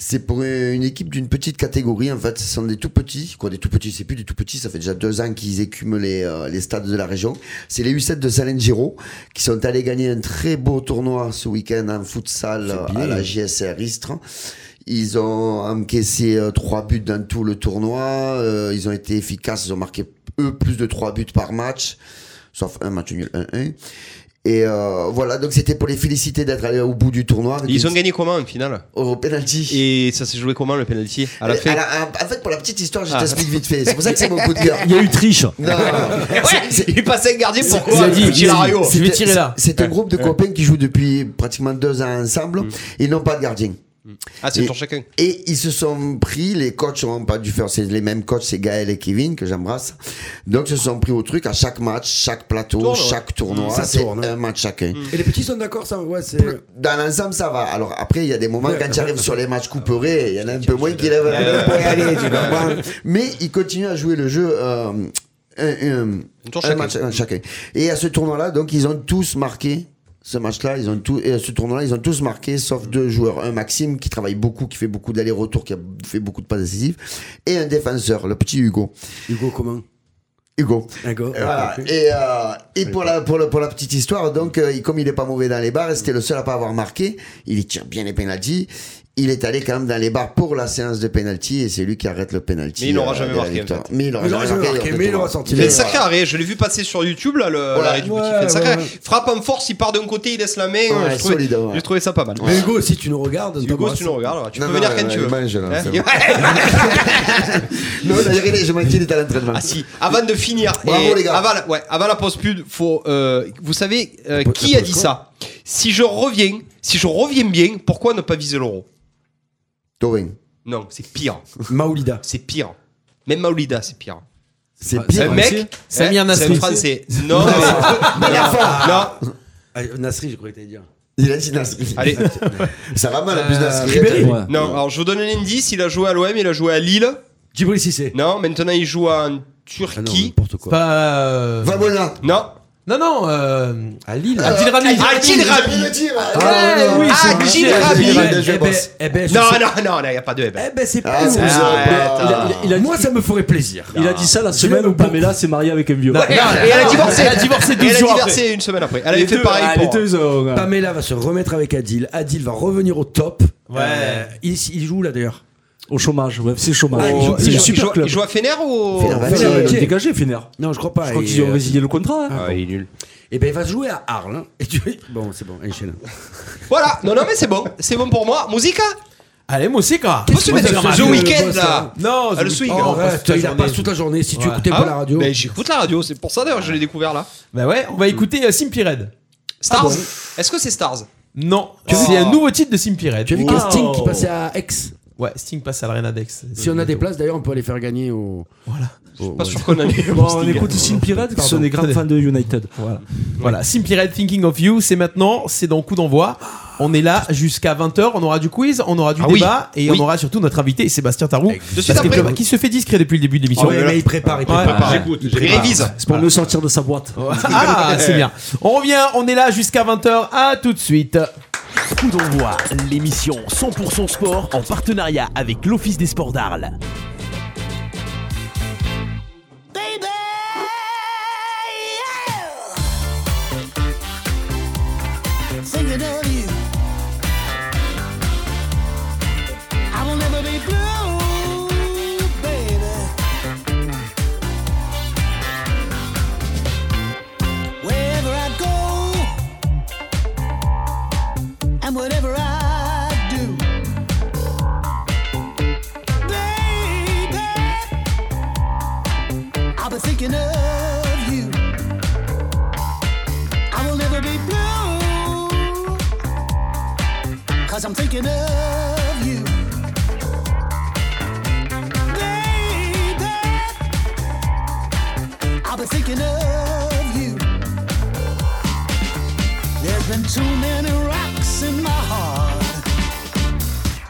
S6: C'est pour une équipe d'une petite catégorie, en fait. Ce sont des tout petits. Quoi, des tout petits, c'est plus des tout petits. Ça fait déjà deux ans qu'ils écument les, euh, les stades de la région. C'est les U7 de Salengero qui sont allés gagner un très beau tournoi ce week-end en futsal euh,
S4: C'est bien.
S6: à la JSR Istres. Ils ont encaissé euh, trois buts dans tout le tournoi. Euh, ils ont été efficaces. Ils ont marqué eux plus de trois buts par match, sauf un match nul 1-1. Et euh, voilà, donc c'était pour les féliciter d'être allés au bout du tournoi. avec
S3: Ils
S6: une-
S3: ont gagné comment en finale
S6: au penalty.
S3: Et ça s'est joué comment le penalty À la fin
S6: en fait, pour la petite histoire, je
S3: Ah.
S6: t'explique vite fait. C'est pour ça que c'est mon coup de cœur.
S5: Il y a eu triche.
S6: Non,
S3: Eh ouais, Il passait le gardien
S2: Il
S3: pourquoi
S2: a dit-
S3: Petit
S2: il a dit-
S3: Lario
S2: C'est lui tiré là.
S6: C'est un groupe de copains qui jouent depuis pratiquement deux ans ensemble. Ils n'ont pas de gardien.
S3: Ah, c'est
S6: Et-
S3: sur chacun.
S6: Et ils se sont pris, les coachs n'ont pas dû faire, c'est les mêmes coachs, c'est Gaël et Kevin que j'embrasse. Donc ils se sont pris au truc à chaque match, chaque plateau,
S3: Tourne, ouais.
S6: chaque tournoi,
S4: Ça
S6: c'est
S4: tourne, ouais.
S6: un match chacun.
S4: Et les petits sont d'accord, ça ouais, c'est...
S6: Dans l'ensemble, ça va. Alors après, il y a des moments,
S4: Ouais.
S6: quand tu arrives sur les matchs couperés, il y en a un peu moins qui lèvent la main pour y aller, tu comprends Mais ils continuent à jouer le jeu. euh, un, un-
S3: tour
S6: un
S3: chacun.
S6: match, un chacun. Et à ce tournoi-là, donc, ils ont tous marqué. Ce match-là, ils ont tout, et à ce tournoi-là, ils ont tous marqué, sauf deux joueurs. Un Maxime, qui travaille beaucoup, qui fait beaucoup d'allers-retours, qui a fait beaucoup de passes décisives. Et un défenseur, le petit Hugo.
S4: Hugo, comment
S6: Hugo.
S4: Hugo
S6: Voilà. Et, euh, et pour, la, pour, le- pour la petite histoire, donc, euh, il- comme il est pas mauvais dans les bars, et c'était le seul à pas avoir marqué, il y tire bien les pénalties. Il est allé quand même dans les bars pour la séance de pénalty et c'est lui qui arrête le pénalty.
S3: Mais il n'aura
S6: euh,
S3: jamais
S6: de la
S3: marqué, en
S6: victoire.
S3: fait.
S6: Mais il aura
S4: Il aura
S6: jamais
S4: jamais
S6: marqué.
S4: marqué, mais il aura sorti
S3: Il fait
S6: Mais
S4: les-
S3: une sacrée
S6: voilà.
S3: arrêt, je l'ai vu passer sur YouTube, là, le- l'arrêt du petit. Il fait une sacrée arrêt. Frappe en force, il part d'un côté, il laisse la main.
S6: Ouais,
S3: J'ai trouvé-
S6: solide, ouais.
S3: J'ai trouvé ça pas mal.
S4: Mais Hugo, si tu nous regardes,
S3: Hugo,
S4: t'embrasses.
S3: si tu nous regardes, ouais, tu
S6: Non,
S3: peux
S6: non,
S3: venir
S6: ouais,
S3: quand tu
S6: ouais,
S3: veux.
S6: mange, là,
S3: Hein
S6: c'est bon. Non, d'ailleurs, il est- je m'en dis, il est à l'entraînement.
S3: Ah si, avant de finir,
S6: Bravo,
S3: et
S6: les gars.
S3: Avant, la- ouais, avant la pause pub, faut, euh, vous savez euh,
S4: po-
S3: qui
S4: la
S3: a
S4: pause
S3: dit
S4: quoi
S3: ça Si je reviens, si je reviens bien, pourquoi ne pas viser l'euro
S6: Thauvin.
S3: Non, c'est pire,
S4: Maoulida.
S3: c'est pire. Même Maulida, c'est pire.
S6: C'est
S3: C'est
S6: pire.
S3: un mec,
S2: Samir
S3: hein, c'est
S2: Nasri.
S3: un français. Non, mais- non,
S4: Ah, Nasri, je croyais que t'allais dire.
S6: Il a dit Nasri.
S3: allez,
S6: Ça va mal, la plus
S3: Ah,
S6: Nasri.
S5: Ouais.
S3: non. Alors je vous donne un indice. Il a joué à l'OM, il a joué à Lille.
S4: Djibril Cissé.
S3: Non, maintenant il joue en
S4: Ah non,
S3: Turquie.
S4: n'importe quoi.
S2: Pas, euh,
S6: Vabona.
S3: Non.
S2: Non, non, euh,
S4: À Lille.
S2: Adil Rami.
S3: Adil Rabi.
S6: Ah, Il le tire.
S3: Ah,
S6: Ah,
S2: Ouais, oui, c'est vrai.
S3: Adil Rabi.
S6: Adil Rabi.
S4: Eh ben, eh ben, je
S3: Non,
S4: sais-
S3: non, non, il n'y a pas de.
S4: Eh ben, c'est
S6: Ah,
S4: pas
S6: c'est
S4: nous.
S6: ça.
S5: Il a- il a-
S4: Moi, ça me ferait plaisir.
S5: Il a dit ça la
S4: Je
S5: semaine
S4: l'aime
S5: où Pamela s'est mariée avec un vieux.
S2: Non, non,
S3: Et elle a divorcé.
S2: Elle a divorcé
S3: Elle
S2: 12
S3: a
S2: jours après.
S3: divorcé une semaine après. Elle avait fait pareil
S5: les
S3: pour.
S5: deux, ils ont, euh,
S4: Pamela va se remettre avec Adil. Adil va revenir au top. Ouais. il, il joue là d'ailleurs.
S5: au chômage. Ouais, c'est le chômage.
S4: Ah, il joue-
S5: c'est
S3: Il
S5: un
S3: joue- il
S5: super
S3: joue-
S5: club.
S3: Il joue à Fener ou
S6: Fenerbahçe.
S5: Enfin,
S4: Ouais,
S5: il est
S4: ok.
S5: dégagé, Fener.
S4: Non, je crois pas.
S5: Je crois
S4: Et,
S5: qu'ils ont
S4: euh,
S5: résilié le contrat. hein.
S3: il est nul.
S4: Eh ben, il va se jouer à Arles. hein. Et tu... Bon, c'est bon. Enchaîne.
S3: Voilà, non, non, mais c'est bon, c'est bon pour moi. Musica
S2: Allez, Moussika.
S3: Faut se mettre
S4: Thomas,
S3: The
S4: je-
S3: Weeknd
S4: je-
S3: là
S2: Non,
S3: Ah, le
S2: je-
S3: swing.
S2: Oh,
S4: Arrête,
S2: passe
S4: hein. il la
S2: journée.
S4: passe toute la journée. Si tu
S2: Ouais.
S4: écoutais
S3: Ah
S4: pas
S3: ouais
S4: la radio.
S3: Ben, j'écoute la radio, c'est pour ça d'ailleurs, je l'ai découvert là.
S2: Bah ouais, on va écouter euh, Simpy Red.
S3: Stars Est-ce que c'est Stars
S2: Non,
S3: Tu as vu-
S2: c'est un nouveau titre de Simpy Red.
S4: Tu as vu
S2: Oh.
S4: qu'il y a Sting qui passait à Aix
S2: Ouais, Sting passe à l'Arena d'Aix.
S4: Si on a des places d'ailleurs, on peut aller faire gagner au.
S3: Pas sûr qu'on a mis.
S5: Bon, on écoute Sim Pirate, qui sont des grands
S2: Attendez.
S5: fans de United. Voilà.
S2: Voilà, Simpy Red Thinking of You, c'est maintenant, c'est dans coup d'envoi. On est là jusqu'à 20h, on aura du quiz, on aura du
S3: Ah oui.
S2: débat et
S3: Oui.
S2: on aura surtout notre invité Sébastien Tarou
S3: De suite après.
S2: qui se fait discret depuis le début de l'émission.
S4: Ah Ouais, mais il prépare, il
S2: Ouais.
S4: prépare.
S2: Ah,
S8: J'écoute,
S3: Il révise.
S5: C'est pour mieux sortir de sa boîte.
S2: Ah, c'est bien. On revient, on est là jusqu'à 20h. À tout de suite.
S1: Coup d'envoi, l'émission 100% sport en partenariat avec l'Office des sports d'Arles.
S9: Wherever I go and whatever I do, baby, I'll be thinking of you. I will never be blue, cause I'm thinking of you. Baby, I'll be thinking of you. There's been too many rocks in my heart.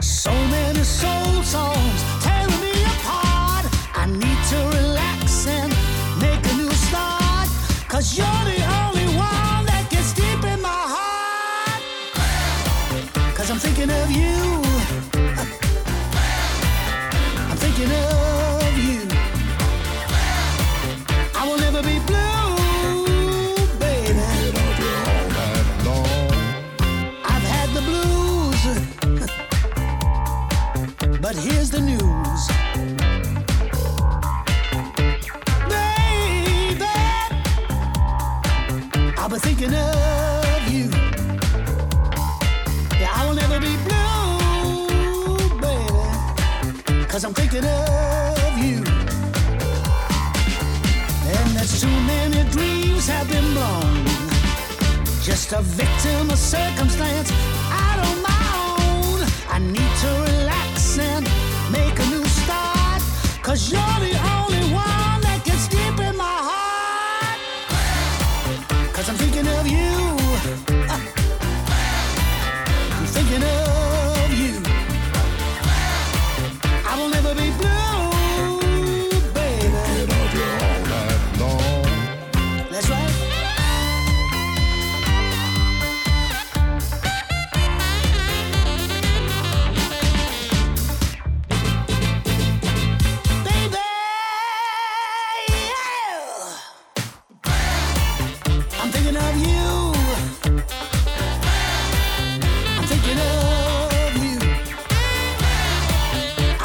S9: So many soul songs tearing me apart. I need to relax and make a new start. Cause you're the only one that gets deep in my heart. Cause I'm thinking of you. I'm thinking of you. I will never be blue, baby. I've had the blues. but here's the news. Baby, I've been thinking of you. Yeah, I will never be blue, baby. Cause I'm thinking of you. And there's too many dreams have been blown just a victim of circumstance out of my own. I I need to relax and make a new start. Cause you're the only one that gets deep in my heart. Cause I'm thinking of you. Uh, I'm thinking of you. I will never be blue, baby. That's right. Baby, I'm thinking of you. I'm thinking of you.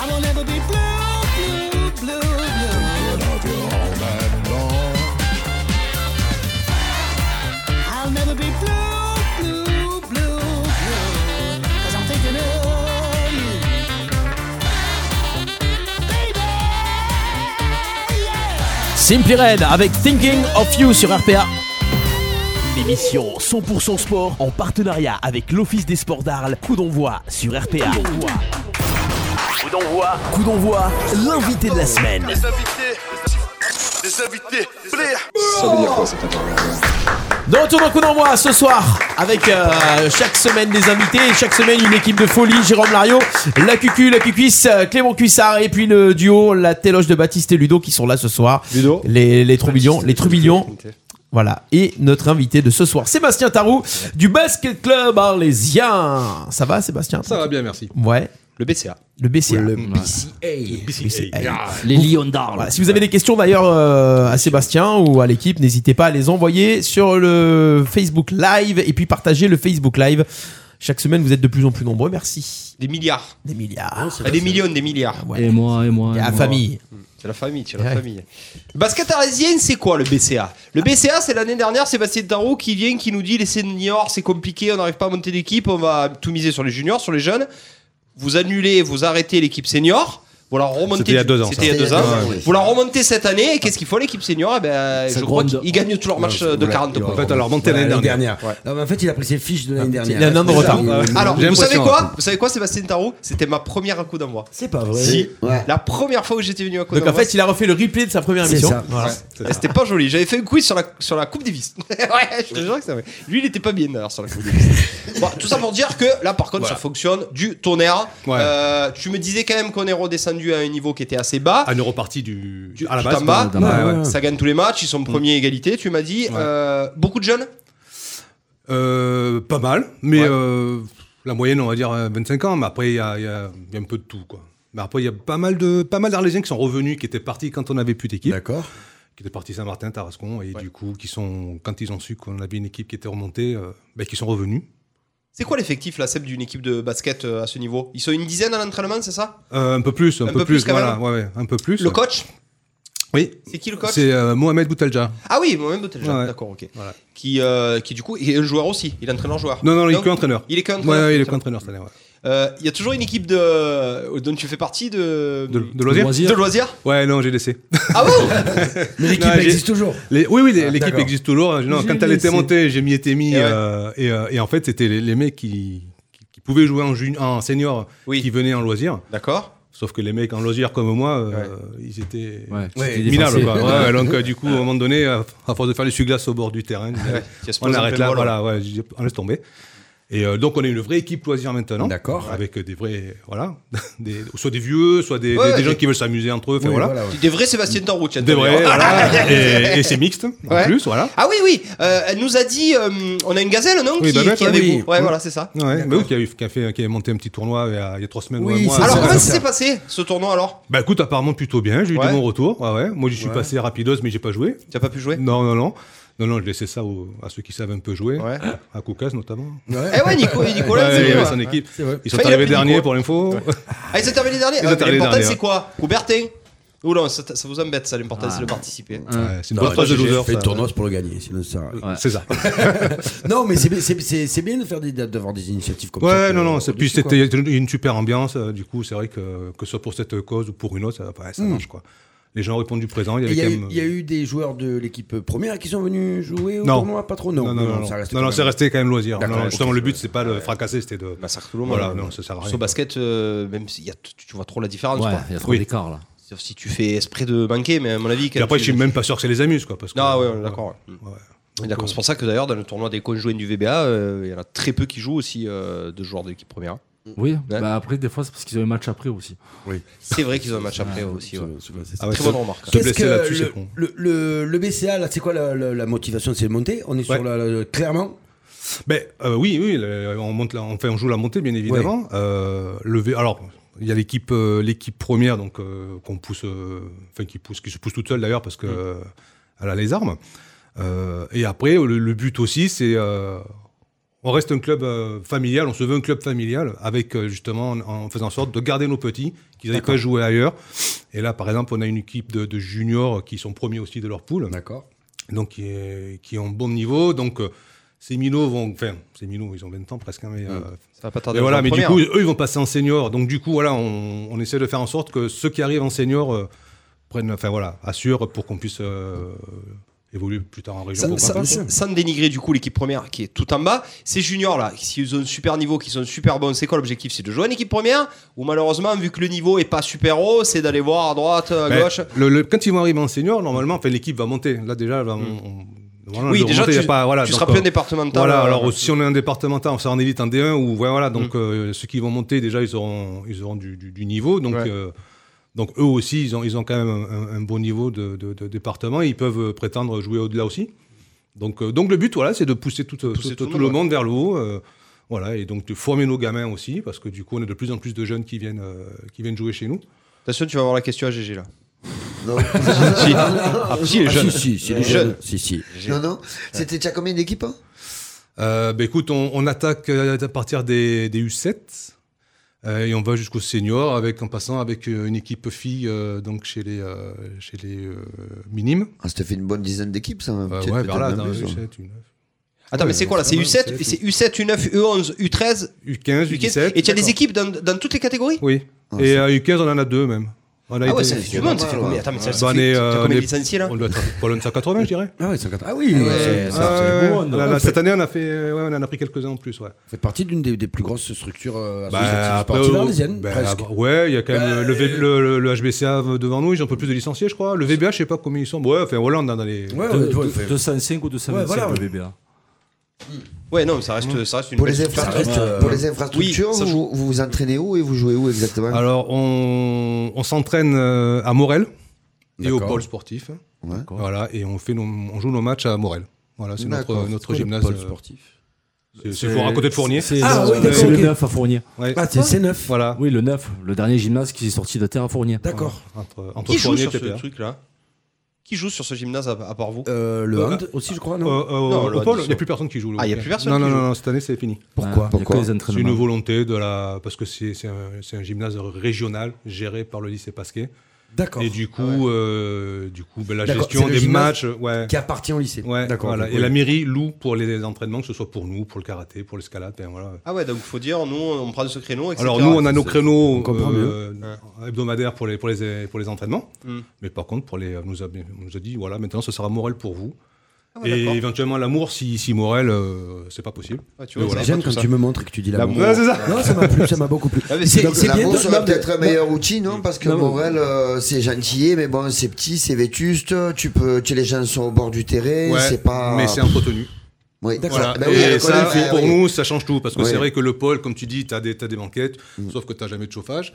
S9: I will never be blue, blue, blue, blue. I'll never be blue, blue, blue, blue. Cause I'm thinking of you.
S2: Simply Red avec Thinking of You sur RPA.
S1: L'émission 100% sport
S2: En partenariat avec l'Office des sports d'Arles, coup d'envoi sur RPA.
S1: Coup d'envoi. Coup d'envoi, l'invité de la semaine.
S2: De retour dans coup d'envoi ce soir avec euh, chaque semaine des invités et chaque semaine une équipe de folie, Jérôme Lario, la Cucu, la Cucuisse, euh, Clément Cuissard et puis le duo La Téloche de Baptiste et Ludo qui sont là ce soir.
S3: Ludo.
S2: Les, les Troubillons, les Troubillons. Voilà. Et notre invité de ce soir, Sébastien Tarou du Basket Club Arlésien. Ça va Sébastien
S8: Ça va bien, merci.
S2: Ouais.
S3: Le BCA.
S2: Le BCA.
S4: Ah,
S8: BCA.
S10: Les lions d'Arles.
S2: Voilà, si vous avez des questions d'ailleurs euh, à Sébastien ou à l'équipe, n'hésitez pas à les envoyer sur le Facebook Live et puis partagez le Facebook Live. Chaque semaine, vous êtes de plus en plus nombreux. Merci.
S3: Des milliards.
S2: Des milliards.
S3: Ah, des millions, des milliards.
S2: Ouais.
S10: Et moi, et moi.
S2: Et
S10: et
S2: la
S10: moi.
S2: famille.
S3: C'est la famille, c'est la
S2: Ouais.
S3: famille. Basket arlésienne, c'est quoi le BCA Le BCA, c'est l'année dernière Sébastien Tarot qui vient, qui nous dit les seniors, c'est compliqué, on n'arrive pas à monter d'équipe, on va tout miser sur les juniors, sur les jeunes. Vous annulez, vous arrêtez l'équipe senior. Vous la remontez.
S8: C'était il y a deux ans,
S3: C'était il y a
S6: ça.
S3: deux ans.
S6: Ouais.
S3: Vous la remontez cette année. Et qu'est-ce qu'ils font l'équipe senior eh ben,
S10: Ça
S3: Je crois
S10: gronde.
S3: qu'ils gagnent tous leurs matchs
S8: Ouais,
S3: de
S8: ouais.
S3: 40
S8: En
S3: points.
S8: fait, alors, monter
S4: Voilà,
S8: l'année dernière.
S4: Non, mais en fait, il a pris ses fiches de l'année dernière.
S2: Il a un an de
S4: C'est
S2: retard.
S4: ça, il-
S3: Alors,
S8: J'ai
S3: vous savez
S8: l'impression, hein.
S3: quoi Vous savez quoi, Sébastien Tarot C'était ma première à coup d'envoi.
S4: C'est pas vrai.
S3: Si.
S6: Ouais.
S3: La première fois où j'étais venu à coup
S2: Donc en
S3: d'envoi.
S2: fait, il a refait le replay de sa première
S4: C'est
S2: émission.
S4: ça.
S2: Voilà.
S3: Et C'était pas joli. J'avais fait un quiz sur la, sur la Coupe Davis. ouais, je te jure que c'est vrai. Lui, il était pas bien d'ailleurs sur la Coupe Davis. Bon, tout ça pour dire que là, par contre, ça fonctionne du tonnerre.
S8: Ouais.
S3: Euh, tu me disais quand même qu'on est redescendu à un niveau qui était assez bas.
S8: À une repartie du,
S3: Tu-
S8: à la
S3: tu
S8: base.
S3: t'en bats.
S8: quoi. Ouais, ouais.
S3: Ça gagne tous les matchs, ils
S8: Mm.
S3: sont premiers égalité, tu m'as dit. Euh, beaucoup de jeunes
S8: Euh, pas mal, mais
S3: Ouais.
S8: euh, la moyenne, on va dire euh, 25 ans. Mais après, il y a, il y a- il y a un peu de tout, quoi. Mais après, il y a pas mal de pas mal d'Arlésiens qui sont revenus, qui étaient partis quand on n'avait plus d'équipe,
S4: D'accord.
S8: qui étaient partis Saint-Martin, Tarascon, et du coup, qui sont quand ils ont su qu'on avait une équipe qui était remontée, euh, ben, qui sont revenus.
S3: C'est quoi l'effectif, la Seb, d'une équipe de basket euh, à ce niveau Ils sont une dizaine à l'entraînement, c'est ça
S8: Euh, un peu plus, un, peu, plus,
S3: quand
S8: voilà,
S3: même.
S8: ouais, ouais, un peu plus.
S3: Le coach
S8: Oui.
S3: C'est qui le coach
S8: C'est euh, Mohamed Boutalja.
S3: Ah oui, moi-même de Telja,
S8: Ouais.
S3: d'accord, ok.
S8: Voilà.
S3: Qui, euh, qui du coup est un joueur aussi, il entraîne un joueur.
S8: Non, non, il est
S3: Donc,
S8: que entraîneur.
S3: Il est qu'un
S8: Ouais,
S3: entraîneur.
S8: ouais, il est qu'entraîneur cette année. Ouais,
S3: Euh, Il y a toujours une équipe de euh, dont tu fais partie de
S8: De, de loisirs.
S10: Loisirs.
S3: de loisirs.
S8: Ouais, non, j'ai laissé.
S3: Ah bon
S4: Mais l'équipe
S8: Non, j'ai-
S4: existe toujours.
S8: Les- oui, oui, les-
S4: Ah,
S8: l'équipe
S4: d'accord.
S8: existe toujours. hein. Non,
S10: J'ai
S8: quand elle était
S10: laissé.
S8: montée, j'ai m'y étais mis.
S3: Et ouais.
S8: euh, Et, euh, et en fait, c'était les, les mecs qui, qui- qui pouvaient jouer en, junior, en senior
S3: Oui.
S8: qui venaient en loisir.
S3: D'accord.
S8: Sauf que les mecs en loisir comme moi, euh, ils étaient.
S10: Ouais,
S4: Ouais,
S10: c'était
S8: Minables,
S10: défoncé.
S8: quoi. Ouais, donc euh, du coup, à un moment donné, à, à force de faire les suglaces au bord du terrain, euh,
S3: Qui se
S8: on
S3: pose un
S8: arrête
S3: peu
S8: là,
S3: le ballon.
S8: voilà, ouais, j'ai- on laisse tomber. Et euh, donc on est une vraie équipe loisir maintenant,
S4: D'accord.
S8: avec des vrais, voilà, des, soit des vieux, soit des,
S3: Ouais,
S8: des- des
S3: ouais.
S8: gens qui veulent s'amuser entre eux, enfin,
S4: Oui,
S8: voilà.
S4: voilà, ouais.
S3: Des vrais Sébastien Tarou, tiens.
S8: des vrais, voilà. et, et c'est mixte en
S3: Ouais.
S8: plus, voilà.
S3: Ah oui, oui. euh, elle nous a dit, euh, on a une gazelle, non
S8: Oui,
S3: Qui,
S8: Babette,
S3: qui est avec
S8: oui.
S3: vous. Ouais, voilà, c'est ça.
S8: Ouais, bah oui, qui a, eu- qui a fait, qui a monté un petit tournoi euh, il y a, il y a trois semaines ou
S4: Oui,
S8: un mois.
S4: c'est
S3: Alors
S4: ça.
S8: Euh,
S3: comment ça
S4: c'est
S3: s'est passé ce tournoi alors
S8: Bah écoute, apparemment plutôt bien. J'ai eu
S3: Ouais.
S8: de mon retour. Ouais, ouais. Moi, j'y suis
S4: Ouais.
S8: passé rapidos, mais j'ai pas joué.
S3: Tu as pas pu jouer
S8: Non, non, non. Non, non, je laissais ça au- à ceux qui savent un peu jouer.
S3: Ouais.
S8: À Koukas notamment.
S3: Eh ouais, Nico, Nicolas,
S8: Ouais,
S3: c'est
S8: il y
S3: lui,
S8: avait
S3: ouais.
S8: son équipe.
S4: C'est vrai.
S8: Ils sont
S3: Enfin, il y a
S8: arrivés
S3: plus Nico.
S8: derniers pour l'info.
S3: Ah, ils sont terminés derniers.
S8: Ils
S3: Ah,
S8: sont terminés
S3: L'important
S8: derniers,
S3: c'est
S8: ouais.
S3: quoi Coubertin Ou non, ça, ça vous embête ça, l'important c'est de participer.
S8: Ouais, c'est une
S4: Non,
S8: bonne phrase de
S4: j'ai
S8: loser.
S4: fait le
S8: ça.
S4: tournoi c'est pour le gagner, sinon ça.
S10: Ouais.
S8: C'est ça.
S4: Non, mais c'est bi- c'est- c'est- c'est bien de faire des, d'avoir des initiatives comme ça.
S8: Ouais,
S4: que-
S8: non, non. c'est- Puis
S4: au-dessus,
S8: Euh, c'était il y a une super ambiance. euh, Du coup, c'est vrai que que ce soit pour cette cause ou pour une autre, ça, ouais, ça marche quoi. Les gens ont répondu présent. Il y
S4: Hmm. Et Il
S8: avait
S4: y, a
S8: quand
S4: eu-
S8: même. euh,
S4: il y a eu des joueurs de l'équipe première qui sont venus jouer au
S8: Non.
S4: tournoi Pas trop, non.
S8: non, non, non.
S4: ça reste
S8: Non,
S4: quand
S8: non,
S4: même-
S8: c'est resté quand même loisir.
S4: D'accord,
S8: Non,
S4: ok.
S8: justement, le but, c'est pas de fracasser, c'était de.
S3: Bah, ça tout le monde.
S8: Voilà, non, hein. ça sert à rien.
S3: Au basket, euh, même si y a t- tu, tu vois trop la différence.
S10: Ouais,
S3: quoi.
S10: il y a trop
S8: Oui.
S10: d'écart là.
S3: Sauf si tu fais esprit de banquer, mais à mon avis.
S8: Et
S3: quand
S8: après, je
S3: tu-
S8: suis même pas sûr que ça les amuse, quoi. Parce que,
S3: Ah ouais, ouais, d'accord. ouais.
S8: Ouais. euh,
S3: Et D'accord, c'est pour ça que d'ailleurs, dans le tournoi des conjoints du VBA, euh, il y en a très peu qui jouent aussi euh, de joueurs de l'équipe première.
S10: Oui, bah après, des fois, c'est parce qu'ils ont un match après aussi.
S3: C'est vrai qu'ils ont un match après aussi. ouais.
S8: Ah ouais,
S3: Très
S8: c'est-
S3: bonne remarque.
S8: Se
S4: Qu'est-ce
S8: blesser
S4: que
S8: là-dessus,
S4: le-
S8: c'est con.
S4: le, le, le BCA, là, c'est quoi la, la- la motivation C'est de monter On est
S8: Ouais.
S4: sur la, la- clairement.
S8: Ben euh, oui, oui, le- on monte, la, on fait, on joue la montée, bien évidemment. Euh, le V- alors. Il y a l'équipe euh, l'équipe première donc euh, qu'on pousse euh, enfin qui pousse qui se pousse toute seule d'ailleurs parce que euh, elle a les armes Euh, et après le, le but aussi c'est euh, on reste un club euh, familial on se veut un club familial avec euh, justement en, en faisant en sorte de garder nos petits qu'ils n'aillent pas jouer ailleurs et là par exemple on a une équipe de, de juniors qui sont premiers aussi de leur poule
S4: D'accord.
S8: donc qui est, qui est en bon niveau. Donc euh, ces minots vont, enfin ces minots, ils ont 20 ans presque, hein, mais, euh,
S3: Ça va pas tarder.
S8: mais voilà.
S3: en
S8: Mais du
S3: première.
S8: coup, eux, ils vont passer en senior. Donc du coup, voilà, on, on essaie de faire en sorte que ceux qui arrivent en senior euh, prennent, enfin voilà, assurent pour qu'on puisse euh, évoluer plus tard en région.
S3: Sans,
S8: pourquoi
S3: sans-
S8: pas, quoi.
S3: sans dénigrer du coup l'équipe première qui est tout en bas, ces juniors là, s'ils ont un super niveau, qui sont super bons, c'est quoi l'objectif C'est de jouer en équipe première ou malheureusement, vu que le niveau est pas super haut, c'est d'aller voir à droite, à
S8: Mais
S3: gauche
S8: le- le- quand ils vont arriver en senior, normalement, enfin l'équipe va monter. Là déjà, elle va- on- on- voilà,
S3: Oui,
S8: elle va
S3: déjà,
S8: monter,
S3: tu-
S8: y a pas- voilà,
S3: Tu
S8: donc,
S3: seras plus
S8: euh,
S3: un départemental.
S8: Voilà,
S3: euh, Mm.
S8: alors si on est un départemental, on sera en élite en D1 ou ouais, voilà, donc euh, ceux qui vont monter déjà ils auront ils auront du, du- du niveau donc
S3: Ouais.
S8: euh, donc eux aussi ils ont ils ont quand même un, un- un bon niveau de, de- de département et ils peuvent euh, prétendre jouer au-delà aussi. Donc euh, donc le but voilà, c'est de pousser tout, euh,
S3: Pousser
S8: tout-
S3: tout le
S8: tout le
S3: monde,
S8: monde vers le haut euh, voilà et donc de former nos gamins aussi parce que du coup on a de plus en plus de jeunes qui viennent euh, qui viennent jouer chez nous.
S3: Attention, tu vas avoir la question à GG là.
S6: Non,
S3: Ah, si, les
S4: Ah,
S3: jeunes.
S4: si, si, c'est
S3: Les
S4: les jeunes.
S3: jeunes.
S4: Si, si.
S6: non, non. C'était déjà combien d'équipes hein
S8: Euh, bah, écoute, on, on attaque euh, à partir des, des U7 euh, et on va jusqu'au senior avec, en passant avec euh, une équipe fille euh, donc chez les, euh, chez les euh, minimes.
S6: ah, Ça te fait une bonne dizaine d'équipes, ça.
S8: Euh,
S6: peut-être,
S8: ouais,
S6: peut-être
S8: vers là,
S6: même
S8: dans
S6: plus, ouais.
S8: U7, U9.
S3: Attends, mais c'est quoi là C'est
S8: Ouais,
S3: U7, c'est U7, U9, U11, U13,
S8: U15,
S3: U15.
S8: U17.
S3: Et tu as des
S8: D'accord.
S3: équipes dans, dans toutes les catégories
S8: Oui.
S6: Ah,
S8: et
S6: c'est-
S8: euh, U15, on en a deux même. On a
S3: Ah ouais,
S8: été-
S3: ça fait du monde, ça
S6: pas
S3: fait
S6: mal,
S3: combien
S6: ouais.
S3: Attends, mais ça,
S8: Ouais.
S3: ça
S8: Bah, on
S3: fait
S8: est,
S3: t'as
S8: euh,
S3: combien
S8: on
S3: de
S8: est-
S3: licenciés là Eh,
S8: On doit être pas loin de 180, je dirais.
S4: Ah oui, 50. Ah oui, c'est- ça
S8: Ah,
S4: ça
S8: ouais,
S10: bon,
S8: ouais.
S10: non.
S8: Là, là, cette année, on, a fait, euh, ouais, on en a pris quelques-uns en plus. Ouais.
S4: fait partie d'une des, des plus grosses structures euh,
S8: Bah,
S4: associatives
S8: après,
S4: sportives
S8: euh,
S4: arlésiennes,
S8: bah,
S4: presque.
S8: après, ouais, il y a quand même
S4: Bah,
S8: le, V- le, le- le HBCA devant nous, ils ont un peu plus de licenciés, je crois. Le VBA, je sais pas combien ils sont. Ouais, enfin, Hollande, hein, dans les.
S4: Ouais,
S10: De-
S4: ouais, ouais,
S10: de-
S4: fait-
S10: 205 ou 225
S4: Ouais, voilà,
S10: le hein.
S4: ouais.
S10: BBA.
S3: Ouais, non, mais ça reste, ça reste une.
S6: Pour
S3: belle
S6: les,
S3: structure.
S6: infrastructures,
S4: reste, euh,
S6: pour les infrastructures,
S3: oui, ça
S6: vous, vous vous entraînez où et vous jouez où exactement
S8: Alors, on, on s'entraîne euh, à Morel et au
S4: D'accord.
S8: pôle sportif. hein.
S6: Ouais.
S8: Voilà, et on, fait nos- on joue nos matchs à Morel. Voilà, c'est notre,
S6: D'accord.
S8: notre
S4: C'est quoi le
S8: gymnase.
S4: pôle
S8: euh,
S4: sportif
S8: c'est- C'est pour- à côté de Fournier.
S10: C'est
S4: Ah,
S10: le-
S4: oui, d'accord,
S10: c'est le
S4: ok.
S10: 9 à Fournier.
S8: Ouais.
S4: Ah, c'est C9.
S8: Voilà,
S10: Oui, le 9, le dernier gymnase qui est sorti de terre à Fournier.
S4: D'accord.
S8: entre, entre
S3: Qui joue
S8: Fournier et
S3: sur ce
S8: TPA.
S3: truc là Qui joue sur ce gymnase à, à part vous
S4: Euh, le
S8: Euh,
S4: hand aussi, je crois,
S8: Euh,
S4: non
S8: euh,
S3: Non, le
S8: au pôle, il n'y
S3: Radisson.
S8: a plus personne qui joue. le
S3: Ah, il y a
S8: week-end.
S3: plus personne
S8: Non,
S3: qui
S8: non,
S3: joue.
S8: non, non, cette année, c'est fini.
S4: Pourquoi
S10: Il n'y a que
S6: Pourquoi
S10: les
S8: C'est une
S10: entraînements.
S8: volonté de la. Parce que c'est c'est un, c'est un gymnase régional géré par le lycée Pasquet.
S4: D'accord.
S8: Et du coup, euh, du coup ben, la
S4: D'accord,
S8: gestion
S4: c'est le
S8: des
S4: gymnase
S8: matchs. Ouais.
S4: Qui appartient au lycée.
S8: Ouais,
S4: D'accord.
S8: voilà.
S4: donc,
S8: Et
S4: oui.
S8: la mairie loue pour les entraînements, que ce soit pour nous, pour le karaté, pour l'escalade. ben voilà.
S3: Ah ouais, donc faut dire, nous on prend ce créneau, etc.
S8: Alors nous, on a nos créneaux
S4: comprend
S8: euh, hebdomadaires pour les, pour, les, pour les entraînements.
S3: Mm.
S8: Mais par contre, pour les, on, nous a, on nous a dit, voilà, maintenant ce sera Morel pour vous.
S3: ouais,
S8: Et
S3: d'accord.
S8: éventuellement l'amour, si, si Morel, euh, c'est pas possible.
S3: Ouais, tu
S8: Mais
S3: vois,
S8: voilà.
S3: c'est
S4: J'aime
S3: pas tout
S4: quand
S3: ça.
S4: tu me montres et que tu dis la
S3: L'amour.
S8: Ouais, c'est ça.
S4: Non, ça m'a plu, ça m'a beaucoup plu.
S3: Ah, mais
S4: C'est
S3: donc,
S4: c'est bien
S6: L'amour
S4: de- Bah, non,
S6: serait
S4: mais-
S6: peut-être un meilleur outil, non Parce que
S10: Non, mais-
S6: Morel, euh, c'est gentil, mais bon, c'est petit, c'est vétuste. Tu peux, tu, les gens sont au bord du terrain.
S8: Ouais,
S6: c'est pas.
S8: Mais c'est entretenu.
S6: Oui,
S4: D'accord.
S8: Voilà.
S6: Ah, bah oui,
S8: et
S6: elle
S8: ça,
S6: connaît,
S8: pour
S6: oui.
S8: nous, ça change tout. Parce que
S6: Oui. Mm.
S8: c'est vrai que le pôle, comme tu dis, tu as, des t'as des banquettes, sauf que tu jamais de chauffage.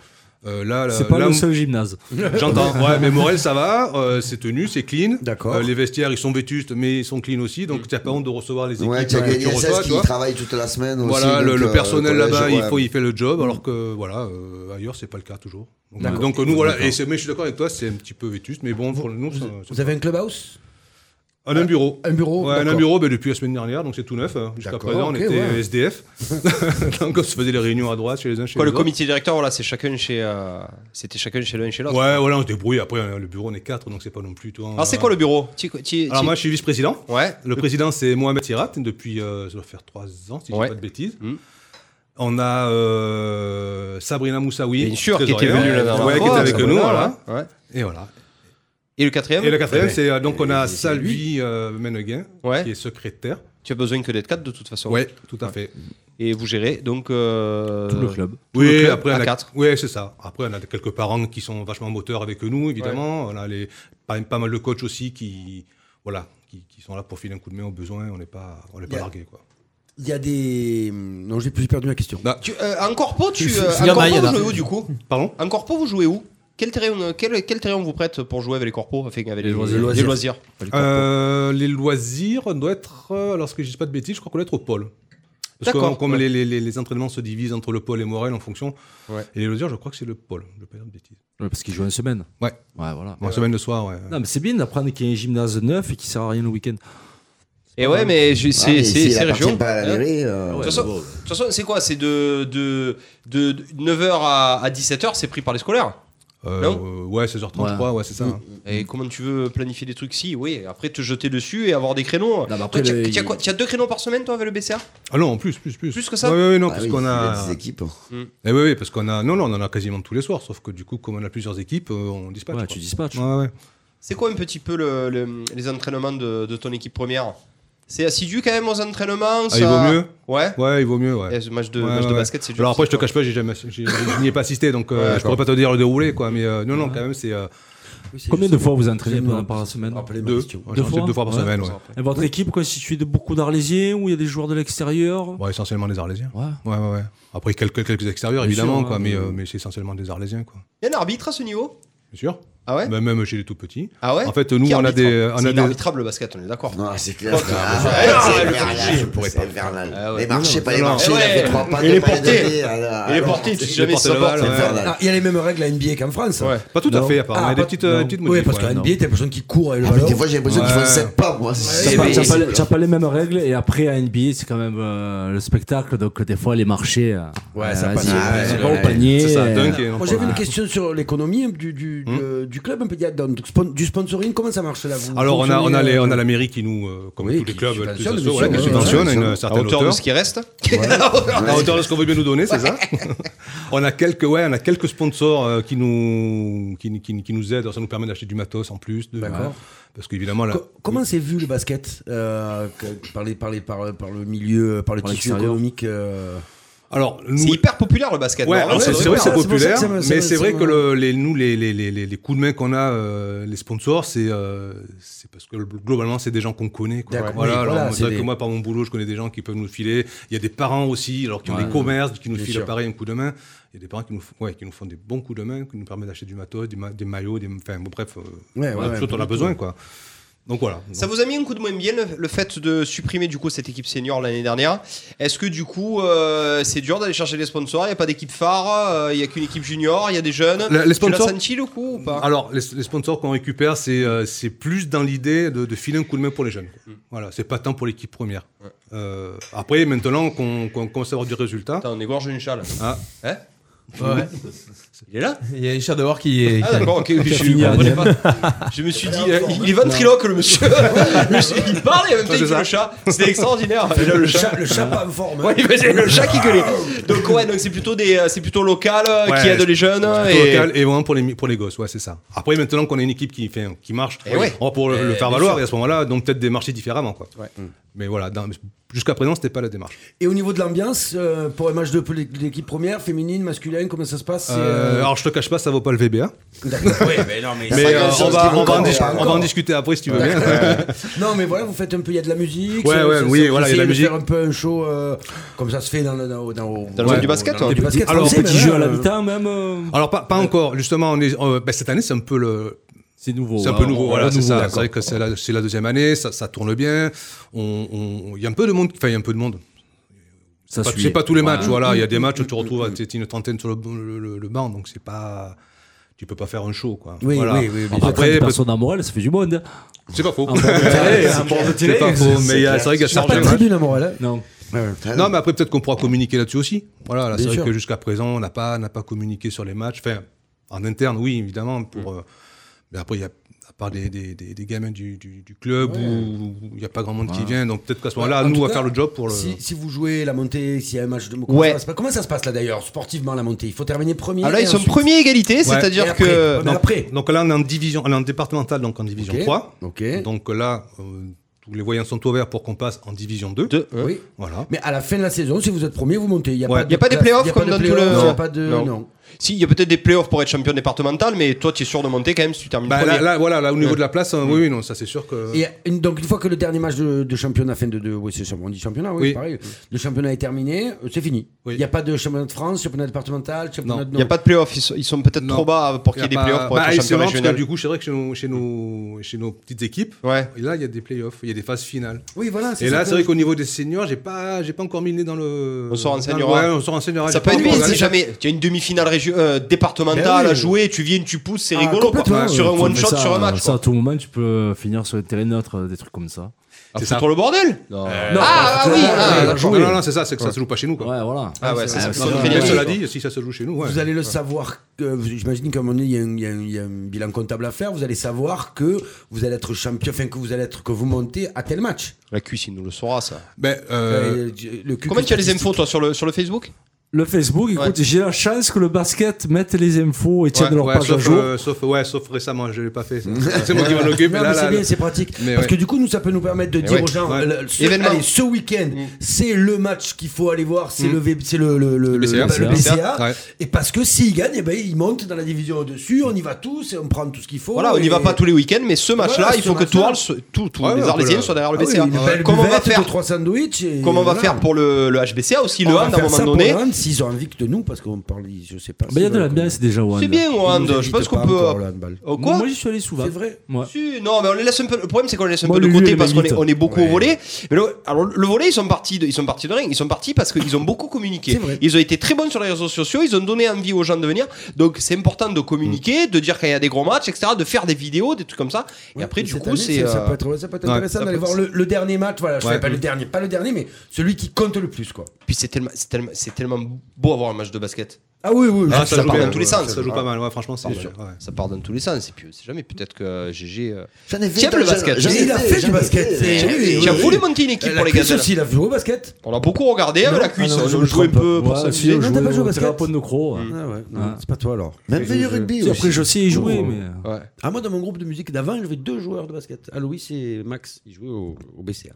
S8: Euh, là, là-
S10: C'est pas
S8: là,
S10: le seul gymnase.
S8: J'entends. Ouais, mais Morel, ça va. euh, c'est tenu, c'est clean.
S4: D'accord.
S8: Euh, les vestiaires, ils sont vétustes, mais ils sont clean aussi. Donc, tu n'as pas honte de recevoir les équipes
S6: Ouais, tu as
S8: que tu
S6: gagné
S8: reçois,
S6: 16
S8: tu
S6: qui
S8: vois.
S6: travaille toute la semaine aussi.
S8: Voilà, le,
S6: donc,
S8: le
S6: euh,
S8: personnel
S6: collège,
S8: là-bas, il,
S6: ouais.
S8: faut, il fait le job, alors que voilà, euh, ailleurs, c'est pas le cas toujours. Donc,
S4: D'accord.
S8: donc, euh, nous, voilà. Et c'est- mais je suis d'accord avec toi, c'est un petit peu vétuste, mais bon, pour nous, ça- ça-
S4: Vous avez un clubhouse
S8: on a un bureau.
S4: Bah, Un bureau
S8: Ouais, on a un
S4: d'accord.
S8: bureau ben, depuis la semaine dernière, donc c'est tout neuf. hein. Jusqu'à
S4: D'accord,
S8: présent, on
S4: ok,
S8: était
S4: ouais.
S8: SDF. donc on se faisait les réunions à droite chez les uns chez
S3: Quoi,
S8: les
S3: le
S8: autres.
S3: comité directeur, voilà, c'est chacun chez. euh, C'était chacun chez l'un et chez l'autre.
S8: Ouais, voilà, on se débrouille. Après, euh, le bureau, on est quatre, donc c'est pas non plus. tout un-
S3: Alors c'est quoi le bureau Tu- tu-
S8: Alors
S3: tu-
S8: moi, je suis vice-président.
S3: Ouais.
S8: Le président, c'est Mohamed Sirat, depuis, euh, ça doit faire trois ans, si je
S3: Ouais.
S8: dis pas de bêtises.
S3: Mm.
S8: On a euh, Sabrina Moussaoui,
S3: Bien sûr, qui était
S8: trésorière,
S3: venue la dernière
S8: ouais, qui
S3: fois,
S8: était avec
S3: ça,
S8: nous,
S3: voilà,
S8: voilà.
S3: ouais.
S8: Et voilà.
S3: Et le quatrième
S8: Et le quatrième,
S3: Ouais.
S8: c'est euh, donc on a
S3: ben, eh c'est
S8: Salvi euh, Meneghin,
S3: Ouais.
S8: qui est secrétaire.
S3: Tu as besoin que d'être quatre de toute façon.
S8: Ouais, tout à fait.
S3: Et vous gérez donc euh,
S8: Tout le
S10: club.
S3: tout le
S8: Oui,
S3: club
S8: après, on
S3: à
S8: a-
S3: quatre.
S8: ouais, c'est ça. Après, on a quelques parents qui sont vachement moteurs avec nous, évidemment. On a les, pas, pas mal de coachs aussi qui, voilà, qui, qui sont là pour filer un coup de main aux besoins. On n'est pas, on n'est pas
S4: Yeah.
S8: largué, quoi.
S4: Il y a des. Non, j'ai plus perdu la question.
S3: Tu, euh, en corpo, tu,
S4: Il faut-
S3: euh,
S4: il y en
S3: en corpo,
S4: a, il y en a.
S3: vous jouez où du coup
S8: Pardon
S3: En corpo, vous jouez où quel terrain, euh, quel, quel terrain on vous prête pour jouer avec les corpos enfin, avec les,
S8: loisirs.
S3: les
S8: Loisirs.
S3: loisirs.
S8: Euh, les loisirs, on doit être, euh, alors que je dis pas de bêtises, je crois qu'on doit être au pôle. Parce que
S3: D'accord,
S8: comme
S3: ouais.
S8: les, les- les- les entraînements se divisent entre le pôle et Morel en fonction,
S3: Ouais.
S8: et les loisirs, je crois que c'est le pôle. Je vais pas dire de bêtises.
S10: Ouais, parce qu'ils jouent une semaine.
S8: Ouais.
S10: Ouais,
S3: Ah,
S10: voilà.
S8: Bon, semaine le soir, ouais.
S10: Non, mais c'est bien d'apprendre qu'il y a un gymnase neuf et qui sert à rien le week-end.
S3: Et ouais, mais je-
S6: Ah,
S3: c'est
S6: mais
S3: c'est
S6: s'il
S3: c'est
S6: appartient
S3: région.
S6: pas à la
S3: Hein
S6: mairie,
S3: De
S6: euh,
S3: toute façon- de toute façon, c'est quoi C'est de, de, de, 9h à, 17h, c'est pris par les scolaires
S8: Euh,
S3: Non Mm.
S8: ouais, 16h33, ouais, c'est ça. hein.
S3: Et comment tu veux planifier des trucs Si, oui, après te jeter dessus et avoir des créneaux.
S10: mais
S3: Toi,
S10: après,
S3: Tu as-
S10: le-
S3: tu as
S10: il-
S3: quoi- tu as deux créneaux par semaine, toi, avec le BCR
S8: Ah non, en plus, plus, plus.
S3: Plus que ça Bah
S8: Ouais, ouais, ouais, non,
S6: Ah
S8: parce
S6: oui,
S8: qu'on
S6: il y
S8: a.
S6: des équipes.
S8: Eh oui, oui, parce qu'on a. Non, non, on en a quasiment tous les soirs, sauf que du coup, comme on a plusieurs équipes, euh, on
S4: Ah,
S8: dispatche.
S10: Ouais,
S8: quoi.
S10: tu dispatches.
S8: Ouais, ouais.
S3: C'est quoi un petit peu le- le- les entraînements de, de ton équipe première C'est assidu quand même aux entraînements
S8: Ah, il
S3: ça-
S8: vaut mieux
S3: Ouais.
S8: Ouais, il vaut mieux, ouais.
S3: Et ce match de,
S8: Ouais,
S3: match de
S8: ouais, ouais.
S3: basket, c'est dur.
S8: Alors après, je te cache pas, j'ai jamais, j'ai- je n'y ai pas assisté, donc euh,
S3: Ouais,
S8: je pourrais pas te dire le déroulé, quoi. Mais euh, non, non, quand même, c'est euh,
S10: Combien de fois vous entraînez
S4: Vraiment.
S10: par, par semaine
S8: deux, Ouais, j'en fais deux fois par
S10: Ouais.
S8: semaine, ouais.
S10: Et votre équipe constituée de beaucoup d'Arlésiens ou il y a des joueurs de l'extérieur
S8: Ouais, essentiellement des Arlésiens.
S10: Ouais.
S8: Ouais, ouais, ouais. Après quelques, quelques extérieurs,
S10: Bien sûr,
S8: évidemment,
S10: hein,
S8: quoi, mais,
S10: mais-
S8: euh, mais c'est essentiellement des Arlésiens, quoi.
S3: Il y a un arbitre à ce niveau
S8: Bien sûr.
S3: Ah ouais
S8: Bah, même chez les tout petits.
S3: Ah ouais
S8: En fait, nous,
S3: Qui
S8: on a
S3: arbitre hein
S8: des, on
S3: C'est
S8: a des.
S3: inarbitrable, le basket, on est d'accord.
S6: Non, c'est clair.
S3: Ok.
S6: Ah,
S3: Ah,
S6: c'est
S3: ouais, le
S6: infernal,
S3: toucher,
S6: je
S3: je
S6: pourrais pas. infernal.
S3: Ah ouais.
S6: Les marchés, pas les
S8: non, non.
S6: marchés.
S3: Eh
S6: Il a fait
S3: ouais.
S6: trois pas,
S3: Et
S6: deux
S3: les
S6: pas, il a
S3: portées.
S6: donné, ah là,
S3: Et les
S6: alors,
S3: portées,
S8: c'est-
S3: si jamais
S8: c'est
S3: ça
S8: le
S3: porte.
S8: bal,
S6: c'est
S8: ouais.
S6: infernal.
S4: Ah, Il y a les mêmes règles à NBA qu'en France.
S3: Ouais.
S8: Pas tout à fait, à part.
S4: Ah,
S8: on a des
S4: pas-
S8: petites, euh,
S4: non.
S8: petites
S4: Oui,
S8: modifs,
S4: parce
S8: ouais.
S4: qu'en NBA, t'as l'impression qu'ils courent avec le
S6: Ah, mais
S4: ballon.
S6: des fois, j'ai l'impression qu'ils font
S8: Ouais.
S6: 7 pas, moi.
S10: T'as
S6: C'est
S10: pas, t'as pas
S6: impossible.
S10: les- t'as pas les mêmes règles et après à NBA c'est quand même euh, le spectacle donc des fois les marchés euh,
S4: Ouais, ça
S10: euh,
S4: passe.
S10: vas-y,
S4: Ah,
S10: euh,
S4: ouais,
S10: va
S4: ouais.
S10: au panier
S8: C'est ça,
S10: euh,
S8: dunk et non
S4: Moi
S8: pas-
S4: j'avais une question sur l'économie hein, du, du,
S8: Hmm
S4: de- du club, un peu, il y a donc, spon- du sponsoring, comment ça marche là vous
S8: Alors on a, on, a
S4: fonctionnez,
S8: les,
S4: euh,
S8: on a la mairie qui nous, euh, comme
S4: Oui,
S8: tous les
S4: qui
S8: clubs,
S4: subventionne,
S8: les
S4: bien
S8: associations,
S4: sûr,
S8: voilà,
S4: ouais,
S8: qui
S4: ouais,
S8: subventionne à une
S6: ouais.
S3: À
S8: certaine
S3: hauteur de
S8: hauteur.
S3: ce qui reste
S8: À hauteur de ce qu'on veut bien nous donner, c'est ça On a quelques, ouais, on a quelques sponsors euh, qui nous, qui, qui- qui nous aident. Alors, Ça nous permet d'acheter du matos en plus. de-
S4: D'accord.
S8: Parce qu'évidemment, là.
S4: euh, Co- comment c'est vu le basket euh, que- par, les, par, les- par, par le milieu, par le
S10: Par
S4: tissu
S10: l'extérieur.
S4: économique euh,
S8: Alors, nous,
S3: C'est hyper populaire le basket.
S8: Ouais,
S3: non
S8: alors, c'est
S4: ouais,
S8: c'est
S4: ouais,
S8: vrai, c'est
S4: c'est pour ça que
S8: populaire,
S4: ça me- ça
S8: mais
S4: me-
S8: c'est
S4: ça
S8: vrai
S4: me-
S8: que le- les, nous, les, les, les, les- les coups de main qu'on a, euh, les sponsors, c'est euh, c'est parce que globalement, c'est des gens qu'on connaît. Quoi.
S4: D'accord,
S8: Voilà,
S4: oui,
S8: alors,
S4: voilà,
S8: moi,
S4: c'est
S8: c'est vrai
S4: des-
S8: que moi, par mon boulot, je connais des gens qui peuvent nous filer. Il y a des parents aussi, alors qui ont des commerces, qui nous
S4: bien
S8: filent
S4: sûr.
S8: pareil un coup de main. Il y a des parents qui nous, font- ouais, qui nous font des bons coups de main, qui nous permettent d'acheter du matos, des, ma- des maillots, des, enfin, bon, bref, euh,
S4: Ouais,
S8: voilà,
S4: ouais,
S8: tout ce
S4: ouais,
S8: dont on a
S4: beaucoup.
S8: besoin. Quoi. Donc voilà.
S3: Ça vous a mis un coup de moins bien le, le fait de supprimer du coup cette équipe senior l'année dernière. Est-ce que du coup euh, c'est dur d'aller chercher des sponsors Il n'y a pas d'équipe phare, euh, il n'y a qu'une équipe junior, il y a des jeunes.
S8: Le- les
S3: Tu
S8: sponsors-
S3: l'as senti le coup ou pas
S8: Alors, les, les sponsors qu'on récupère, c'est euh, c'est plus dans l'idée de, de filer un coup de main pour les jeunes.
S3: Mm.
S8: quoi. Voilà, c'est pas tant pour l'équipe première. Euh, après, maintenant qu'on qu'on commence à avoir du résultat,
S3: Attends, on égorge une chale.
S8: Ah.
S3: Hein
S2: Ouais.
S3: Il est là
S2: Il y a Richard dehors qui est.
S3: Ah d'accord, ok, je,
S2: fini,
S3: je comprenais
S2: Adrien.
S3: pas. Je me suis dit, euh, il est ventriloque le monsieur. Le monsieur, il parle et en même temps il fait le chat. C'était extraordinaire. Et là, le chat.
S4: Le chat pas en forme. hein.
S3: Ouais, il faisait le chat qui gueulait. Donc ouais, donc c'est plutôt des, euh, c'est plutôt local euh,
S8: Ouais,
S3: qui aide
S8: c'est-
S3: les jeunes
S8: plutôt
S3: et
S8: local et vraiment pour les, mi- pour les gosses, ouais, c'est ça. Après, maintenant qu'on a une équipe qui, fait, qui marche,
S3: Eh ouais.
S8: on va pour le, le faire
S3: bien
S8: valoir
S3: sûr.
S8: et à ce moment-là, donc peut-être démarcher différemment. Quoi.
S3: Ouais.
S6: Mm.
S8: Mais voilà, dans- jusqu'à présent, c'était pas la démarche.
S4: Et au niveau de l'ambiance, euh, pour un match de de l'équipe première, féminine, masculine, comment ça se passe c'est,
S8: Euh,
S4: euh,
S8: alors, je te cache pas, ça vaut pas le VBA.
S4: d'accord.
S8: Mais
S6: pas grand-chose
S8: euh,
S6: qui vaut
S8: on, va, on, va en
S6: encore,
S8: dis-
S6: hein.
S8: on va en discuter après si tu veux bien.
S4: Non, mais voilà, vous faites un peu, il y a de la musique.
S8: Ouais,
S4: ça-
S8: ouais,
S4: ça-
S8: oui,
S4: ça-
S8: voilà, il y
S4: essayez
S8: a de la
S4: de
S8: musique.
S4: faire un peu un show euh, comme ça se fait dans le dans, dans-
S3: Dans le monde du basket, hein.
S4: dans le
S3: ouais.
S4: du basket
S8: Alors,
S10: Alors,
S4: français,
S10: petit
S4: mais
S10: jeu
S4: là,
S10: à
S4: euh,
S10: l'habitat, même. euh,
S8: Alors, pas, pas encore. Justement, on est, euh, bah, cette année, c'est un peu le,
S10: c'est nouveau. hein.
S8: C'est un
S10: ouais,
S8: peu
S10: on-
S8: nouveau,
S10: on-
S8: voilà, c'est ça.
S10: d'accord.
S8: C'est vrai que c'est la, c'est la deuxième année, ça, ça tourne bien. On, on- il y a un peu de monde, enfin, il y a un peu de monde.
S10: Ça
S8: Pas-
S10: suit.
S8: C'est pas tous les
S10: Ouais.
S8: matchs, voilà. Il y a des matchs où tu retrouves à- t'es- t'es une trentaine sur le, le- le- le banc, donc c'est pas. Tu peux pas faire un show, quoi.
S4: Oui,
S8: Voilà.
S4: oui, oui,
S10: Après,
S4: bien
S8: Après,
S10: Après
S8: peut-
S10: personne à morale, ça fait du monde.
S8: c'est pas faux.
S10: Un bon télé, un bon
S8: C'est pas faux, mais il y a- c'est vrai qu'il y a
S4: T'as pas
S8: certains
S4: de
S8: matchs-
S4: tribune à Montréal. hein
S10: Non.
S8: Ah Non, mais après, peut-être qu'on pourra communiquer là-dessus aussi. Voilà, là, c'est
S4: Bien
S8: vrai
S4: sûr.
S8: que jusqu'à présent, on n'a
S4: Mm.
S8: pas, on n'a pas communiqué sur les matchs. Enfin, en interne, oui, évidemment. Pour, euh, mais après, il y a, par des, des, des- des gamins du, du- du club
S4: Ouais.
S8: où il n'y a pas grand monde qui
S4: Ouais.
S8: vient. Donc peut-être qu'à ce moment-là,
S4: En
S8: nous,
S4: tout
S8: on va
S4: cas,
S8: faire le job pour le.
S4: Si, si vous jouez la montée, s'il y a un match de. Comment,
S8: Ouais.
S4: ça, se passe, comment ça se passe là d'ailleurs, sportivement la montée Il faut terminer premier.
S3: Ah, là,
S4: et
S3: ils sont
S4: ensuite-
S3: premiers égalité,
S4: Ouais.
S3: c'est-à-dire
S4: Et après,
S3: que-
S4: ouais, mais
S8: Donc-
S4: après.
S8: Donc là, on est en division, on est en départemental, donc en division
S4: Ok.
S8: 3.
S4: Ok.
S8: Donc là, euh, tous les voyants sont ouverts pour qu'on passe en division 2.
S4: Oui.
S8: Voilà.
S4: Mais à la fin de la saison, si vous êtes premier, vous montez. Il n'y a,
S8: Ouais.
S4: de-
S8: Il y
S3: Il n'y a pas des
S4: il y
S3: playoffs
S4: a pas
S3: comme
S4: de
S3: dans tout
S4: playoffs,
S3: le.
S4: il y a pas de. non.
S3: Si, il y a peut-être des playoffs pour être champion départemental, mais toi, tu es sûr de monter quand même si tu termines
S8: Bah,
S3: premier.
S8: là, là, voilà, là, au niveau de la place, euh,
S4: Mm.
S8: oui, oui, non, ça c'est sûr que.
S4: Et une- donc une fois que le dernier match de, de championnat, fin de, de oui, c'est championnat, on dit championnat, oui,
S8: Oui.
S4: c'est pareil. Le championnat est terminé, euh, c'est fini. Il
S8: Oui.
S4: n'y a pas de championnat de France, championnat départemental, championnat de.
S3: Il n'y a pas de playoffs, ils sont, ils sont peut-être
S8: Non.
S3: trop bas pour qu'il y ait des
S8: a pas-
S3: playoffs pour
S8: bah,
S3: être
S8: et c'est
S3: champion
S8: marrant, parce
S3: régional.
S8: que, du coup, c'est vrai que chez nos, chez nos, chez nos petites équipes,
S3: Ouais.
S8: et là, il y a des playoffs, il y a des phases finales.
S4: Oui, voilà.
S8: Et
S4: Ah, ça
S8: là,
S4: que-
S8: c'est vrai qu'au niveau des seniors, j'ai pas, j'ai pas encore mis le nez dans le.
S3: On s'en
S8: dans le-
S3: renseignera.
S8: ouais, on s'en renseignera.
S3: Ça
S8: J'ai
S3: peut
S8: pas
S3: être
S8: encore
S3: bien si
S8: regardé.
S3: jamais tu as une demi-finale régi- euh, départementale
S4: Ben oui.
S3: à jouer, tu viens, tu pousses, c'est
S4: Ah,
S3: rigolo. quoi.
S4: complètement,
S3: Sur un
S10: Faut
S3: one
S10: mettre
S3: shot,
S10: ça,
S3: sur un match.
S10: Ça,
S3: quoi.
S10: à tout moment, tu peux finir sur le terrain neutre, euh, des trucs comme ça.
S3: Ah,
S8: c'est
S3: C'est
S8: ça.
S3: pour le bordel
S10: Non,
S3: Ah, ah oui
S8: Ah,
S3: ah,
S8: d'accord. non, non, non, c'est ça, c'est que ça se joue pas chez nous. Quoi.
S10: Ouais, voilà.
S3: Ah ouais, c'est ça.
S10: c'est
S3: c'est
S10: ça.
S3: une
S8: Mais
S3: finale.
S8: cela dit, si ça se joue chez nous, ouais.
S4: Vous allez le savoir. que- vous- J'imagine qu'à un moment donné, il y, a un- il y a un- il y a un bilan comptable à faire. Vous allez savoir que vous allez être champion, enfin que vous allez être que vous montez à tel match.
S3: La cuisse, il nous le saura, ça.
S8: Ben, euh,
S4: Euh, je- le
S3: Comment tu as les
S4: statistique.
S3: infos, toi, sur le, sur le Facebook
S10: Le Facebook, écoute, j'ai la chance que le basket mette les infos et tienne
S8: ouais,
S10: leur
S8: ouais,
S10: page à
S8: sauf,
S10: jour.
S8: euh, sauf, ouais, sauf récemment, je l'ai pas fait. ça. C'est moi qui m'en occupe.
S4: Non,
S8: là,
S4: mais c'est
S8: là,
S4: bien,
S8: là.
S4: c'est pratique.
S8: Mais
S4: Parce
S8: ouais.
S4: que du coup, nous, ça peut nous permettre de dire
S3: ouais,
S4: aux gens,
S8: ouais.
S4: le- ce,
S3: Événement. Mm.
S4: allez, ce week-end, c'est le match qu'il faut aller voir, c'est le, V- c'est le, le, le, le-
S8: BCA.
S4: le BCA.
S8: Ouais.
S4: Et parce que s'il gagne, eh ben, il monte dans la division au-dessus, on y va tous, et on prend tout ce qu'il faut.
S3: Voilà, on n'y
S4: et-
S3: va pas tous les week-ends, mais ce match-là,
S4: Voilà,
S3: il
S4: ce
S3: faut que
S4: match-là.
S3: Tours, tous tous
S8: Ouais,
S3: les
S8: ouais,
S3: Arlésiens
S8: on
S3: soient derrière le
S4: Ah oui,
S3: BCA.
S4: une belle
S3: Comment on va
S4: buvette de
S3: faire
S4: trois sandwichs et
S3: Comment on va
S4: voilà.
S3: faire pour le, le HBCA aussi,
S4: On
S3: le
S4: va
S3: hand à un
S4: faire ça
S3: moment
S4: pour
S3: donné
S4: le hand, S'ils ont envie que de nous, parce qu'on parle, je sais
S5: Ah,
S4: pas.
S10: Mais il y a
S4: s'ils
S10: de
S4: veulent qu'on-
S10: l'ambiance déjà, Wanda.
S3: C'est bien, au
S4: Ils
S3: hand,
S4: habitent
S3: je pense
S4: pas
S3: qu'on peut.
S4: encore le handball.
S3: Oh, quoi
S10: Moi, j'y suis allé souvent.
S4: C'est vrai.
S10: Ouais.
S3: Si, non, mais on les laisse un peu. Le problème, c'est qu'on les laisse un
S10: Moi,
S3: peu de
S10: lui,
S3: côté
S10: il
S3: parce qu'on est,
S10: m'imite.
S3: on est beaucoup au volet. Mais le, alors, le volet, ils sont partis, de, ils sont partis de rien. Ils sont partis parce qu'ils ont beaucoup
S4: C'est
S3: communiqué.
S4: vrai.
S3: Ils ont été très bons sur les réseaux sociaux. Ils ont donné envie aux gens de venir. Donc, c'est important de communiquer, de dire qu'il y a des gros matchs, etc., de faire des vidéos, des trucs comme ça. Et
S4: Mm. Ouais,
S3: après, du
S4: cette
S3: coup,
S4: année,
S3: c'est.
S4: ça, ça
S3: euh,
S4: peut être, ça peut être
S8: ouais,
S4: intéressant
S3: ça
S4: d'aller
S3: peut-
S4: voir le, le dernier match. Voilà, je
S8: Ouais.
S4: sais pas le dernier, pas le dernier, mais celui qui compte le plus, quoi.
S3: Puis c'est tellement, c'est tellement, c'est tellement beau avoir un match de basket.
S4: Ah oui, oui,
S8: Ah,
S4: je-
S8: ça
S3: part
S8: joue
S3: dans
S8: bien,
S3: tous les
S8: ouais,
S3: sens.
S8: Ça joue pas mal, ouais, franchement, c'est sûr. ouais.
S3: Ça part dans tous les sens. Et puis, on sait jamais. Peut-être que GG. euh,
S6: J'en ai fait.
S3: Tiens, le
S6: j'en-
S3: basket.
S6: j'en ai
S4: Il a fait du
S6: j'en ai
S4: basket.
S6: fait.
S4: C'est- oui, oui,
S3: qui a
S4: oui.
S3: voulu monter une équipe
S4: La
S3: pour les
S4: cuisse
S3: gazelles.
S4: aussi, il a joué au basket.
S3: On l'a beaucoup regardé avec
S4: Non,
S3: la cuisse.
S4: ah non, je
S3: on
S4: me
S3: jouait un
S4: trompe
S3: peu pour
S10: Ouais,
S3: s'amuser.
S10: si, on
S4: Non, t'as
S10: jouait
S4: pas joué au
S10: au
S4: basket
S10: terrain de croc.
S3: Mm.
S10: ouais.
S4: Ah ouais,
S10: non,
S4: c'est pas toi alors.
S6: Même fait du rugby
S10: Si,
S6: aussi.
S10: Après, je sais y jouer,
S4: Ouais.
S10: mais. euh,
S3: Ouais.
S4: Ah, moi, dans mon groupe de musique d'avant, il y avait deux joueurs de basket. Ah, Louis et Max, ils jouaient au, au BCA.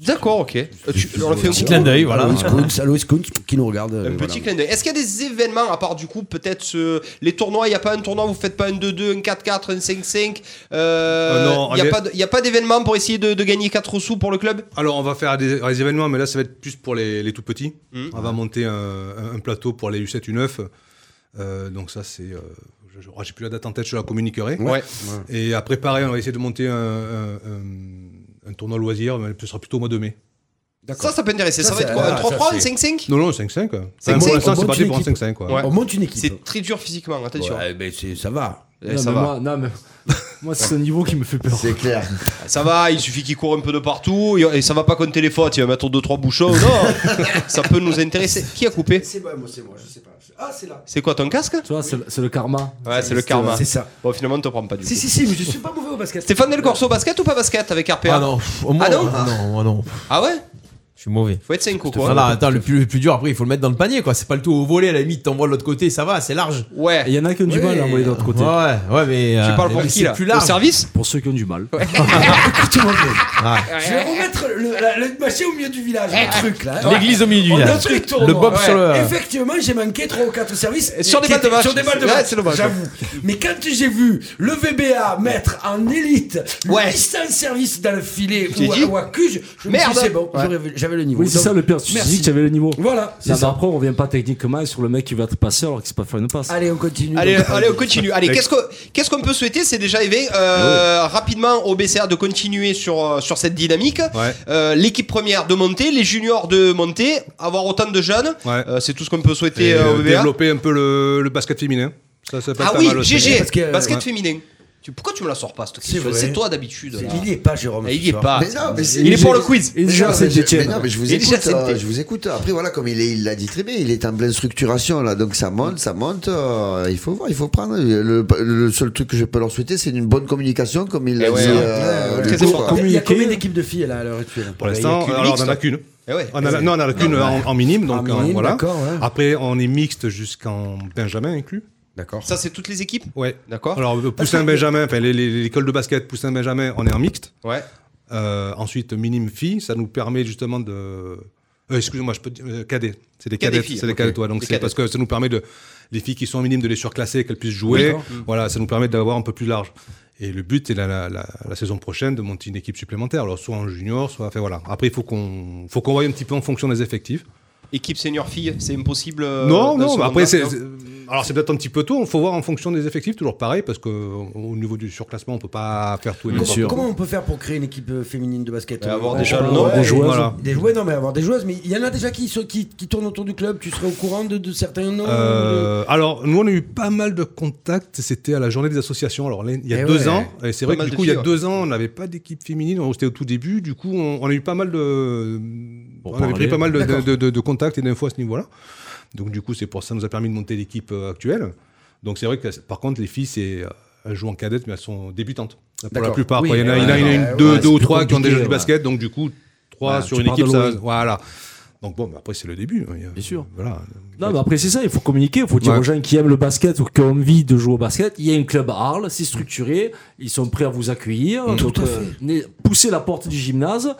S3: D'accord, ok. Euh, tu- on a fait un
S2: Petit
S3: petit
S2: clin d'œil, voilà.
S4: Alois Kuntz, Alois Kuntz, qui nous regarde. euh,
S3: Un
S4: voilà.
S3: petit clin d'œil. Est-ce qu'il y a des événements, à part du coup, peut-être ce- les tournois Il n'y a pas un tournoi, vous faites pas un 2-2, un 4-4, un 5-5
S8: Euh, non,
S3: Il n'y a,
S8: mais-
S3: pas de- y a pas d'événement pour essayer de, de gagner 4 sous pour le club
S8: Alors, on va faire des, des événements, mais là, ça va être plus pour les, les tout petits. On va monter un, un plateau pour les U7, U9. Euh, donc, ça, c'est. euh, je- je- oh, J'ai plus la date en tête, je la communiquerai.
S3: Ouais.
S8: Et après, pareil, on va essayer de monter un, un- un- un tournoi loisir, mais ce sera plutôt au mois de mai.
S3: Ça, ça peut intéresser. Ça,
S4: Ça,
S3: va être
S4: c'est-
S3: quoi Un
S4: ah,
S3: 3-3,
S4: ça,
S3: un 5-5
S8: Non, non, 5-5. hein. Enfin,
S3: 5-5,
S8: pour l'instant,
S4: on
S8: c'est
S4: monte
S8: parti
S4: une
S8: pour un
S4: équipe.
S8: 5-5. quoi.
S3: Ouais.
S4: Ah, On monte une équipe.
S3: C'est très dur physiquement, attention.
S4: Ouais, ben, c'est- ça va.
S3: Eh,
S10: non,
S3: ça,
S10: mais
S3: va.
S10: moi- non, mais moi, c'est un niveau qui me fait peur.
S6: C'est clair.
S3: ça va, il suffit qu'il court un peu de partout et et ça va pas compter les fautes. Il va mettre 2-3 bouchons. Non, ça peut nous intéresser. Qui a coupé
S4: C'est moi, c'est moi, je sais pas. Ah, c'est là.
S3: C'est quoi ton casque
S10: Tu vois, c'est le- c'est le karma.
S3: Ouais, c'est le karma.
S4: C'est ça.
S3: Bon, finalement, on te prend pas du
S4: Si,
S3: coup.
S4: si, si, mais je suis pas mauvais au basket.
S3: Stéphane Del Corso, basket ou pas basket avec RPA
S2: Ah non, pff, moi,
S3: Ah non
S2: ah non, moi non.
S3: Ah ouais
S2: Je suis mauvais.
S3: Faut être 5 ou quoi hein.
S2: Voilà, attends, le plus, le plus dur après, il faut le mettre dans le panier quoi. C'est pas le tout au volet, à la limite, t'envoies de l'autre côté, ça va, c'est large.
S3: Ouais.
S10: Il y en a qui ont du mal à envoyer de l'autre côté.
S2: Ouais, ouais, mais.
S3: Tu
S2: euh,
S3: parles pour
S2: mais
S3: qui
S2: c'est
S3: là
S2: plus
S3: Au
S2: large.
S3: service
S10: Pour ceux qui ont du mal.
S4: Je vais remettre le, la- le machin au milieu du village, le truc là. hein.
S2: L'église au milieu du
S4: Le
S2: village.
S4: truc tourne.
S2: Le bob
S3: Ouais.
S2: sur le.
S4: Effectivement, j'ai manqué 3 ou 4 services.
S3: Sur des
S4: qui
S3: balles de
S4: étaient-
S3: match.
S4: Sur des balles de
S3: Ouais,
S4: match.
S3: c'est dommage.
S4: J'avoue. Mais quand j'ai vu le VBA mettre en élite 800 services dans le filet
S3: J'ai
S4: ou, à-
S3: dit.
S4: ou à Cuge, je me suis
S3: Merde.
S4: dit, c'est bon,
S3: Ouais.
S4: j'aurais vu- j'avais le niveau.
S10: Oui, c'est
S4: Donc,
S10: ça le pire. Tu te
S4: merci.
S10: dis que j'avais le niveau.
S4: Voilà, c'est
S10: Non, mais
S4: ça.
S10: après, on revient pas techniquement sur le mec qui va te passer alors qu'il sait pas faire une passe.
S4: Allez, on continue.
S3: Allez,
S4: Donc,
S3: allez, on continue. Allez, qu'est-ce qu'on qu'est-ce qu'on peut souhaiter C'est déjà éveillé euh, rapidement au BCA de continuer sur, euh, sur cette dynamique.
S8: Ouais.
S3: Euh, L'équipe première de monter, les juniors de monter, avoir autant de jeunes.
S8: Ouais.
S3: Euh, c'est tout ce qu'on peut souhaiter
S8: Et,
S3: euh, au
S8: euh,
S3: BBA.
S8: développer un peu le, le basket féminin. Ça, ça peut être
S3: Ah
S8: pas
S3: oui,
S8: mal aussi.
S3: GG,
S4: Parce que, euh,
S3: basket
S8: ouais.
S3: féminin. Tu Tu- Pourquoi tu me la sors pas cette
S4: C'est
S3: question
S4: vrai.
S3: C'est toi d'habitude. là.
S4: Il n'y est pas, Jérôme.
S3: Et
S4: ce
S3: Ah, il y est
S4: soir.
S3: pas.
S6: Mais non, mais c'est-
S3: il est pour
S6: mais
S3: le quiz.
S6: Mais non, mais je- mais non, mais je vous
S3: Il est déjà
S6: écoute. euh,
S3: accepté.
S6: je vous écoute. Après, voilà, comme il est, il l'a dit très bien, il est en pleine structuration là, donc ça monte, ça monte. euh, il faut voir, il faut prendre. Le, le seul truc que je peux leur souhaiter, c'est une bonne communication, comme il l'a
S3: Eh ouais,
S6: dit.
S3: ouais,
S6: euh,
S3: ouais,
S6: du
S3: ouais.
S6: coup,
S3: Très
S6: quoi.
S3: fort.
S4: Il y a combien d'équipes de filles là à l'heure actuelle
S8: Pour l'instant,
S3: qu'une
S8: alors on en a
S3: mixte.
S8: qu'une.
S3: Eh ouais.
S8: On en a, non, on en a qu'une en, en minime, donc
S4: En minime,
S8: euh, voilà.
S4: d'accord, ouais.
S8: Après, on est mixte jusqu'en Benjamin inclus.
S4: D'accord.
S3: Ça, c'est toutes les équipes
S8: Ouais.
S3: D'accord.
S8: Alors, euh, Poussin Benjamin, enfin, les- les- l'école de basket Poussin Benjamin, on est en mixte.
S3: Ouais.
S8: Euh, ensuite, minime fille, ça nous permet justement de. euh, excusez-moi, je peux dire. euh, cadet. C'est des
S3: Cadet
S8: cadettes.
S3: filles,
S8: C'est des
S3: ok.
S8: cadettes, ouais, Donc,
S3: Des
S8: c'est parce que ça nous permet de. Les filles qui sont minimes, de les surclasser, qu'elles puissent jouer. Mmh. Voilà, ça nous permet d'avoir un peu plus large. Et le but est la, la, la- la saison prochaine de monter une équipe supplémentaire. Alors, soit en junior, soit. Enfin, voilà. Après, il faut qu'on, faut qu'on voie un petit peu en fonction des effectifs.
S3: Équipe senior fille, c'est impossible. euh, dans
S8: Non, non,
S3: ce
S8: bah après,
S3: monde-là,
S8: c'est,
S3: non
S8: c'est- alors c'est peut-être un petit peu tôt. Il faut voir en fonction des effectifs, toujours pareil, parce que au au niveau du surclassement, on peut pas faire tout et
S4: Comment,
S8: n'importe quoi.
S4: comment on peut faire pour créer une équipe euh, féminine de basket
S3: Bah, avoir
S4: On
S3: déjà
S4: parle-
S3: le nom,
S4: ouais,
S8: des joueuses.
S4: voilà. Des joueuses, non, mais avoir des joueuses. Mais il y en a déjà qui, sont- qui, qui tournent autour du club. Tu serais au courant de, de certains noms de-
S8: Euh, alors, nous, on a eu pas mal de contacts. C'était à la journée des associations. Alors, l'année- il y a
S4: Eh
S8: deux
S4: ouais.
S8: ans, et c'est
S3: Pas
S8: vrai que
S3: mal
S8: du
S3: de
S8: coup, il y a
S3: filles,
S8: deux ans, on n'avait pas d'équipe féminine. On était au tout début. Du coup, on, on a eu pas mal de.
S10: Pour
S8: on avait
S10: parler.
S8: pris pas mal de,
S4: D'accord.
S8: de- de- de contacts et d'infos à ce niveau-là. Donc, du coup, c'est pour ça que nous a permis de monter l'équipe euh, actuelle. Donc, c'est vrai que, par contre, les filles, c'est. euh, Elles jouent en cadette, mais elles sont débutantes. Pour la
S4: D'accord.
S8: plupart.
S4: Oui,
S8: quoi. Il y en a,
S4: ouais,
S8: il y en a- il y en a
S4: ouais,
S8: une,
S4: ouais,
S8: deux,
S4: c'est
S8: deux ou
S10: plus
S8: trois qui ont
S10: compliqué,
S8: déjà joué du
S10: ouais.
S8: basket. Donc, du coup, trois
S10: Voilà,
S8: sur
S10: tu
S8: une
S10: pars de
S8: équipe, ça.
S10: loin.
S8: Voilà. Donc, bon, bah, après, c'est le début. Il y a-
S10: Bien sûr.
S8: Voilà.
S10: Non, mais après, c'est ça, il faut communiquer, il faut dire
S8: Ouais.
S10: aux gens qui aiment le basket ou qui ont envie de jouer au basket, il y a un club à Arles, c'est structuré, ils sont prêts à vous accueillir.
S3: Mm.
S10: Donc, euh, venez- poussez la porte du gymnase,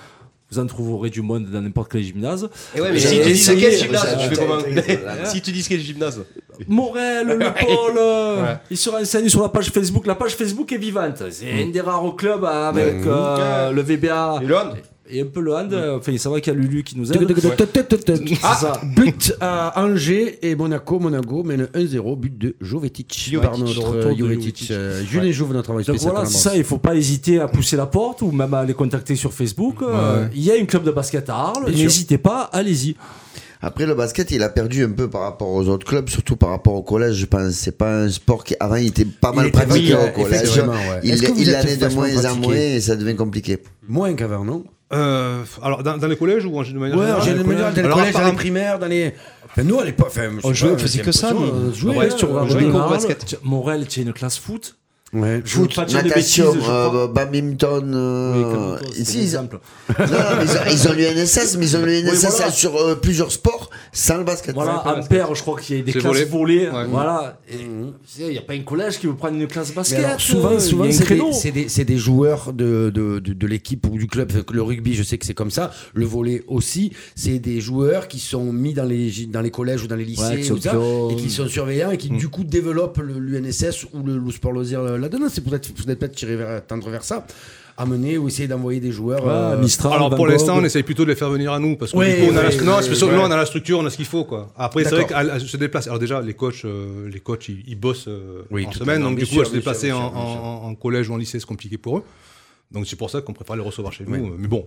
S10: vous en trouverez du monde dans n'importe quel gymnase.
S3: Eh ouais, mais
S10: Et
S3: si tu dis
S10: essayez-
S3: quel gymnase, tu fais
S6: Ouais.
S3: comment Si tu dis quel gymnase.
S10: Morel, le Paul, euh,
S3: Ouais.
S10: ils se renseignent sur la page Facebook. La page Facebook est vivante. C'est un des rares clubs avec euh, le VBA
S3: Elon
S10: et un peu le hand. Enfin, c'est vrai qu'il y a Lulu qui nous aide.
S4: Ouais.
S10: Ah, ça.
S4: But à Angers et Monaco. Monaco mène 1-0. But de Jovetic.
S3: Jovetic.
S4: Par notre
S10: Retour
S4: euh,
S10: de
S4: Jovetic.
S10: Jovetic.
S4: Euh, Julien Jouve, notre envoyé
S10: Donc
S4: spécial.
S10: voilà,
S4: qu'on
S10: c'est ça, il faut pas hésiter à pousser la porte ou même à les contacter sur Facebook. Euh, Il y a une club de basket à Arles, n'hésitez pas, allez-y.
S6: Après, le basket, il a perdu un peu par rapport aux autres clubs, surtout par rapport au collège. Je pense c'est pas un sport qui, avant, il était pas mal
S4: était
S6: pratiqué
S4: oui,
S6: au collège.
S4: effectivement, ouais.
S6: Il
S4: Est-ce que vous
S6: il
S4: êtes
S6: en est de
S4: vachement
S6: moins en
S4: pratiqué
S6: moins et ça devient compliqué.
S4: embrasse. Moins qu'avant, non
S8: Euh, alors, dans, dans les collèges ou en de manière
S4: Ouais,
S8: générale,
S4: j'ai le
S8: les
S4: meilleur dans les collèges,
S8: Alors,
S4: dans les
S8: apparemment-
S4: primaires, dans les. Enfin, nous, à l'époque. enfin, je sais
S3: On jouait,
S4: pas,
S3: on faisait
S4: j'ai
S3: que ça,
S4: l'impression,
S3: nous.
S4: euh, jouer,
S10: Brest, tu
S4: euh,
S10: regardes
S4: jouer.
S10: bien
S3: cours au
S10: Arles,
S3: basket.
S10: tu- Morel, tu as une classe foot.
S4: Ouais.
S10: Je veux
S6: Foot,
S10: pas dire de
S6: natation,
S10: bêtises, je
S6: euh,
S10: crois.
S6: badminton.
S10: Oui,
S6: Euh,
S10: comme toi, c'est
S6: ici,
S10: un
S6: ils, non,
S10: exemple.
S6: non, mais ils ont, ils ont l'UNSS, mais ils ont l'UNSS
S10: voilà.
S6: sur euh, plusieurs sports sans le basket.
S10: Voilà, en paire, je crois qu'il y a des
S8: C'est
S10: classes
S8: volé.
S10: volées.
S8: Ouais.
S10: Voilà. Et, tu sais, Il n'y a pas un collège qui veut prendre une classe
S4: Mais
S10: basket.
S4: alors,
S10: euh, il y
S4: souvent,
S10: a
S4: souvent
S10: un
S4: c'est des,
S10: créneau.
S4: c'est des- c'est des joueurs de, de, de, de l'équipe ou du club. Fait que Le rugby, je sais que c'est comme ça. Le volley aussi. C'est des joueurs qui sont mis dans les, gy- dans les collèges ou dans les
S10: Ouais, Mm.
S4: lycées
S10: qui
S4: ou
S10: sont
S4: ça,
S10: pions.
S4: et qui sont surveillants et qui, du coup, développent le- l'UNSS ou le, le sport loisir euh, là-dedans. C'est peut-être peut être tirer vers, tendre vers ça. Amener ou essayer d'envoyer des joueurs. euh,
S10: Ouais, Mistral,
S8: Alors, pour
S10: Van
S8: l'instant,
S10: Gogh.
S8: on essaye plutôt de les faire venir à nous parce que
S4: Ouais,
S8: du coup, on a, la,
S4: ouais,
S8: non,
S4: ouais,
S8: c'est sûr que
S4: ouais.
S8: nous, on a la structure, on a ce qu'il faut quoi. Après, c'est vrai
S4: D'accord.
S8: qu'elles se déplacent. Alors déjà, les coachs, euh, les coachs, ils, ils bossent euh,
S4: Oui,
S8: en
S4: tout à
S8: semaine,
S4: fait.
S8: donc
S4: Bien
S8: du coup,
S4: sûr,
S8: à se
S4: bien sûr,
S8: déplacer
S4: bien
S8: en,
S4: sûr, bien sûr.
S8: en- en collège ou en lycée, c'est compliqué pour eux. Donc c'est pour ça qu'on préfère les recevoir chez nous.
S4: Ouais.
S8: Euh, Mais bon,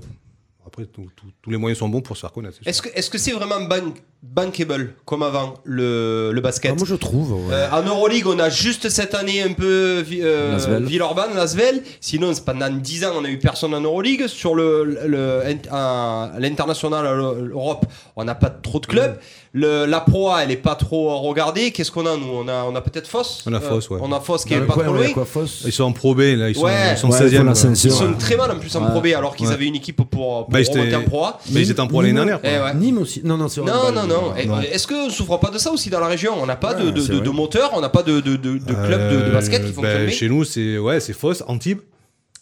S8: après, tout- tout- tous les moyens sont bons pour se faire connaître. c'est sûr.
S3: Est-ce que est-ce que c'est vraiment ban- bankable comme avant le, le
S4: ah,
S3: basket
S4: moi, je trouve. ouais.
S3: Euh, en Euroleague, on a juste cette année un peu vi- euh,
S10: Lasvel.
S3: Villeurbanne, Lasvel. Sinon, c'est pendant 10 ans, on a eu personne en Euroleague. Sur le, le- int- à l'international, à l'E- l'Europe, on n'a pas trop de clubs. Le- la Pro A, elle est pas trop regardée. Qu'est-ce qu'on a, nous On a, on a peut-être Foss.
S8: On a Foss, ouais.
S3: On a Foss qui
S4: Dans
S3: est
S4: le
S3: pas
S4: coin,
S3: trop
S4: ouais,
S3: loin.
S4: quoi, Foss.
S8: Ils sont en Pro B, là, ils sont,
S3: Ouais.
S8: ils sont
S10: Ouais, ils
S8: 16e.
S10: font
S8: quoi.
S10: l'ascension.
S3: Ils sont très mal en plus en
S10: Ouais.
S3: Pro B, alors qu'ils
S8: Ouais.
S3: avaient une équipe pour, pour
S8: Bah, ils
S3: remonter
S8: étaient-
S3: en Pro A.
S8: Mais ils étaient en Pro l'année dernière.
S3: Eh
S8: quoi.
S3: ouais.
S4: Euh, Nîmes aussi. Non, non, c'est
S3: Non, non, non. Eh,
S8: non.
S3: Est-ce qu'on souffre pas de ça aussi dans la région On n'a pas de,
S4: euh, Ouais,
S3: de,
S4: c'est
S3: de-
S4: vrai.
S3: de moteur, on n'a pas de, de, de, de club de, de
S8: Euh,
S3: basket qui
S8: ben,
S3: fonctionne bien.
S8: Chez nous, c'est ouais, c'est fausse, Antibes.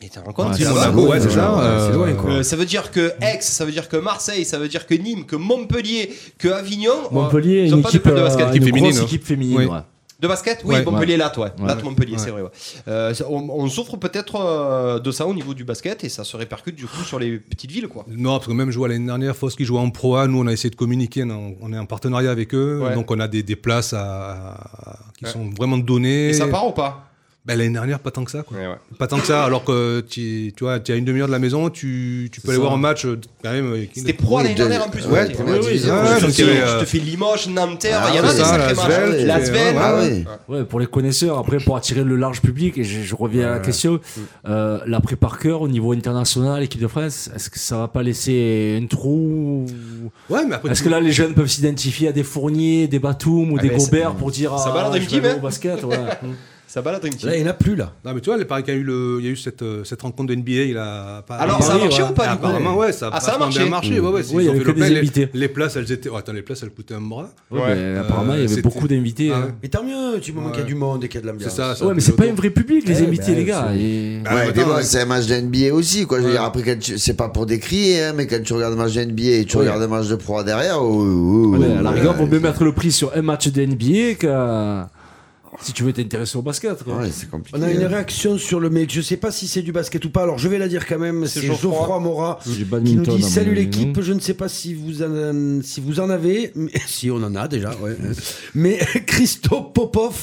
S3: Et t'en rends compte,
S8: Antibes,
S3: ça va.
S8: Monaco, ouais, c'est ça.
S4: Ouais, c'est
S8: euh,
S4: loin, quoi.
S3: Euh, ça veut dire que Aix, ça veut dire que Marseille, ça veut dire que Nîmes, que Montpellier, que Avignon, euh,
S10: Montpellier,
S3: ils
S10: une
S3: ont pas de
S10: équipe,
S3: club de basket.
S10: euh,
S8: équipe
S10: une grosse
S3: hein.
S8: féminine.
S10: équipe féminine.
S8: Oui.
S10: ouais.
S3: De basket, oui,
S8: Ouais.
S3: Montpellier, Latte, ouais.
S10: Ouais.
S3: Latte, Montpellier,
S8: Ouais.
S3: c'est vrai. ouais. Euh, ça- on, on souffre peut-être euh, de ça au niveau du basket et ça se répercute du coup sur les petites villes, quoi.
S8: Non, parce que même jouer à l'année dernière, Fos qui jouait en Pro A, nous on a essayé de communiquer, on, on est en partenariat avec eux,
S3: Ouais.
S8: donc on a des, des places à, à- qui
S3: Ouais.
S8: sont vraiment données.
S3: Et ça part ou pas
S8: Bah, L'année dernière, pas tant que ça. Quoi.
S3: Ouais, ouais.
S8: Pas tant que ça, alors que tu tu vois, tu as une demi-heure de la maison, tu, tu peux aller
S10: ça.
S8: voir un match euh, quand même. avec-
S3: C'était pro l'année
S6: Oui,
S3: dernière
S6: deux-
S3: en plus.
S6: ouais,
S3: oui.
S6: première
S3: Oui, oui,
S6: division.
S3: oui,
S8: Ouais,
S3: je,
S8: donc
S3: te
S8: il y
S3: fais,
S8: avait,
S3: je te
S8: euh,
S3: fais Limoges, Nanterre,
S6: Ah,
S3: il y en a
S6: oui,
S3: des
S6: ça,
S3: sacrés
S8: la Svel,
S3: matchs.
S8: tu
S3: La
S8: fais,
S3: Svel, hein.
S8: ouais,
S6: Ah
S3: ouais.
S6: oui.
S10: Ouais, pour les connaisseurs, après pour attirer le large public, et je, je reviens à la question,
S3: Mm.
S10: euh, l'après par cœur au niveau international, équipe de France, est-ce que ça va pas laisser un trou ou-
S8: Ouais, mais après,
S10: Est-ce
S8: tu-
S10: que là les jeunes peuvent s'identifier à des Fournier, des Batum ou
S3: Ah
S10: des
S3: ben,
S10: Gobert pour dire
S3: ça va, la
S10: ah,
S3: Dream
S10: je vais
S3: Team,
S10: aller
S3: hein
S10: au basket ouais. Mm.
S3: Ça va la Dream Team.
S4: Là, il n'y en a plus, là.
S8: Non, mais tu vois, il paraît qu'il y a eu, le... il y a eu cette, euh, cette rencontre de NBA. Il a pas...
S3: Alors,
S8: il
S3: ça a
S8: paraît,
S3: marché
S8: ouais.
S3: ou pas, du coup
S8: Apparemment, ouais, ça a,
S3: Ah, ça a
S8: vachement bien
S3: marché.
S8: marché. Ouais, ouais,
S10: Oui,
S8: ils ont
S10: il y avait
S8: fait
S10: que
S8: le
S10: des
S8: plein, les-
S10: invités.
S8: Les places, elles étaient. oh, attends, les places, elles coûtaient un bras.
S10: Ouais,
S3: Ouais.
S10: mais apparemment, il y avait
S8: c'était-
S10: beaucoup d'invités.
S8: Ah
S10: hein.
S8: ouais.
S4: Mais tant mieux, tu moment qu'il y a du monde et qu'il y a de l'ambiance.
S8: C'est ça, ça.
S10: Ouais, mais c'est pas un vrai public, les invités, les gars. Et-
S8: Ah,
S6: Ouais,
S8: mais
S6: mais
S8: attends,
S6: bon,
S8: mais-
S6: c'est un match de NBA aussi, quoi. Je veux
S8: Ouais.
S6: dire, après, quand tu- c'est pas pour décrier, hein, mais quand tu regardes un match de NBA et tu regardes un match de pro derrière, ou, ou-
S10: Ouais,
S6: ou-
S10: à la
S6: euh,
S10: rigueur, vaut mieux mettre le prix sur un match de NBA que si tu veux t'intéresser au basket. quoi.
S6: ouais, c'est compliqué.
S4: On a une
S6: hein.
S4: réaction sur le mail. Je sais pas si c'est du basket ou pas. Alors je vais la dire quand même. C'est
S3: Geoffroy.
S4: Geoffroy, Morat
S10: C'est du
S4: qui nous
S10: badminton,
S4: dit
S10: à mon
S4: Salut
S10: avis,
S4: l'équipe.
S10: non
S4: Je ne sais pas si vous en, si vous en avez, mais, si on en a déjà. ouais. mais Christophe Popov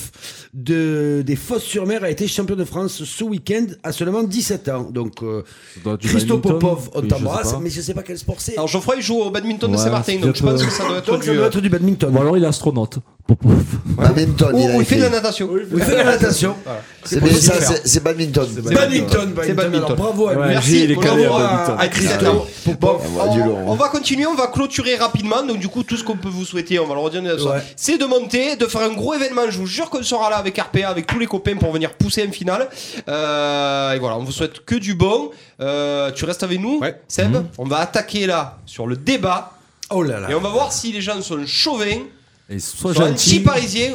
S4: de des Fosses sur Mer a été champion de France ce week-end à seulement 17 ans. Donc euh,
S10: Ça doit être du
S4: Christophe
S10: badminton,
S4: Popov, on
S10: oui, je sais
S4: t'embrasse.
S10: pas.
S4: Mais je sais pas quel sport c'est.
S3: Alors Geoffroy il joue au badminton de
S10: Ouais,
S3: Saint-Martin,
S10: c'est
S3: donc je pense
S10: peut-être,
S3: que ça doit être
S4: Donc
S3: du.
S4: ça doit être du badminton.
S10: Ou alors il est astronaute. Popof.
S6: Badminton,
S3: Ou
S6: il a
S3: Oh, il fait de la
S6: écrit.
S3: natation.
S4: Oui, fais de la natation.
S6: C'est bien
S4: possible.
S6: ça, c'est- c'est badminton.
S4: Badminton, badminton.
S3: badminton.
S4: Alors, bravo à lui.
S10: Ouais,
S3: Merci,
S10: Gilles, il est
S3: bravo
S10: calé à
S3: à-
S10: badminton.
S3: à Christophe. Bon,
S6: Ah, voilà, du
S3: on,
S6: long, hein.
S3: on va continuer, on va clôturer rapidement. Donc du coup, tout ce qu'on peut vous souhaiter, on va le redire, ça,
S4: Ouais.
S3: c'est de monter, de faire un gros événement. Je vous jure qu'on sera là avec RPA, avec tous les copains pour venir pousser une finale. Euh, et voilà, on vous souhaite que du bon. Euh, tu restes avec nous,
S8: Ouais.
S3: Seb. On va attaquer là sur le débat
S4: Oh là là.
S3: et on va voir si les gens sont chauvins,
S10: Et
S5: Oh,
S10: sois
S3: sont
S10: gentil.
S3: anti-parisiens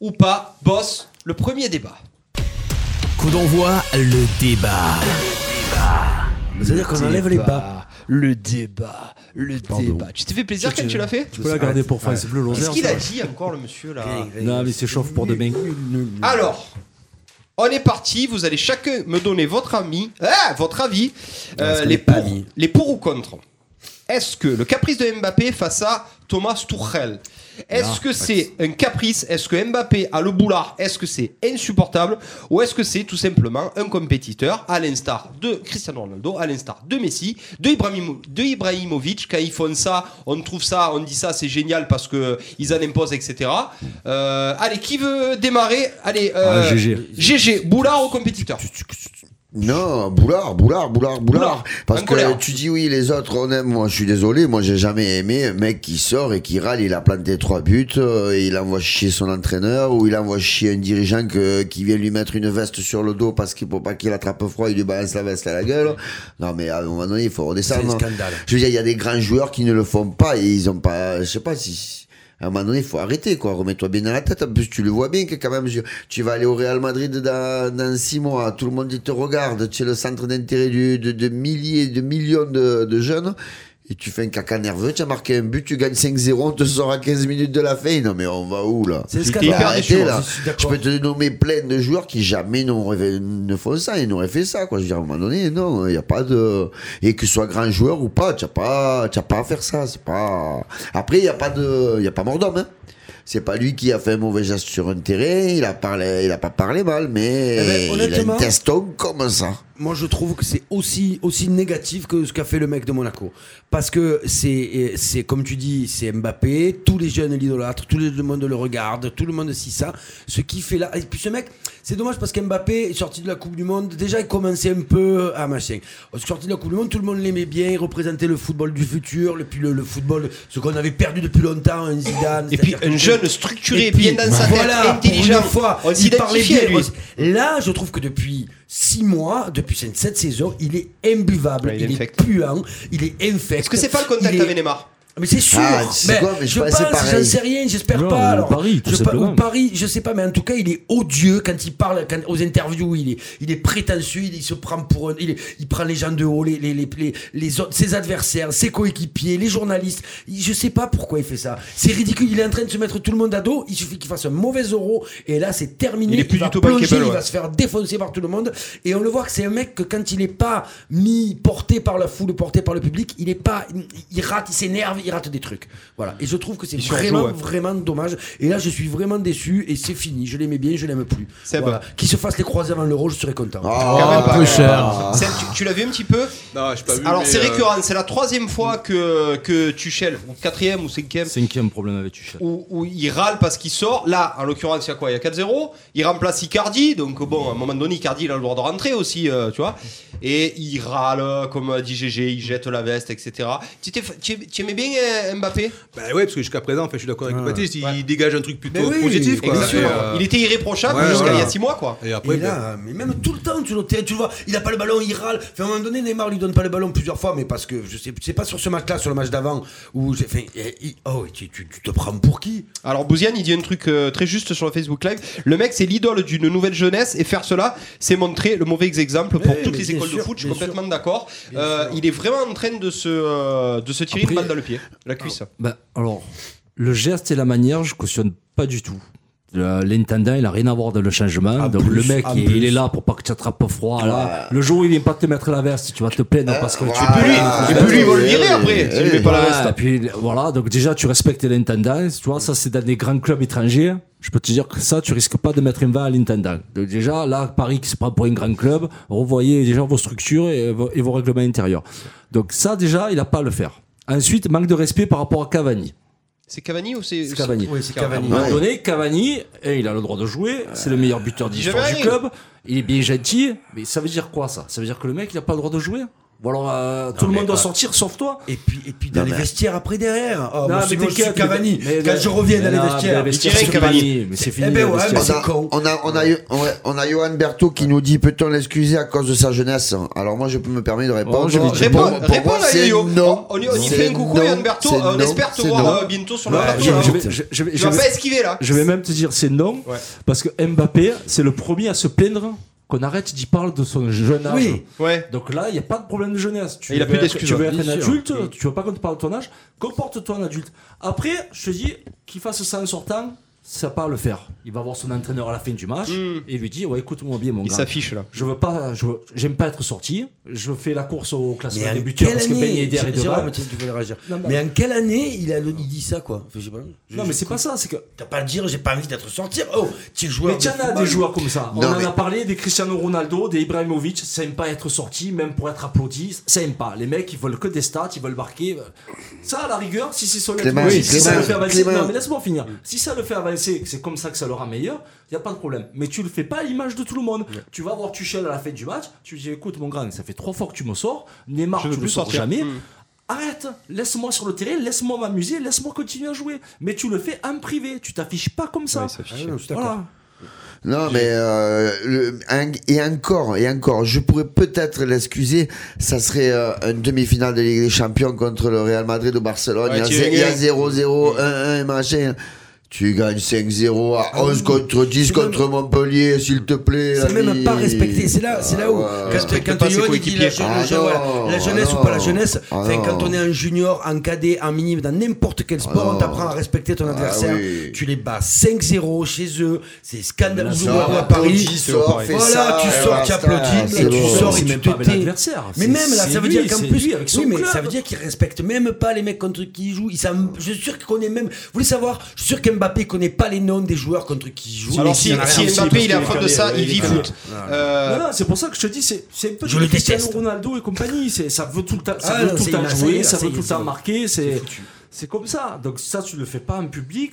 S3: ou pas. Boss, le premier débat.
S1: Coup d'envoi, le débat.
S4: C'est-à-dire qu'on enlève les bas.
S3: Le débat, le débat. Tu t'es fait plaisir quand tu l'as fait
S10: Tu peux la garder pour France Bleu Lozère.
S3: Qu'est-ce qu'il
S10: ça.
S3: a dit encore le monsieur là
S10: Non, mais c'est chauffe pour demain.
S3: Mmh. Alors, on est parti. Vous allez chacun me donner votre ami, ah, votre avis, euh, les, pour, les pour ou contre. Est-ce que le caprice de Mbappé face à Thomas Tuchel, est-ce que c'est un caprice Est-ce que Mbappé a le boulard Est-ce que c'est insupportable Ou est-ce que c'est tout simplement un compétiteur à l'instar de Cristiano Ronaldo, à l'instar de Messi, de, Ibrahimo- de Ibrahimovic Quand ils font ça, on trouve ça, on dit ça, c'est génial parce que ils en imposent, etc. Euh, allez, qui veut démarrer Allez, euh,
S10: Ah, GG.
S3: GG, boulard au compétiteur.
S6: Non, boulard, boulard, boulard,
S3: Boulard,
S6: boulard. Parce
S3: en
S6: que
S3: colère.
S6: tu dis oui, les autres, on aime. Moi, je suis désolé. Moi, j'ai jamais aimé un mec qui sort et qui râle. Il a planté trois buts euh, et il envoie chier son entraîneur ou il envoie chier un dirigeant que, qui vient lui mettre une veste sur le dos parce qu'il pour pas qu'il attrape froid, il lui balance la veste à la gueule. Non, mais à un moment donné, il faut redescendre.
S4: C'est un scandale.
S6: Je veux dire, il y a des grands joueurs qui ne le font pas et ils ont pas. Je sais pas si. À un moment donné, il faut arrêter, quoi. Remets-toi bien dans la tête. En plus, tu le vois bien que quand même, je- tu vas aller au Real Madrid dans, dans six mois. Tout le monde il te regarde. Tu es le centre d'intérêt du- de, de milliers, de millions de, de jeunes. Et tu fais un caca nerveux. Tu as marqué un but, tu gagnes 5-0, on te sort à 15 minutes de la fin. Non, mais on va où, là?
S4: C'est
S3: J'étais
S4: scandaleux.
S3: hyper
S6: Arrêtez,
S3: déçu,
S6: là.
S4: je suis
S6: Je
S4: d'accord.
S6: peux te nommer plein de joueurs qui jamais n'auraient fait- ne font ça et n'auraient fait ça. Quoi. Je veux dire, à un moment donné, non, il n'y a pas de. Et que ce soit grand joueur ou pas, tu n'as pas, t'as pas à faire ça. C'est pas... Après, il n'y a pas de. Il y a pas mort d'homme. Hein. C'est pas lui qui a fait un mauvais geste sur un terrain, il a, parlé, il a pas parlé mal, mais
S4: Eh ben,
S6: il a
S4: honnêtement-
S6: un testo comme ça.
S4: Moi, je trouve que c'est aussi, aussi négatif que ce qu'a fait le mec de Monaco. Parce que c'est, c'est comme tu dis, c'est Mbappé, tous les jeunes l'idolâtrent, tout le monde le regarde, tout le monde si ça. Ce qui fait là. Et puis ce mec, c'est dommage parce qu'Mbappé est sorti de la Coupe du Monde. Déjà, il commençait un peu à machin. Sorti de la Coupe du Monde, tout le monde l'aimait bien, il représentait le football du futur, le, puis le, le football, ce qu'on avait perdu depuis longtemps, un Zidane.
S3: Et puis
S4: c'est-à-dire
S3: un
S4: que-
S3: jeune structuré,
S4: et puis,
S3: bien dans sa tête,
S4: voilà, pour
S3: intelligent.
S4: une fois,
S3: on
S4: il parlait
S3: s'identifie à
S4: bien.
S3: lui.
S4: Là, je trouve que depuis 6 mois, depuis cette, cette saison, il est imbuvable,
S3: Ouais, il est
S4: il, est
S3: infect.
S4: puant, il est infect.
S3: Est-ce que c'est pas le contact
S4: Il est-
S3: avec Neymar
S4: Mais c'est sûr.
S6: Ah, tu sais
S4: Ben,
S6: quoi, mais je
S4: je
S6: pensais
S4: pense, j'en
S6: pareil.
S4: sais rien, j'espère
S10: Non,
S4: pas.
S10: ou
S4: Alors,
S10: Paris, tout
S4: je, pa-
S10: simplement.
S4: ou Paris, je sais pas, mais en tout cas, il est odieux quand il parle quand- aux interviews. Il est, il est prétentieux, il, il se prend pour un- il, est- il prend les gens de haut, les, les, les, les- les autres- ses adversaires, ses coéquipiers, les journalistes. Il- je sais pas pourquoi il fait ça. C'est ridicule. Il est en train de se mettre tout le monde à dos. Il suffit qu'il fasse un mauvais euro et là, c'est terminé.
S3: Il est plus
S4: va
S3: du tout
S4: plonger,
S3: bankable,
S4: Il
S3: ouais.
S4: va se faire défoncer par tout le monde. Et on le voit que c'est un mec que quand il est pas mis porté par la foule, porté par le public, il est pas, il, il rate, il s'énerve, il rate des trucs. Voilà. Et je trouve que c'est
S3: Il surjoue,
S4: vraiment,
S3: ouais.
S4: vraiment dommage. Et là, je suis vraiment déçu et c'est fini. Je l'aimais bien, je l'aime plus.
S3: Seb.
S4: Voilà. Qu'il se fasse les croisés avant l'euro, je serais content.
S8: Ah.
S3: Quand même
S2: Ah, un
S3: pas.
S2: peu cher.
S4: Ah.
S3: Seb, tu, tu l'as vu un petit peu
S8: Non, j'ai pas vu.
S3: Alors
S8: mais,
S3: c'est
S8: euh,
S3: récurrent, c'est la troisième fois que, que Tuchel, ou quatrième ou cinquième,
S5: Cinquième problème avec Tuchel.
S3: où, où il râle parce qu'il sort. Là, en l'occurrence, il y a quoi Il y a 4-0. Il remplace Icardi. Donc, bon, à un moment donné, Icardi, il a le droit de rentrer aussi, euh, tu vois. Et il râle, comme a dit GG, il jette la veste, etc. Tu t'es- tu- tu aimais bien euh, Mbappé
S8: Bah ouais, parce que jusqu'à présent, enfin, je suis d'accord avec Baptiste, il
S3: Ouais.
S8: dégage un truc plutôt
S4: Mais oui,
S8: positif. Quoi.
S4: exactement.
S8: Et, euh,
S3: Il était irréprochable
S8: ouais,
S3: jusqu'à
S8: voilà.
S3: il y a 6 mois, quoi.
S8: et après,
S4: Et
S8: bah,
S4: là, mais même tout le temps, tu le, tu le vois, il a pas le ballon, il râle. Enfin, à un moment donné, Neymar lui donne pas le ballon plusieurs fois, mais parce que je sais, c'est pas sur ce match-là, sur le match d'avant, où j'ai fait. eh, il- oh, tu, tu- tu te prends pour qui
S3: Alors Bouziane, il dit un truc euh, très juste sur le Facebook Live. Le mec, c'est l'idole d'une nouvelle jeunesse et faire cela, c'est montrer le mauvais exemple pour
S4: Eh,
S3: toutes
S4: mais
S3: les
S4: bien
S3: écoles de
S4: sûr,
S3: foot. Je suis
S4: bien
S3: complètement d'accord.
S4: Bien
S3: Euh,
S4: sûr.
S3: il est vraiment en train de se, euh, de se tirer
S5: Après-
S3: une balle dans le pied, la cuisse.
S5: Ben, alors, le geste et la manière, je cautionne pas du tout. Le- L'intendant, il a rien à voir dans le changement.
S4: En
S5: Donc, le
S4: plus,
S5: mec,
S4: en
S5: il,
S4: plus.
S5: il est là pour pas que tu attrapes froid. là. Le jour où il vient pas te mettre la veste, tu vas te plaindre parce que tu
S6: voilà.
S5: peux
S3: Et puis lui, ils vont le virer après. s'il lui met pas la
S5: Ouais,
S3: veste.
S5: puis, voilà, donc déjà, tu respectes l'intendant. Tu vois, ça, c'est dans des grands clubs étrangers. Je peux te dire que ça, tu risques pas de mettre un vin à l'intendant. Donc déjà, là, Paris, qui se prend pour un grand club, revoyez déjà vos structures et vos, et vos règlements intérieurs. Donc ça, déjà, il a pas à le faire. Ensuite, manque de respect par rapport à Cavani.
S3: C'est Cavani ou c'est
S5: C'est Cavani.
S4: Oui, c'est Cavani.
S5: À un moment
S6: Ouais.
S5: donné, Cavani, eh, il a le droit de jouer, c'est le meilleur buteur d'histoire
S3: Jamais
S5: du
S3: arrivé.
S5: club, il est bien gentil, mais ça veut dire quoi ça Ça veut dire que le mec, il n'a pas le droit de jouer Ou alors euh, tout le monde doit sortir sauf toi
S4: Et puis, et puis dans les vestiaires après derrière. Oh,
S5: Non,
S4: moi,
S5: mais
S4: Ah, c'est moi, je suis
S5: t'inquiète,
S4: Cavani.
S5: mais- mais-
S4: Quand je reviens
S5: mais
S4: dans les
S5: non,
S4: vestiaires.
S5: mais
S3: Il
S5: c'est
S3: dirait Cavani.
S5: fini, mais c'est fini.
S4: Eh ben
S5: les
S4: ouais,
S5: vestiaires.
S4: mais
S6: On
S4: c'est
S6: a,
S4: con.
S6: on a, on a, eu- ouais, on a Johan Berthaud qui nous dit peut-on l'excuser à cause de sa jeunesse Alors moi je peux me permettre de répondre.
S5: Oh, non,
S6: Pour-
S3: Réponds,
S6: pour
S3: réponds
S6: moi,
S3: à
S6: c'est
S3: Elio. Oh,
S6: non.
S3: On, on y- on y
S6: C'est
S3: fait un coucou,
S6: non,
S3: Yann Berthaud.
S6: c'est
S3: On
S6: non,
S3: espère te
S6: c'est
S3: voir
S6: non.
S3: euh, bientôt sur le
S4: Ouais,
S3: plateau.
S5: Je-
S3: hein.
S5: je vais- je- je vais-
S3: Tu
S5: je
S3: vas
S5: vais-
S3: pas esquiver là.
S5: Je vais même te dire c'est non,
S3: Ouais.
S5: parce que Mbappé, c'est le premier à se plaindre qu'on arrête d'y parler de son jeune âge.
S4: Oui.
S3: Ouais.
S5: Donc là, il n'y a pas de problème de jeunesse. Tu
S3: Et il a
S5: veux
S3: plus
S5: être-
S3: d'excuses, hein.
S5: Tu veux
S3: ouais.
S5: être
S3: Bien
S5: un
S3: sûr.
S5: adulte, tu veux pas qu'on te parle de ton âge, comporte-toi en adulte. Après, je te dis, qu'il fasse ça en sortant, ça va pas le faire. Il va voir son entraîneur à la fin du match
S3: Mm.
S5: et il lui dit ouais, écoute-moi bien, mon
S3: Il
S5: gars.
S3: s'affiche là.
S5: Je veux pas, je veux- j'aime pas être sorti. Je fais la course au classement
S4: en
S5: des buteurs
S4: quelle
S5: parce que Ben
S4: année
S5: Yedder est
S4: Jérôme,
S5: devant.
S4: tiens, tu voulais réagir.
S5: Non, mais-
S4: Mais en quelle année il, a le- il dit ça, quoi Enfin, je sais pas. Je-
S5: Non, mais
S4: je-
S5: c'est pas ça, c'est que.
S4: T'as pas à le dire, j'ai pas envie d'être sortir. Oh, tu es joueur.
S5: Mais tiens,
S4: de
S5: on a
S4: football.
S5: des joueurs comme ça. On
S6: Non,
S5: en
S6: mais-
S5: a parlé des Cristiano Ronaldo, des Ibrahimovic. Ça aime pas être sorti, même pour être applaudi. Ça aime pas. Les mecs, ils veulent que des stats, ils veulent marquer. euh, Ça, à la rigueur, si c'est son
S6: Clément,
S5: si ça
S6: Clément,
S5: le fait avancer.
S6: Clément.
S5: Non, mais laisse-moi finir. Si ça le fait avancer, que c'est comme ça que ça le rend meilleur, y a pas de problème. Mais tu le fais pas à l'image de tout le monde. Tu vas voir Tuchel à la fin du match. Tu lui dis, écoute, mon grand, ça fait trois fois que tu me sors. Neymar,
S3: Je veux
S5: tu le
S3: plus
S5: sors
S3: sortir.
S5: jamais.
S3: Mm.
S5: Arrête, laisse-moi sur le terrain, laisse-moi m'amuser, laisse-moi continuer à jouer. Mais tu le fais en privé, tu t'affiches pas comme ça.
S4: Ah, non, je suis d'accord.
S5: Voilà.
S6: Non, mais euh, le- un- et encore, et encore, je pourrais peut-être l'excuser. Ça serait euh, une demi-finale de Ligue des Champions contre le Real Madrid ou Barcelone.
S3: Ouais,
S6: il y a
S3: tu
S6: zé- il y a
S3: gagnes.
S6: 0-0, 1-1 et machin. Tu gagnes 5-0 à 11 contre 10
S4: Ah c'est
S6: contre Montpellier, s'il te plaît.
S4: C'est
S6: ami.
S4: même pas respecté. C'est là, c'est là où.
S6: Ah, ouais.
S4: Quand, quand
S3: pas ses
S4: Johan, il dit la,
S3: coéquipiers.
S4: jeune-
S6: Ah
S4: jeune-
S6: non,
S4: voilà, la
S6: ah
S4: jeunesse
S6: non.
S4: ou pas la jeunesse,
S6: Ah
S4: enfin,
S6: non.
S4: quand on est un junior, en cadet, en minime, dans n'importe quel sport,
S6: non.
S4: on t'apprend à respecter ton adversaire.
S6: oui.
S4: Tu les bats 5-0 chez eux, c'est scandaleux.
S6: Tu
S4: Ou
S6: sors,
S4: à Paris.
S6: applaudis, sors, fais
S4: Voilà,
S6: ça,
S4: tu
S6: et
S4: sors, tu
S6: basta,
S4: applaudis,
S6: c'est
S4: et tu
S6: bon.
S4: sors,
S5: C'est
S4: il
S5: même
S4: te
S5: pas avec
S4: tait.
S5: l'adversaire,
S4: Mais
S5: c'est-
S4: même là,
S5: c'est
S4: ça veut
S5: lui,
S4: dire qu'en
S5: c'est
S4: plus,
S5: lui avec son
S4: oui, mais
S5: club.
S4: ça veut dire qu'il respecte même pas les mecs contre qui il joue. Il s'en- je suis sûr qu'il connaît même. Vous voulez savoir Je suis sûr qu'Mbappé connaît pas les noms des joueurs contre qui il joue.
S3: Alors si,
S4: Il y en a
S3: si
S4: rien.
S3: Mbappé il est en train de ça, il vit foot. Euh,
S5: Non, non, c'est pour ça que je te dis, c'est c'est un peu
S4: Je
S5: du
S4: le
S5: Cristiano
S4: déteste.
S5: Ronaldo et compagnie. c'est- Ça veut tout le temps, ça
S4: Ah,
S5: veut
S4: non,
S5: tout
S4: c'est
S5: le temps
S4: inacceptable,
S5: jouer, ça
S4: c'est
S5: veut tout le temps
S4: inacceptable.
S5: marquer. C'est
S4: foutu.
S5: c'est comme ça. Donc ça, tu le fais pas en public,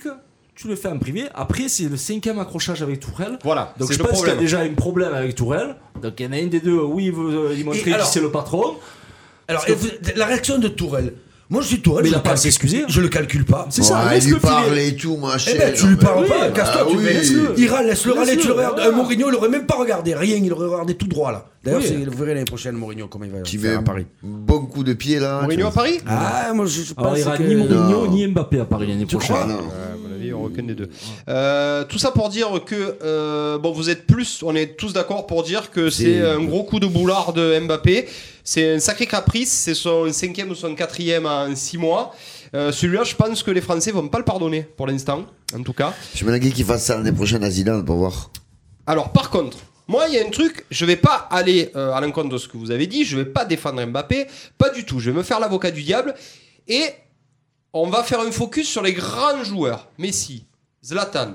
S5: tu le fais en privé. Après, c'est le cinquième accrochage avec Tourelle.
S3: Voilà,
S5: Donc
S3: c'est
S5: je
S3: le
S5: pense qu'il y a
S3: problème.
S5: déjà un problème avec Tourelle. Donc il y en a un des deux, oui, il veut euh, il montrer qu'il
S4: alors-
S5: c'est le patron.
S4: Alors, et vous- la réaction de Tourelle. Moi, je suis Tourelle.
S5: Mais
S4: je
S5: il a
S4: le
S5: pas à
S4: calcule-
S5: s'excuser.
S4: Je le calcule pas.
S5: C'est ça,
S6: Ouais,
S5: laisse
S6: il
S5: le
S6: lui
S5: filer.
S6: parle et tout, machin.
S4: Eh ben, tu lui parles
S5: oui,
S4: pas, casse-toi,
S6: bah
S4: tu le
S6: oui.
S4: laisses -le. Il râle, laisse-le
S5: Laisse-le,
S4: râler, tu le
S5: voilà.
S4: regardes. Un Mourinho, il l'aurait même pas regardé, rien, il aurait regardé tout droit là. D'ailleurs,
S5: Oui.
S4: c'est- vous verrez l'année prochaine, Mourinho, comment il va
S6: Qui met
S4: faire à Paris.
S6: bon coup de pied là.
S3: Mourinho à Paris
S4: Ah, moi, je, je pense
S5: Alors il n'y aura
S4: que-
S5: ni Mourinho
S6: Non.
S5: ni Mbappé à Paris l'année
S6: Ah,
S5: prochaine.
S6: non.
S3: À mon avis, il y aura aucune des deux. Euh, tout ça pour dire que, euh, bon, vous êtes plus, on est tous d'accord pour dire que c'est
S6: C'est-
S3: un gros coup de boulard de Mbappé. C'est un sacré caprice, c'est son cinquième ou son quatrième en six mois. Euh, Celui-là, je pense que les Français vont pas le pardonner pour l'instant, en tout cas.
S6: Je me dis qu'il fasse ça l'année prochaine à Zidane pour voir.
S3: Alors, par contre, moi, il y a un truc, je vais pas aller euh, à l'encontre de ce que vous avez dit, je vais pas défendre Mbappé, pas du tout. Je vais me faire l'avocat du diable. Et on va faire un focus sur les grands joueurs. Messi, Zlatan,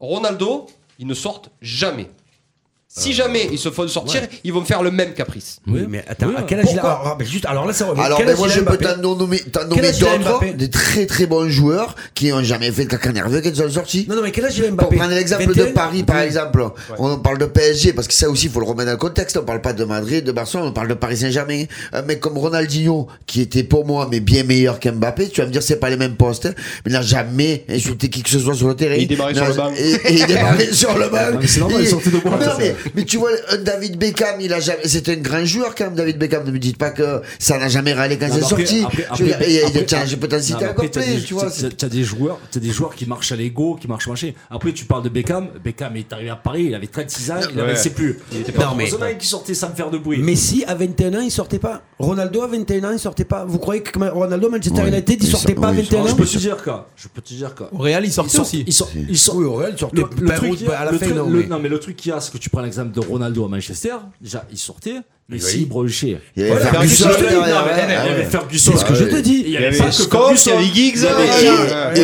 S3: Ronaldo, ils ne sortent jamais.
S4: Euh,
S3: Si jamais ils se font sortir, ils vont faire le même caprice.
S4: Oui, mais attends,
S3: Oui,
S4: à quel âge il a
S3: pourquoi
S4: alors, ah, mais juste, alors là, ça revient.
S6: Alors,
S4: Quel
S6: mais
S4: âge
S6: moi,
S4: il a,
S6: je peux
S4: Mbappé
S6: t'en nommer, t'en
S4: Quel
S6: nommer
S4: âge il a,
S6: d'autres,
S4: Mbappé
S6: des très très bons joueurs qui n'ont jamais fait le caca nerveux qu'ils sont sortis.
S4: Non, non, mais quel âge il a
S6: Pour
S4: Mbappé
S6: prendre l'exemple de
S4: 21?
S6: Paris, par
S4: Oui.
S6: exemple, on parle de PSG, parce que ça aussi, il faut le remettre dans le contexte. On parle pas de Madrid, de Barcelone, on parle de Paris Saint-Germain. Un mec comme Ronaldinho, qui était pour moi, mais bien meilleur qu'Mbappé, tu vas me dire, c'est pas les mêmes postes, hein, mais il n'a jamais insulté qui que ce soit sur le terrain.
S3: Et il démarrait
S6: n'a-
S3: sur le banc.
S6: Et, et il démarrait sur le banc.
S5: mais c'est normal,
S6: Et-
S5: il sortait de boîte,
S6: Non,
S5: ça.
S6: mais, mais tu vois, un David Beckham, il a jamais, c'était un grand joueur quand même, David Beckham. Ne me dites pas que ça n'a jamais râlé quand
S5: Non,
S6: c'est
S5: mais après-
S6: sorti.
S5: après-
S6: Je veux dire,
S5: après-
S6: et- et-
S5: après-
S6: tiens, je peux t'en
S5: Non,
S6: citer
S5: mais
S6: encore
S5: après, t'as
S6: plus,
S5: des-
S6: tu vois.
S5: t'as- T'as des joueurs, t'as des joueurs qui marchent à l'ego, qui marchent machin. Après, tu parles de Beckham. Beckham est arrivé à Paris, il avait 36 ans, il
S3: Ouais.
S5: avançait plus.
S4: pas en
S5: mais
S4: forme.
S5: qui sortait sans faire de bruit.
S4: Messi à 21 ans il sortait pas. Ronaldo à 21 ans il sortait pas. Vous croyez que Ronaldo Manchester
S6: Ouais.
S4: United il
S6: Il
S4: sortait
S6: sort-
S4: pas à
S6: oui, il
S4: 21
S5: Alors,
S4: ans
S5: je peux te dire quoi Je peux te dire quoi
S2: Au Real, il
S5: Ils
S2: sortait
S5: sortent-
S2: aussi.
S5: Ils sortent. Ils sortent.
S4: Oui, au Real, il sortait
S5: Le, le
S4: pas
S5: truc,
S4: au- à la
S5: le
S4: fin
S5: truc-
S4: non,
S5: le-
S4: mais-
S5: non, mais le truc qu'il y a, c'est que tu prends l'exemple de Ronaldo à Manchester. Déjà, il sortait,
S3: Eh
S5: mais s'il brochait.
S6: Il y avait
S3: Voilà,
S6: Ferguson
S3: Ferguson,
S6: derrière,
S3: non, mais-
S6: ouais,
S5: Il y
S6: ouais.
S5: avait Ferguson, ce que
S6: Ah
S5: je
S6: ouais.
S5: te dis.
S3: Il y avait
S5: pas que
S3: Scott, il y avait Giggs,
S6: Non, mais
S3: il y avait-
S6: et- et
S3: il y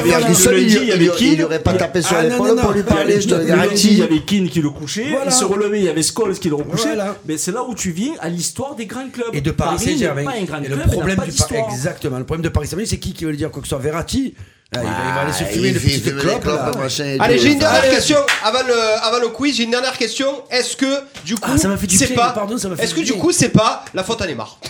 S3: avait
S6: Ferguson,
S3: Ancelotti,
S6: il,
S3: il y avait
S6: il, il
S3: Keane.
S6: aurait pas tapé sur
S4: Ah, non,
S6: l'épaule
S4: non,
S6: pour lui
S4: non, il y
S6: parler, je te le
S5: Il y
S6: garantis.
S5: avait Keane qui le couchait,
S4: Voilà.
S5: il se relevait, il y avait Scholes qui le recouchait.
S4: Voilà.
S5: Mais c'est là où tu viens à l'histoire des grands clubs.
S4: Et de Paris
S5: n'est
S4: Saint-Germain.
S5: pas un grand
S4: Et
S5: club,
S4: le
S5: il n'a
S4: problème
S5: pas
S4: du Paris
S5: d'histoire.
S4: exactement. Le problème de Paris Saint-Germain c'est qui qui veut le dire quoi que ce soit Verratti. Ah, il, va, il va aller se
S6: Ah,
S4: fumer
S6: il
S4: une
S6: fait
S4: petite
S6: fumer
S4: clope
S6: les
S4: là.
S6: clopes, machin et
S3: Allez,
S6: tout.
S3: j'ai une dernière question avant le, avant le quiz. J'ai une dernière question. Est-ce que du coup,
S4: Ah, ça m'a fait du
S3: c'est
S4: bien,
S3: pas
S4: pardon, ça m'a fait
S3: Est-ce que
S4: du
S3: du
S4: bien.
S3: coup, c'est pas la faute à Neymar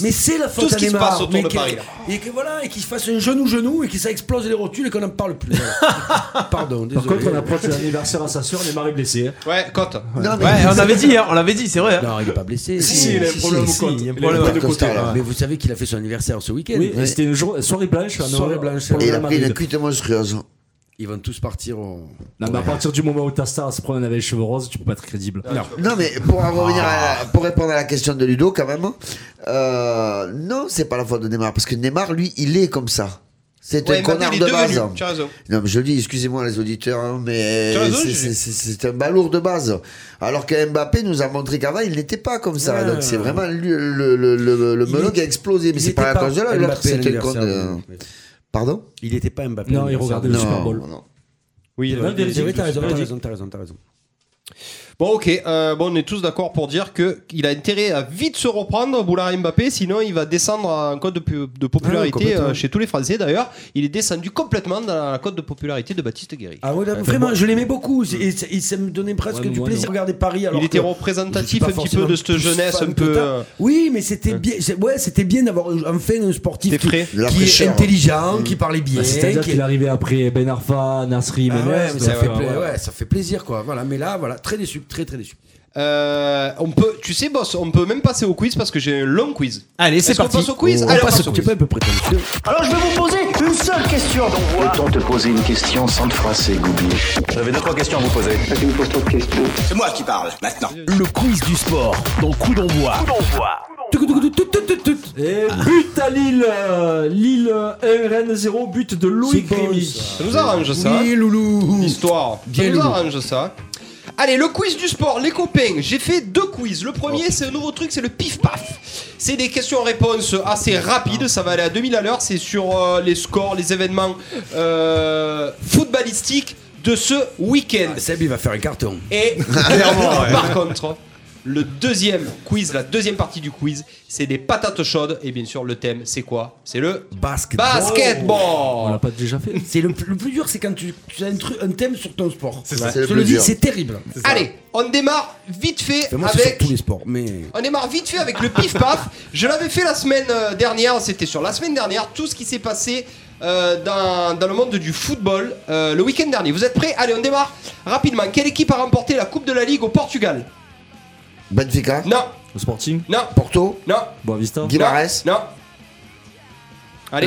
S4: Mais c'est la faute
S3: Tout ce
S4: à
S3: qui se
S4: Neymar,
S3: passe autour
S4: mais
S3: de
S4: que-
S3: Paris, là.
S4: Et que voilà, et qu'il se fasse un genou genou et que ça explose les rotules et qu'on n'en parle plus. Voilà. Pardon,
S5: Par
S4: désolé.
S5: contre, on approche l'anniversaire à sa sœur, Neymar est hein. blessé.
S3: Ouais, cote.
S6: Non, mais-
S2: Ouais, on avait dit, hein, on l'avait dit, c'est vrai. hein.
S4: Non, il est pas blessé.
S5: Si, si, il a un problème au compte.
S2: il y a un
S5: Il a
S2: problème.
S5: un problème de
S6: Costa,
S5: côté.
S6: là.
S4: Mais vous savez qu'il a fait son anniversaire ce week-end.
S5: Oui, et c'était une jour- soirée blanche. à
S4: Soirée
S5: Noël,
S4: blanche.
S5: pour le
S6: Et il a
S5: Real
S6: pris une
S5: Madrid.
S6: cuite monstrueuse.
S4: Ils vont tous partir au.
S5: Non, mais à partir du moment où ta star se promène avec les cheveux roses, tu peux pas être crédible.
S6: Non, mais pour, en revenir à- pour répondre à la question de Ludo, quand même, euh, non, c'est pas la faute de Neymar. Parce que Neymar, lui, il est comme ça. C'est un
S3: Ouais, Mbappé,
S6: connard
S3: il est
S6: de
S3: devenu.
S6: base.
S3: Tu as raison.
S6: Non, mais je le dis, excusez-moi les auditeurs, hein, mais
S3: Tu as raison,
S6: c'est-
S3: Gilles.
S6: c'est c'est- c'est un balourd de base. Alors que Mbappé nous a montré qu'avant, il n'était pas comme ça.
S3: Ah.
S4: Ouais.
S6: Donc c'est vraiment lui- le, le, le, le
S4: Il
S6: melon
S4: est-
S6: qui a explosé. Mais
S4: il
S6: c'est pas
S4: était
S6: à cause de là, l'autre,
S4: Mbappé à
S6: c'était le con
S4: l'anniversaire.
S6: de- Pardon
S4: Il était pas Mbappé.
S5: Non, il
S4: l'anniversaire.
S5: regardait le Super Bowl.
S6: non.
S3: Oui,
S5: Non,
S4: C'est vrai,
S5: véridique,
S4: T'as raison, t'as
S5: véridique.
S4: raison, t'as raison, t'as raison.
S3: Bon, ok. euh, bon, on est tous d'accord pour dire que il a intérêt à vite se reprendre, Boulard Mbappé, sinon il va descendre en cote de, pu- de
S4: Ah,
S3: popularité
S4: complètement.
S3: euh, chez tous les Français. D'ailleurs, il est descendu complètement dans la cote de popularité de Baptiste Guéry.
S4: Ah ouais, vraiment, je l'aimais beaucoup. C'est- Et, ça- et ça me donnait presque
S5: Ouais,
S4: du
S5: moi,
S4: plaisir de
S5: non.
S4: regarder Paris. Alors
S3: il était
S4: que je suis
S3: représentatif
S4: pas
S3: un petit peu
S4: forcément
S3: de cette
S4: plus
S3: jeunesse
S4: fan
S3: un
S4: que
S3: peu.
S4: t'as.
S3: euh,
S4: Oui, mais c'était bien. c'est- Ouais, c'était bien d'avoir enfin un sportif
S3: C'était
S4: qui,
S3: frais.
S6: De la
S4: qui est
S6: fraîcheur.
S4: intelligent, qui parlait bien.
S5: Bah, C'est-à-dire
S4: qui-
S5: qu'il est arrivé après Ben Arfa, Nasri,
S4: Ah ouais,
S5: Menez.
S4: mais ça,
S5: donc,
S4: fait
S5: euh,
S4: pla-
S5: voilà.
S4: ouais, ça fait plaisir quoi. Voilà, mais là, voilà, très déçu, très très déçu.
S3: euh, on peut, tu sais, boss, on peut même passer au quiz parce que j'ai un long quiz.
S2: Allez, c'est
S3: Est-ce qu'on
S2: parti.
S3: passe au quiz
S4: On
S3: Allez, on
S4: passe
S3: passe au
S4: Tu
S3: quiz.
S4: peux un peu prétentieux.
S11: Alors je vais vous poser une seule question.
S12: Autant te poser une question sans te froisser, Goubi. J'avais deux, trois questions à vous poser.
S11: C'est moi qui parle maintenant.
S13: Le quiz du sport dans Coup d'envoi.
S5: Et but à Lille euh, Lille euh, 1, Rennes 0, but de Loïc
S4: C'est bon,
S5: Rémy.
S3: Ça nous arrange ça.
S4: Oui, loulou.
S3: Histoire.
S4: Bien
S3: ça nous
S4: lourd.
S3: arrange ça. Allez, le quiz du sport, les copains. J'ai fait deux quiz. Le premier,
S4: Oh.
S3: c'est un nouveau truc, c'est le pif-paf. C'est des questions-réponses assez rapides. Ça va aller à 2000 à l'heure. C'est sur euh, les scores, les événements euh, footballistiques de ce week-end.
S4: Ah, Seb, il va faire un carton.
S3: Et clairement, par contre, le deuxième quiz, la deuxième partie du quiz, c'est des patates chaudes. Et bien sûr, le thème, c'est quoi C'est le
S4: Basket.
S5: On l'a
S3: basketball.
S5: pas déjà fait
S4: C'est le, le plus dur, c'est quand tu, tu as un, truc- un thème sur ton sport.
S14: C'est ça.
S6: C'est le
S4: Je
S6: plus
S4: le dis,
S6: dur.
S4: c'est terrible.
S3: Allez, on démarre vite fait
S4: Enfin, moi, c'est sur
S3: avec
S4: tous les sports, mais
S3: On démarre vite fait avec le pif paf. Je l'avais fait la semaine euh, dernière, c'était sur la semaine dernière, tout ce qui s'est passé euh, dans, dans le monde du football euh, le week-end dernier. Vous êtes prêts Allez, on démarre rapidement. Quelle équipe a remporté la Coupe de la Ligue au Portugal
S6: Benfica,
S3: Non,
S5: Au Sporting
S3: non,
S6: Porto,
S3: non,
S5: Boavista
S6: Guimarães,
S3: non. Allez.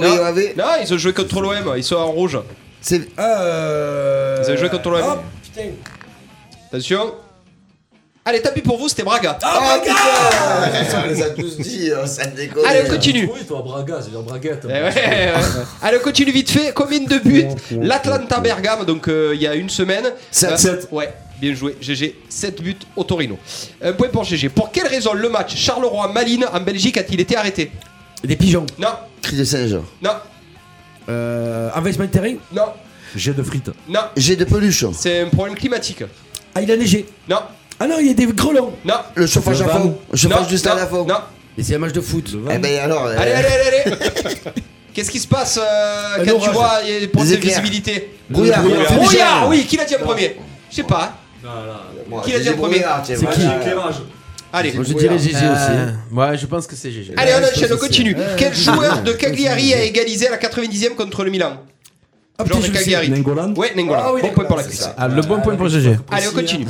S3: non.
S6: Rio Ave,
S3: Non, ils ont joué contre l'OM, ils sont en rouge.
S6: c'est
S4: euh...
S3: Ils ont joué contre l'OM.
S4: Oh, putain.
S3: Attention. Allez, tapis pour vous, c'était Braga.
S6: Ah putain Ah, On les a tous dit, euh, ça déconne.
S3: Allez, on continue.
S5: Oui, toi, Braga, c'est-à-dire Braguette.
S3: Eh ouais, ouais. Allez, on continue vite fait. Combien de buts L'Atlanta Bergame, donc euh, il y a une semaine.
S6: Sept.
S3: Euh,
S6: Sept.
S3: ouais, bien joué. GG, 7 buts au Torino. Un point pour GG. Pour quelle raison le match Charleroi-Malines en Belgique a-t-il été arrêté
S4: Des pigeons.
S3: Non,
S6: Cri de singe.
S3: non.
S4: Euh, envahissement de terrain
S3: Non.
S10: J'ai de frites.
S3: Non.
S6: J'ai de peluches.
S3: C'est un problème climatique.
S4: Ah, il a neigé
S3: Non.
S4: Ah non, il y a des grelons
S3: Non.
S6: Le chauffage
S4: Le
S6: à fond.
S4: van.
S6: Le chauffage
S3: Non,
S6: juste à
S3: non,
S6: la fond.
S3: non.
S4: Et c'est un match de foot.
S6: Eh ben alors. euh,
S3: Allez, allez, allez, allez. Qu'est-ce qui se passe euh,
S6: Un
S3: quand tu
S6: orage.
S3: vois il y a des problèmes
S6: Des
S3: de
S6: éclairs.
S3: visibilité
S6: Brouillard.
S3: Brouillard,
S6: Brouillard.
S3: Brouillard, oui, qui l'a dit en premier Je sais pas.
S6: moi,
S3: Qui l'a
S6: j'ai
S3: dit en premier
S6: brouillard, tiens,
S4: C'est
S6: voilà.
S4: qui
S10: Ah,
S3: Allez.
S4: Moi, je dirais GG aussi.
S2: Euh,
S4: hein. Ouais, je pense que c'est GG.
S3: Allez, on
S4: Ouais, je
S3: enchaîne, on
S4: pense que c'est-
S3: continue. Quel joueur de Cagliari a égalisé à la 90e contre le Milan
S4: Ah, putain,
S3: Genre
S4: je
S3: de
S4: le sais.
S3: Cagliari.
S10: Nengolan
S3: Ouais, Nengola.
S4: Ah oui,
S3: bon point pour la
S4: c'est
S3: Suisse.
S4: ça.
S2: Ah, le bon point pour GG.
S3: Allez, on continue.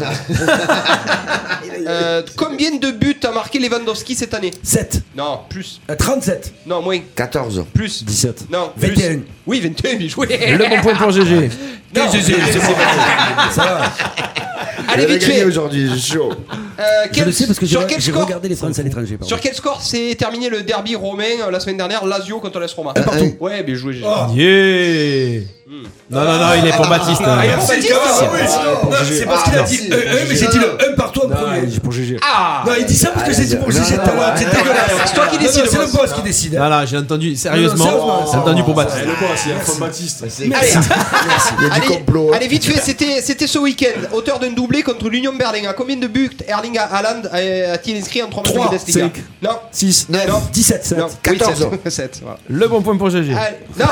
S3: Euh, combien de buts a marqué Lewandowski cette année
S4: 7,
S3: Non, plus.
S4: euh, 37,
S3: Non, moins.
S6: 14.
S3: Plus.
S10: 17.
S3: Non, plus.
S4: 21.
S3: Oui, 21, bien joué.
S2: Le bon point pour GG.
S3: Non, c'est bon. Allez,
S6: J'avais
S3: vite
S6: gagné
S3: fait.
S6: aujourd'hui, je suis chaud.
S3: Euh,
S4: Je
S3: quel-
S4: le sais parce que j'ai
S3: sur quel
S4: j'ai
S3: score
S4: regardé les Français à l'étranger. pardon.
S3: Sur quel score s'est terminé le derby romain euh, la semaine dernière Lazio contre l'AS Roma
S6: Un partout.
S3: Ouais, bien joué. Gégé.
S2: Yeah Non, non, non, il est pour Baptiste. hein.
S3: Ah, il est pour Baptiste
S4: C'est parce qu'il a dit
S6: Ah,
S4: euh, euh, mais j'ai dit le 1 partout en premier.
S10: j'ai pour GG.
S3: Ah
S4: Non, il dit ça parce que
S6: Ah,
S4: c'est
S6: il a
S4: dit pour
S6: dit-
S4: GG
S6: non,
S4: ta
S6: non,
S4: voix,
S6: non,
S4: c'est
S6: non,
S4: dégueulasse.
S3: non, non, c'est toi qui décides,
S4: C'est
S3: boss.
S4: le boss qui décide.
S2: Non, ah. non, j'ai entendu, sérieusement, Ah,
S4: sérieusement,
S2: j'ai entendu pour Baptiste.
S3: Allez,
S6: Il y a
S3: allez,
S6: du complot. hein.
S3: allez, vite fait, c'était c'était ce week-end. Auteur d'un doublé contre l'Union Berlin. À combien de buts Erling Haaland a- a-t-il inscrit en 3 matchs de
S4: Trois,
S3: Bundesliga
S4: cinq.
S3: Non,
S6: 6,
S3: non,
S4: 17,
S3: non,
S6: 14.
S3: 7, voilà.
S2: Le bon point pour GG.
S3: Allez, non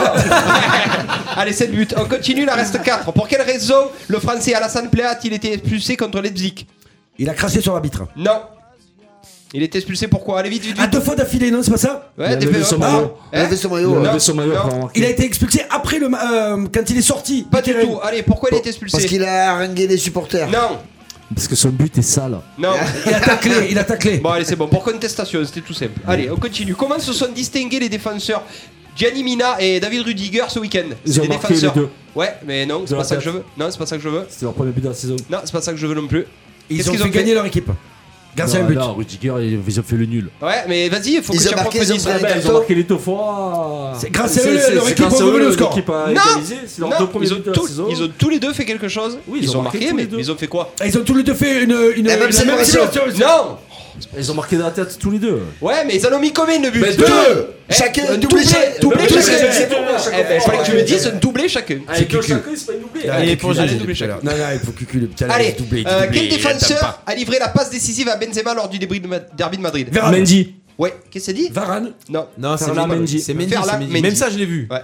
S3: Allez, 7 buts. On continue, il en reste 4. Pour quelle raison le français Alassane Plea a-t-il été expulsé contre Leipzig
S4: Il a craché sur l'arbitre.
S3: Non. Il était expulsé pourquoi Allez, vite, vite,
S4: Ah,
S3: vite.
S4: deux fois d'affilée, non, c'est pas ça
S3: Ouais,
S10: Il a levé
S3: fait-
S10: son
S3: Ah,
S10: maillot.
S6: Il
S3: hein
S6: avait son maillot.
S10: Il
S6: ouais.
S10: a levé son maillot
S3: non.
S10: après avoir
S4: Il a été expulsé après le. ma- euh, Quand il est sorti.
S3: Pas du tout. Allez, pourquoi il a été expulsé
S6: Parce qu'il a harangué les supporters.
S3: Non,
S10: Parce que son but est sale.
S3: non.
S4: Il a taclé, il a taclé.
S3: Bon, allez, c'est bon. Pour contestation, c'était tout simple. Allez, on continue. Comment se sont distingués les défenseurs Gianni Mina et David Rudiger ce week-end
S10: Ils
S3: C'est
S10: ont
S3: des
S10: marqué
S3: défenseurs.
S10: les deux.
S3: Ouais, mais non, c'est
S10: ont
S3: pas ça que
S10: marqué.
S3: je veux. Non, c'est pas ça que je veux.
S10: C'était leur premier but de la saison.
S3: Non, c'est pas ça que je veux non plus.
S4: Ils
S3: Qu'est-ce
S4: ont
S3: qu'ils
S4: fait gagner leur équipe. Grâce à un
S10: Ah, Non,
S4: but.
S10: là, Rudiger, ils ont fait le nul.
S3: Ouais, mais vas-y, il faut
S6: Ils
S3: que
S6: ont
S3: tu
S6: marqué,
S3: approfondises.
S6: ils ont pris
S3: Ah,
S6: un
S3: ben,
S10: Ils ont marqué les deux fois.
S4: C'est grâce à eux,
S10: c'est-
S4: leur
S10: c'est
S4: équipe a
S10: grâce à
S4: revenu
S10: eux,
S4: le score.
S10: L'équipe a
S3: Non.
S10: égalisé. C'est
S3: Non,
S10: leur deux premiers
S3: ils, ont
S10: buts de la
S3: tous-
S10: saison.
S3: ils ont tous les deux fait quelque chose.
S10: Oui,
S3: ils, ont, marqué,
S10: tous
S3: mais
S10: les deux.
S3: ils ont fait quoi
S4: Ah, Ils ont tous les deux fait une. une-
S6: La même
S4: une-
S6: célébration.
S3: Non
S10: Ils ont marqué de la tête tous les deux.
S3: Ouais, mais ils en ont mis combien de buts Eh,
S6: Mais deux. Chacun,
S3: un
S6: doublé,
S3: doublé
S6: chaque-
S3: doublé
S6: doublé
S3: chacun.
S6: chacun.
S3: Eh ben, fallait que tu me dises un doublé chacun.
S4: Ah,
S10: Avec deux chacun, c'est Ah, pas une doublée.
S4: Allez,
S3: pour
S4: Gégé.
S3: Allez, doublé chacun.
S4: Non, non, il faut cuculer. Putain,
S3: Allez,
S4: doublé,
S3: euh,
S4: doublé,
S3: quel
S4: il attend
S3: défenseur
S4: pas.
S3: a livré la passe décisive à Benzema lors du débris de Ma- derby de Madrid
S4: Varane.
S10: Mendy.
S3: Ouais, qu'est-ce que c'est dit
S4: Varane.
S3: Non.
S2: Non, c'est
S10: Ferland
S2: Mendy.
S10: Mendy.
S2: C'est Mendy,
S3: Ferland
S2: c'est Mendy.
S3: Mendy.
S2: Même ça, je l'ai vu.
S3: Ouais.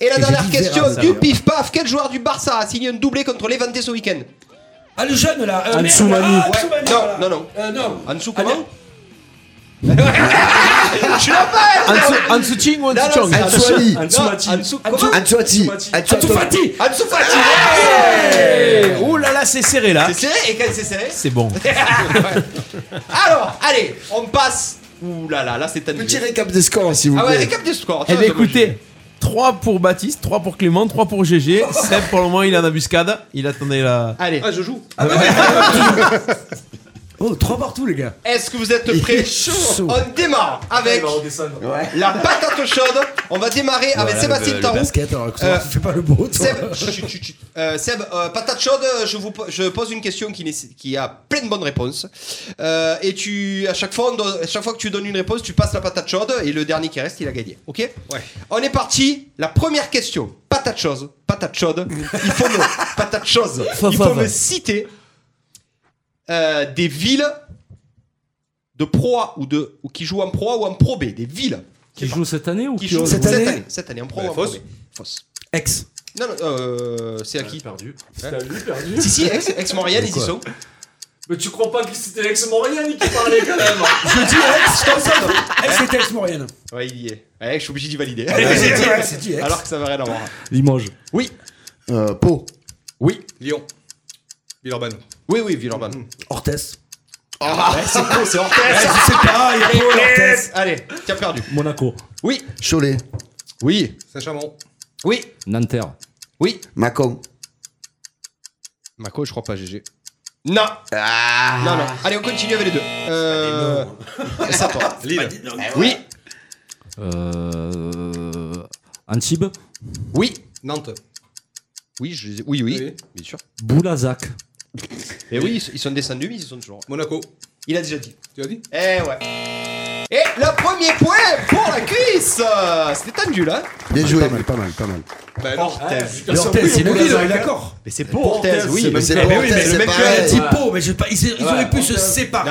S3: Et la
S4: j'ai
S3: dernière
S4: dit
S2: Ah,
S3: question
S4: Varane, ça
S3: du
S4: va.
S3: pif paf, quel joueur du Barça a signé un doublé contre Levante ce week-end
S4: Ah, le jeune là. euh, merde,
S10: Ansoumani.
S4: là, ah,
S3: Ouais,
S4: Ansoumani,
S3: non,
S4: voilà.
S3: non, non.
S4: Euh, non.
S3: Ansu
S4: Ah,
S3: comment
S4: non.
S3: Je l'as pas
S2: Ansu Ansu Ching ou Ansu Chong
S6: Ansu Ali.
S10: Ansu Mati.
S3: Ansu comment
S6: Ansuati.
S4: Ansu Fati.
S3: Ansu
S4: Ah,
S3: Fati
S2: Eh, Oh là là, c'est serré là.
S3: C'est serré, et quand c'est serré
S2: C'est bon.
S3: Alors, allez, on passe. Ouh là là, là c'est un
S6: Petit récap des scores, s'il vous
S3: Ah ouais,
S6: plaît.
S3: récap des scores.
S2: Eh
S3: Tiens,
S2: bien
S3: ça, moi,
S2: écoutez, 3 pour Baptiste, 3 pour Clément, 3 pour GG. Seb pour le moment il est en embuscade. Il attendait la.
S3: je- Allez,
S8: Ah, je joue.
S4: Oh, 3 partout, les gars.
S3: est-ce que vous êtes prêts
S4: chaud.
S3: On démarre avec la patate chaude. On va démarrer avec Sébastien
S4: Le
S3: Tarou.
S4: basket, alors que ça
S3: Euh,
S4: fait pas le beau toi.
S3: Seb, chut, chut, chut. Euh, Seb, euh, patate chaude, je, vous, po- je pose une question qui, nécess- qui a plein de bonnes réponses. Euh, et tu, à chaque, fois, on donne- à chaque fois que tu donnes une réponse, tu passes la patate chaude et le dernier qui reste, il a gagné. Ok On est parti. La première question. Patate chose. Patate chaude. Il faut me, patate chose. Il faut me citer euh, des villes de proie ou de ou qui jouent en proie ou en pro B. Des villes
S10: Qui joue cette année ou
S3: qui
S10: qui
S3: jouent
S4: cette année
S3: Cette année en pro
S8: Bah,
S3: ou en pro
S8: Fos.
S3: B. Fos.
S4: Ex.
S3: Non, non, euh, c'est à qui
S8: Perdu.
S3: T'as
S10: lui perdu.
S3: Si, si, ex, ex Montréal, ils y sont.
S10: Mais tu crois pas que c'était l'ex-Moriani qui parlait quand même Hein
S4: Je dis ex, je t'en sors. Ex, c'est ex, Maurienne.
S3: Ouais, il y est. Ah, Ouais, je suis obligé d'y valider.
S4: C'est dit ex, c'est dit ex.
S3: Alors que ça va rien avoir.
S10: Limoges.
S3: Oui,
S6: Euh, Pau.
S3: oui,
S8: Lyon. Villeurbanne.
S3: oui, oui, Villeurbanne.
S4: Orthez.
S3: Ah, ouais, c'est con, c'est Orthez.
S4: Je sais pas, il y a Paul Orthez.
S3: Allez, tu as perdu.
S10: Monaco.
S3: Oui,
S6: Cholet.
S3: oui,
S8: Saint-Chamond.
S3: oui,
S10: Nanterre.
S3: oui.
S6: Macon.
S3: Mako, je crois pas, Ah. GG. Non. Non, non. Allez, on continue avec les deux. Euh. Ça part.
S8: Lille. Eh
S3: Oui,
S10: Euh... Antibes.
S3: oui.
S8: Nantes.
S3: Oui, je... les ai- oui, oui,
S8: Oui.
S3: bien sûr.
S10: Boulazac.
S3: Et oui, ils- ils sont descendus, mais ils y sont toujours.
S8: Monaco.
S3: Il a déjà dit.
S8: Tu as dit
S3: Eh ouais. Et le premier point pour la cuisse c'était tendu là.
S6: Bien joué.
S4: Pas mal, pas mal, pas mal.
S3: Bah, non.
S10: Ah,
S4: Le Orthez, c'est le leader, il est d'accord.
S3: Mais c'est pour Orthez, oui.
S4: Mais c'est
S5: Eh
S3: mais
S5: ben
S4: pour
S3: oui, mais
S4: Orthez,
S3: le
S4: c'est
S3: mec,
S4: pareil.
S3: le
S4: Petit pot, mais je sais pas, ils ils auraient pu se séparer.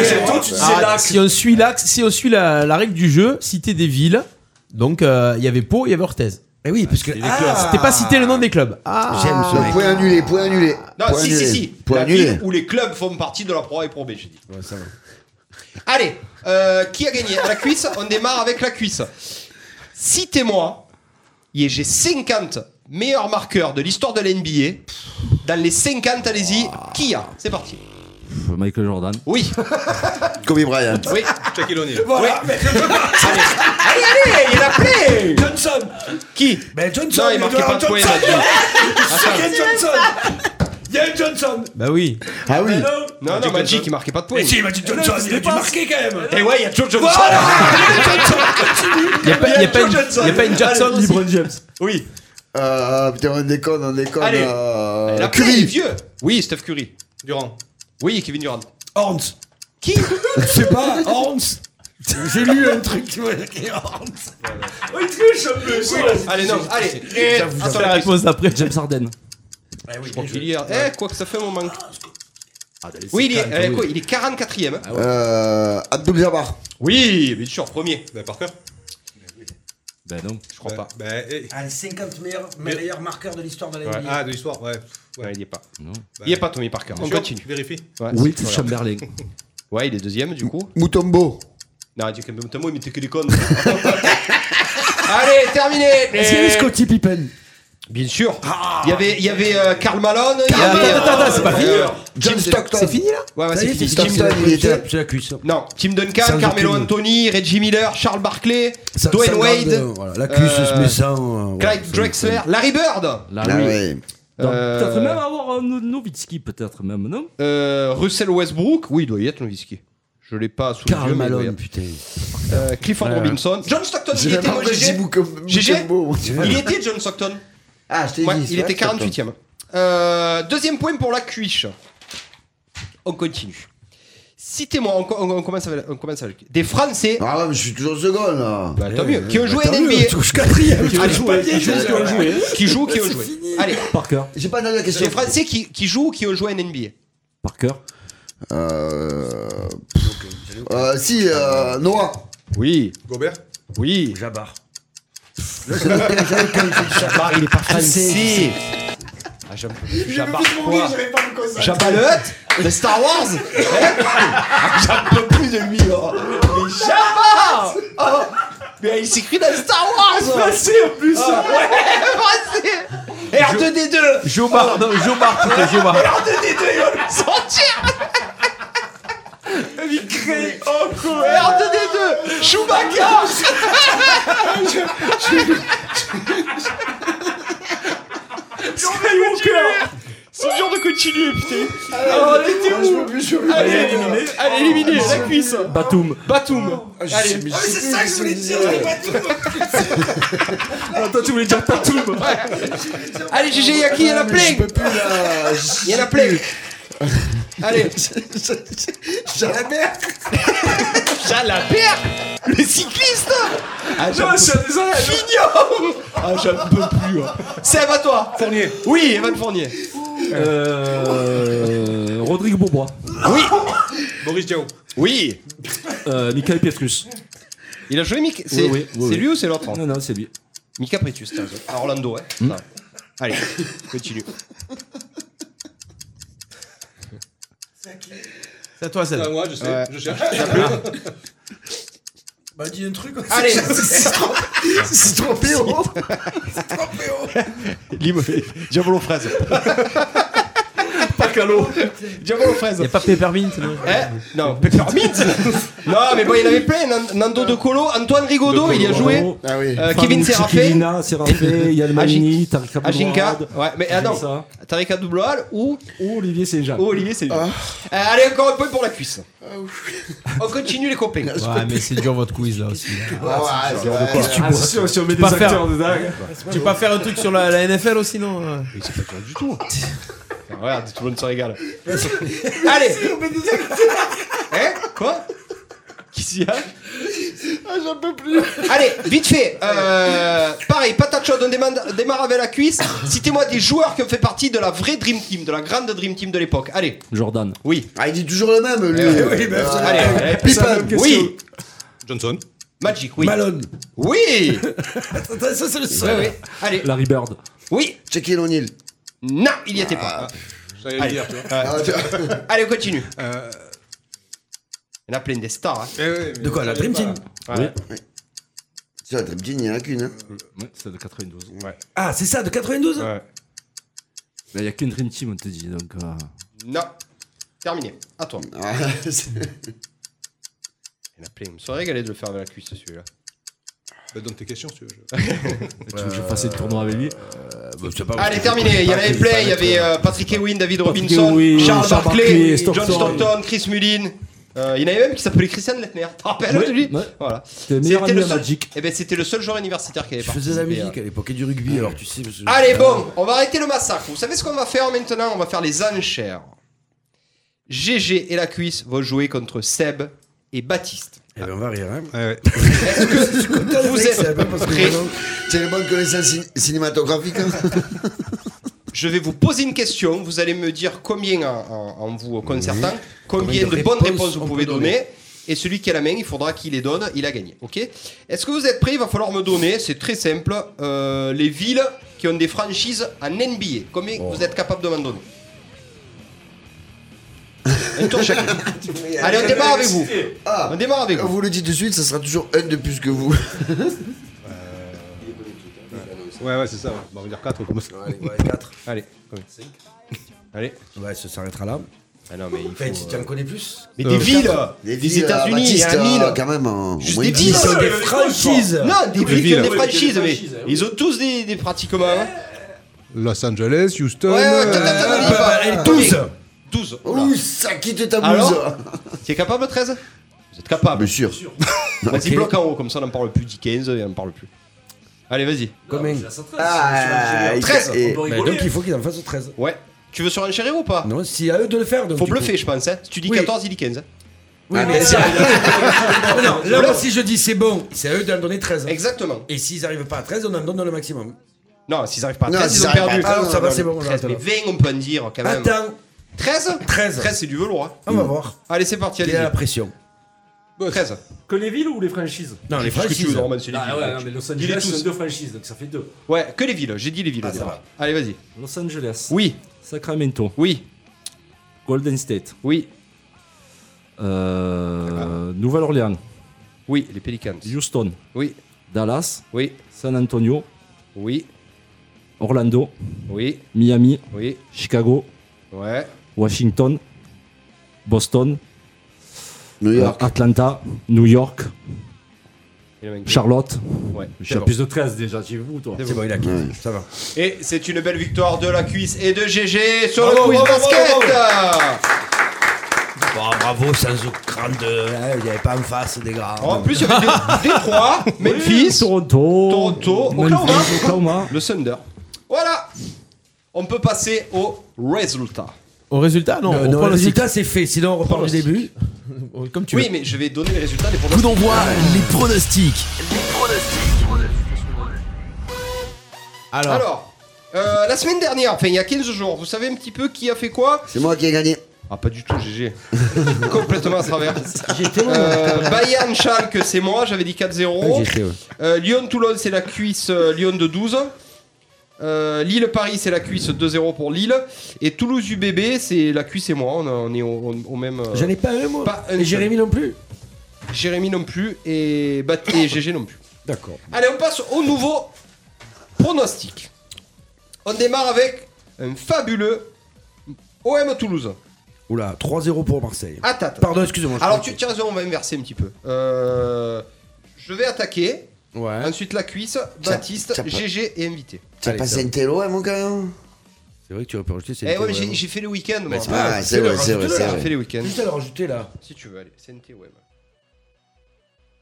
S4: Et surtout, tu te sais là,
S2: Ah, Si on suit l'axe, si on suit la, la règle du jeu, citer des villes. Donc euh, il y avait Pau, il y avait Orthez.
S4: Et oui,
S2: Ah,
S4: parce que
S2: c'était pas cité le nom des clubs. Ah,
S6: J'aime ce mec. Point annulé, point annulé.
S3: Ah, Non,
S6: point
S3: si,
S6: annulé.
S3: si, si.
S6: Point
S3: la
S6: annulé.
S3: ville où les clubs font partie de la Pro A et Pro B, j'ai dit. Allez, euh, qui a gagné À la cuisse, on démarre avec la cuisse. Citez-moi, et j'ai 50 meilleurs marqueurs de l'histoire de l'NBA. Dans les 50, allez-y, qui y a C'est parti.
S10: Pff, Michael Jordan.
S3: Oui,
S6: Kobe Bryant.
S3: oui.
S8: Shaquille O'Neal.
S3: Allez, allez, il a plein
S4: Johnson
S3: Qui
S4: Ben Johnson
S3: Non, il marquait pas de points, il a dit.
S4: Il y a Johnson Il y a Johnson
S2: bah oui.
S6: Ah oui.
S3: Non, non, Magic, il marquait pas de points.
S4: Mais si, il m'a dit Johnson, il a dû marquer quand même
S3: Et ouais, il y a Joe Johnson.
S2: Il y a pas, il y a pas une, il y a pas une Jackson
S3: Allez,
S2: LeBron James.
S3: Oui.
S6: Euh, putain, on déconne, on déconne.
S3: Allez.
S6: euh,
S3: La
S6: Curry.
S3: Curry. vieux. Oui, Steph Curry. Durant. Oui, Kevin Durant.
S4: Horns
S3: Qui
S4: Je sais pas, Horns J'ai lu un truc qui m'a dit Horns Oh, il triche un peu
S3: Allez, non, allez. Et, attends,
S2: La
S3: la réponse.
S2: réponse après.
S10: James Harden.
S3: Eh, quoi que ça fait un moment.
S4: Ah,
S3: oui, il est,
S4: euh,
S3: eh, quoi, il est 44ème. hein.
S6: Euh, Abdul Jabbar.
S3: Oui, bien sûr, premier.
S8: Bah, Parker.
S10: Ben non.
S3: Je crois pas.
S8: Bah, eh,
S4: Un 50 Ah, meilleurs, meilleurs marqueurs de l'histoire de la
S8: ouais. Ah, de l'histoire, ouais.
S3: Ouais, il y est pas. Bah
S10: Non.
S3: Il y est pas, Tommy Parker. On
S8: Sûr
S3: continue.
S8: Vérifie.
S3: Ouais,
S10: Wilt
S3: Ah, c'est- voilà.
S10: Chamberlain.
S3: Ouais, il est deuxième, du coup.
S6: Mutombo.
S3: Non, tu même il mettait que des connes. Allez, terminé.
S4: Est-ce qu'il
S3: Eh,
S4: y avait Scottie Pippen
S3: Bien sûr. Il y avait, il y avait euh, Karl Malone. il y
S2: Karl
S3: avait,
S2: Malone, attends, attends, c'est pas fini.
S3: euh,
S6: Jim Stockton.
S2: C'est fini là
S3: Ouais, ouais,
S4: Ça
S3: c'est
S4: y est,
S3: fini.
S4: c'est
S3: Jim-
S6: Stockton, il était.
S4: C'est la cuisse. hein.
S3: Non, Tim Duncan,
S4: Sans
S3: Carmelo
S4: aucune-
S3: Anthony, Reggie Miller, Charles Barkley,
S4: Ça-
S3: Dwayne
S4: ça
S3: Wade,
S4: garde, euh, voilà, la cuisse
S3: euh,
S4: se met sans. euh,
S3: Clyde
S4: ouais, ça-
S3: Drexler, Larry Bird,
S10: Là,
S6: Ah
S10: oui.
S6: ouais.
S10: Non,
S3: Euh,
S10: Peut-être même avoir un No- Nowitzki, peut-être même, non
S3: euh, Russell Westbrook, oui, il doit y être Nowitzki. Je l'ai pas sous
S4: Karl
S3: les yeux, mais il doit y
S4: Malone,
S3: être.
S4: putain.
S3: Euh, Clifford Robinson, John Stockton, il était
S6: J'ai
S3: GG.
S6: dit Mukom-
S3: GG.
S6: Mutombo.
S3: Il était John Stockton.
S6: Ah, je t'ai
S3: Ouais,
S6: dit. c'est
S3: il
S6: vrai
S3: était
S6: que Stockton.
S3: 48ème. Euh, deuxième point pour la cuiche. On continue. Citez-moi, on, co- on- on commence avec, on commence avec des Français.
S6: Ah ouais, mais je suis toujours second là.
S3: Bah, tant mieux. Qui ont joué
S4: Tant
S3: en
S4: mieux,
S3: NBA.
S4: touche quatrième, tu joues pas bien, tu joues.
S6: joué,
S3: Qui jouent, qui ont joué. Allez,
S10: Parker.
S6: J'ai pas entendu la question.
S3: les Français qui, qui jouent ou qui ont joué en NBA.
S10: Parker.
S6: Euh, pff, euh, si, euh,
S3: Ah.
S6: Noah.
S3: Oui,
S8: Gobert.
S3: oui.
S4: Jabbar.
S3: Jabbar, il est pas français. Ah, j'aime- Jabbar quoi Jabbar le Hutt De Star Wars Hein Ah, J'en peux plus de lui. oh. Mais Jabbar Oh. Mais il s'écrit dans Star Wars oh.
S4: en plus
S3: Ah, ouais, français. R2D2
S2: Jomar, non, Jomar, putain, Jomar.
S3: Sortir R2D2 Chewbacca C'est dur de continuer, putain Allez, éliminé Allez, éliminé La cuisse
S10: Batum.
S3: Batum Allez
S4: C'est ça que je voulais dire, j'ai pas tout.
S2: Toi, tu voulais dire Tatum.
S3: Allez, GG, y'a qui Y'en a plein Y'en a plein Allez
S4: Jabbar.
S3: Jalabert Le cycliste Ah, j'en
S4: Non, je suis désolé.
S3: Mignon Ah, j'en peux plus. hein. Seb, à toi Fournier. Oui, Evan Fournier.
S10: Euh, Rodrigue Bourbois.
S8: Boris Diaw.
S3: Oui.
S10: Euh, Michael Pietrus.
S3: Il a joué Mika. C'est
S10: Oui, oui, oui,
S3: c'est
S10: oui.
S3: lui ou c'est l'autre
S10: Non, non, c'est lui.
S3: Mika Pretus, t'as raison. à Orlando, ouais. Non. Allez, continue.
S2: C'est à toi, Seb.
S8: Ah, moi, je sais,
S3: Ouais.
S8: je cherche.
S4: Bah, dis un truc.
S3: Allez
S6: C'est trop pire.
S3: Libre. Diabolo fraise. Pas calo. Diabolo fraise.
S2: Il a pas Peppermint, non
S3: Eh Non, Peppermint Non, mais bon, il y en avait plein. Nan- Nando De Colo, Antoine Rigaudot, il y a joué.
S10: Bravo.
S6: Ah oui.
S3: Euh, Kevin Serafé,
S10: Kevina, Serafé, Yann Malini, Tariq
S3: Ashinka.
S10: Abdelmourad.
S3: Ouais, mais ah non,
S10: Ça.
S3: Tarika Double ou
S10: Oh, Olivier Séjan.
S3: Oh Olivier, c'est lui. Euh, allez, encore un peu pour la cuisse. On continue les copains.
S2: Ouais, mais c'est dur votre quiz là aussi.
S6: Ah, ouais, ouais, ouais.
S10: Attention, si on met
S2: des acteurs
S10: de dingue.
S2: Tu peux pas faire un truc sur la, la NFL aussi, non euh
S3: Regarde, tout le monde se régale. allez. hein Quoi Qu'est-ce qu'il y a
S6: j'en peux plus.
S3: Allez, vite fait. euh, pareil, patate chaude, on démarre, on démarre avec la cuisse. Citez-moi des joueurs qui ont fait partie de la vraie Dream Team, de la grande Dream Team de l'époque. Allez.
S10: Jordan.
S3: Oui.
S6: Ah, il dit toujours le même, lui.
S3: Eh
S6: Ah,
S3: Allez,
S6: allez,
S3: bah, allez,
S6: Pippen.
S3: Oui.
S8: Johnson.
S3: Magic, oui.
S4: Malone.
S3: Oui.
S4: Attends, ça c'est le seul.
S3: Ouais, ouais. Allez.
S10: Larry Bird.
S3: Oui.
S6: Check in O'Neill.
S3: Non, il n'y était pas.
S8: J'allais
S3: Allez. Euh,
S8: le dire, tu vois.
S6: Ah, tu-
S3: Allez, on continue.
S8: Euh,
S3: Il y en a plein des stars. hein.
S8: eh ouais, mais
S4: De quoi, la
S8: j'allais
S4: Dream
S8: pas.
S4: Team
S3: Ouais.
S6: Tu vois, Dream Team, il n'y en a qu'une. hein.
S10: Ouais, c'est de 92.
S4: Ah, c'est ça, de 92
S8: Ouais.
S10: Il n'y a qu'une Dream Team, on te dit. Donc, euh,
S3: Non. Terminé. À toi.
S6: Ah, c'est-
S3: Il y en a plein. Je me serais régalé de le faire avec la cuisse, celui-là.
S10: Ah,
S8: Bah, Donne tes questions, si tu veux. je-
S10: tu veux que je fasse le tournoi avec lui
S4: bah,
S3: Allez, terminé. Il y en avait plein. Il y avait euh, Patrick Ewing, David
S10: Patrick
S3: Robinson,
S10: Ewing,
S3: Charles
S10: Charles
S3: Barkley,
S10: Barkley,
S3: John
S10: Stockton.
S3: Stockton, Chris Mullin. Euh, il y en avait même qui s'appelait Christian Lettner. T'en rappelles
S10: Ouais,
S3: de lui
S10: ouais.
S3: Voilà.
S10: C'était le meilleur ami à
S3: seul.
S10: Magic.
S3: Eh ben, c'était le seul joueur universitaire qui avait
S4: Je faisais la
S3: participé,
S4: musique
S3: euh.
S4: à l'époque et du rugby, alors tu sais. parce que-
S3: Allez, bon, on va arrêter le massacre. Vous savez ce qu'on va faire maintenant On va faire les enchères. GG et la cuisse vont jouer contre Seb et Baptiste.
S4: Eh ben, on va rire, hein.
S8: Ouais, ouais.
S3: Est-ce que vous
S6: C'est un peu
S3: êtes
S6: parce que
S3: prêts
S6: maintenant, C'est les bonnes connaissances cin- cinématographiques. hein.
S3: Je vais vous poser une question, vous allez me dire combien en, en- en vous concertant, combien,
S4: Combien
S3: de,
S4: de
S3: bonnes
S4: réponses
S3: réponses vous
S4: on
S3: pouvez
S4: peut
S3: donner.
S4: donner.
S3: Et celui qui a la main, il faudra qu'il les donne, il a gagné. Ok Est-ce que vous êtes prêts Il va falloir me donner, c'est très simple, euh, les villes qui ont des franchises en NBA. Combien vous êtes capable de m'en donner Un tour chacun. Allez, on démarre avec vous.
S6: Ah,
S3: On démarre avec vous.
S6: vous le dites de suite, ça sera toujours un de plus que vous.
S8: Ouais, ouais, c'est ça. ouais. Bah, on va dire 4 comme ça.
S4: Allez, ouais, 4.
S3: Allez, combien Allez.
S4: Ouais, ça s'arrêtera là.
S3: Ah non, mais il faut,
S4: Enfin, si tu
S3: euh,
S4: en connais plus
S3: Mais des villes
S6: Les
S3: Des
S6: villes, ah,
S3: États-Unis, il y
S6: Baptiste,
S3: a
S6: ah,
S3: mille
S6: Quand même, hein, au
S3: Juste
S6: moins
S3: des
S6: 10.
S3: villes.
S4: Ils ont des
S3: euh,
S4: franchises
S3: Non, des villes qui
S8: Des
S3: ont
S8: villes.
S3: des
S8: Oui,
S3: franchises,
S10: des
S3: mais
S10: franchises, oui.
S3: ils ont tous des, des pratiquement. hein.
S8: Los Angeles, Houston.
S3: Ouais, ouais,
S8: euh,
S3: t'as- t'as- t'as- t'as-
S4: Allez,
S3: t'as-
S4: 12
S3: 12. oula.
S6: Ouh, ça quitte ta blouse.
S3: Alors Oh Tu es capable, 13 Vous êtes capable.
S6: Bien sûr.
S3: Vas-y, bloque en haut, comme ça on n'en parle plus. 10, 15 et on n'en parle plus. Allez, vas-y.
S4: Combien
S6: Ah, il-
S3: 13.
S6: et-
S4: Bah, Donc il faut qu'ils en fassent 13.
S3: Ouais. Tu veux surenchérir ou pas
S4: Non, c'est à eux de le faire. donc,
S3: Faut
S4: du coup.
S3: bluffer, je pense. Hein. Si tu dis
S4: Oui.
S3: 14, il dit 15. hein.
S4: Oui, mais c'est- Non, non, là, moi, si je dis c'est bon, c'est à eux d'en donner 13.
S3: Exactement.
S4: Et s'ils arrivent pas à 13, on en donne le maximum.
S3: Non, s'ils arrivent pas à
S6: Non,
S3: 13,
S6: s'ils
S3: ils ont
S6: arrivent
S3: perdu.
S6: pas à 13,
S4: Ah, ça va, c'est bon, on
S3: 13, mais
S4: arrête
S3: 20, on peut en dire quand même.
S4: Attends,
S3: 13
S4: 13.
S3: 13, c'est du velours. hein.
S4: on va voir.
S3: Allez, c'est parti,
S4: Il y a la
S3: allez-y.
S4: pression.
S3: 13.
S10: Que les villes ou les franchises
S4: Non, les
S3: Qu'est-ce que tu veux,
S4: franchises.
S3: normalement, c'est les villes.
S10: Ah ouais, Ah, non, mais Los
S3: Dis-les
S10: Angeles,
S3: tous.
S10: c'est deux franchises, donc ça fait deux.
S3: Ouais, que les villes, j'ai dit les
S4: Ah,
S3: villes. au départ. Allez, vas-y.
S10: Los Angeles,
S3: Oui,
S10: Sacramento,
S3: oui,
S10: Golden State,
S3: oui,
S10: euh, Nouvelle-Orléans,
S3: oui, les Pelicans.
S10: Houston,
S3: Oui,
S10: Dallas,
S3: oui,
S10: San Antonio,
S3: oui,
S10: Orlando,
S3: oui,
S10: Miami,
S3: oui,
S10: Chicago,
S3: ouais,
S10: Washington, Boston,
S6: New York.
S10: euh, Atlanta, New York,
S3: il en manque deux.
S10: Charlotte.
S3: Ouais.
S10: Je suis à plus de 13 déjà, tu es vous toi
S4: C'est bon, il a 15. Ça va.
S3: Et c'est une belle victoire de la cuisse et de GG sur le
S4: Bravo,
S3: quiz
S4: bravo,
S3: basket.
S4: Bon, bravo, sans grande. Il n'y avait pas en face des gars.
S3: En plus, il y avait des- Détroit, Memphis,
S10: Toronto,
S3: Toronto,
S10: Memphis,
S3: Oklahoma.
S10: Oklahoma.
S3: le Thunder. Voilà. On peut passer au résultat.
S2: Au résultat, non,
S4: Non,
S2: on
S4: non,
S2: prend
S4: le
S2: le cycle.
S4: résultat, c'est fait. Sinon, on repart du début.
S2: Comme tu
S3: Oui, mais je vais donner les résultats des
S1: Coup
S3: pronostics.
S1: d'envoi, les pronostics.
S2: veux. Alors,
S3: Alors, euh, la semaine dernière, enfin il y a 15 jours, vous savez un petit peu qui a fait quoi
S6: C'est moi qui ai gagné.
S3: Ah pas du tout GG. Complètement à travers. Euh, Bayern Schalke c'est moi, j'avais dit 4-0. Euh, Lyon-Toulon c'est la cuisse euh, Lyon de 12. Euh, Lille-Paris c'est la cuisse 2-0 pour Lille. Et Toulouse-UBB c'est la cuisse et moi, on, a- on est au, au- au même... euh,
S4: J'en ai pas un, moi.
S3: Pas un
S4: et Jérémy non plus.
S3: Jérémy non plus et, Bat- et GG non plus.
S4: D'accord.
S3: Allez, on passe au nouveau pronostic. On démarre avec un fabuleux OM Toulouse.
S4: Oula, 3-0 pour Marseille.
S3: Attends, attends.
S4: Pardon, excusez-moi. je
S3: Alors,
S4: crois
S3: tu, tiens, on va inverser un petit peu. Euh, je vais attaquer.
S4: que- Ouais.
S3: Ensuite, la cuisse,
S6: Tiens,
S3: Baptiste,
S6: tiens, pas-
S3: GG et invité.
S6: T'as
S4: Allez,
S6: passé
S4: ça va.
S6: un télo, hein, mon gars hein
S4: C'est vrai que tu aurais pu rajouter. c'est
S3: Eh
S4: une euh,
S3: ouais, mais
S4: théorie,
S3: j'ai j'ai fait les week-ends, moi.
S4: Mais c'est pas-
S6: Ah, c'est vrai, c'est vrai, c'est
S3: J'ai fait
S6: vrai.
S3: les
S4: hein.
S3: week-ends.
S4: Juste à le rajouter là.
S3: Si tu veux, allez, CNT OM.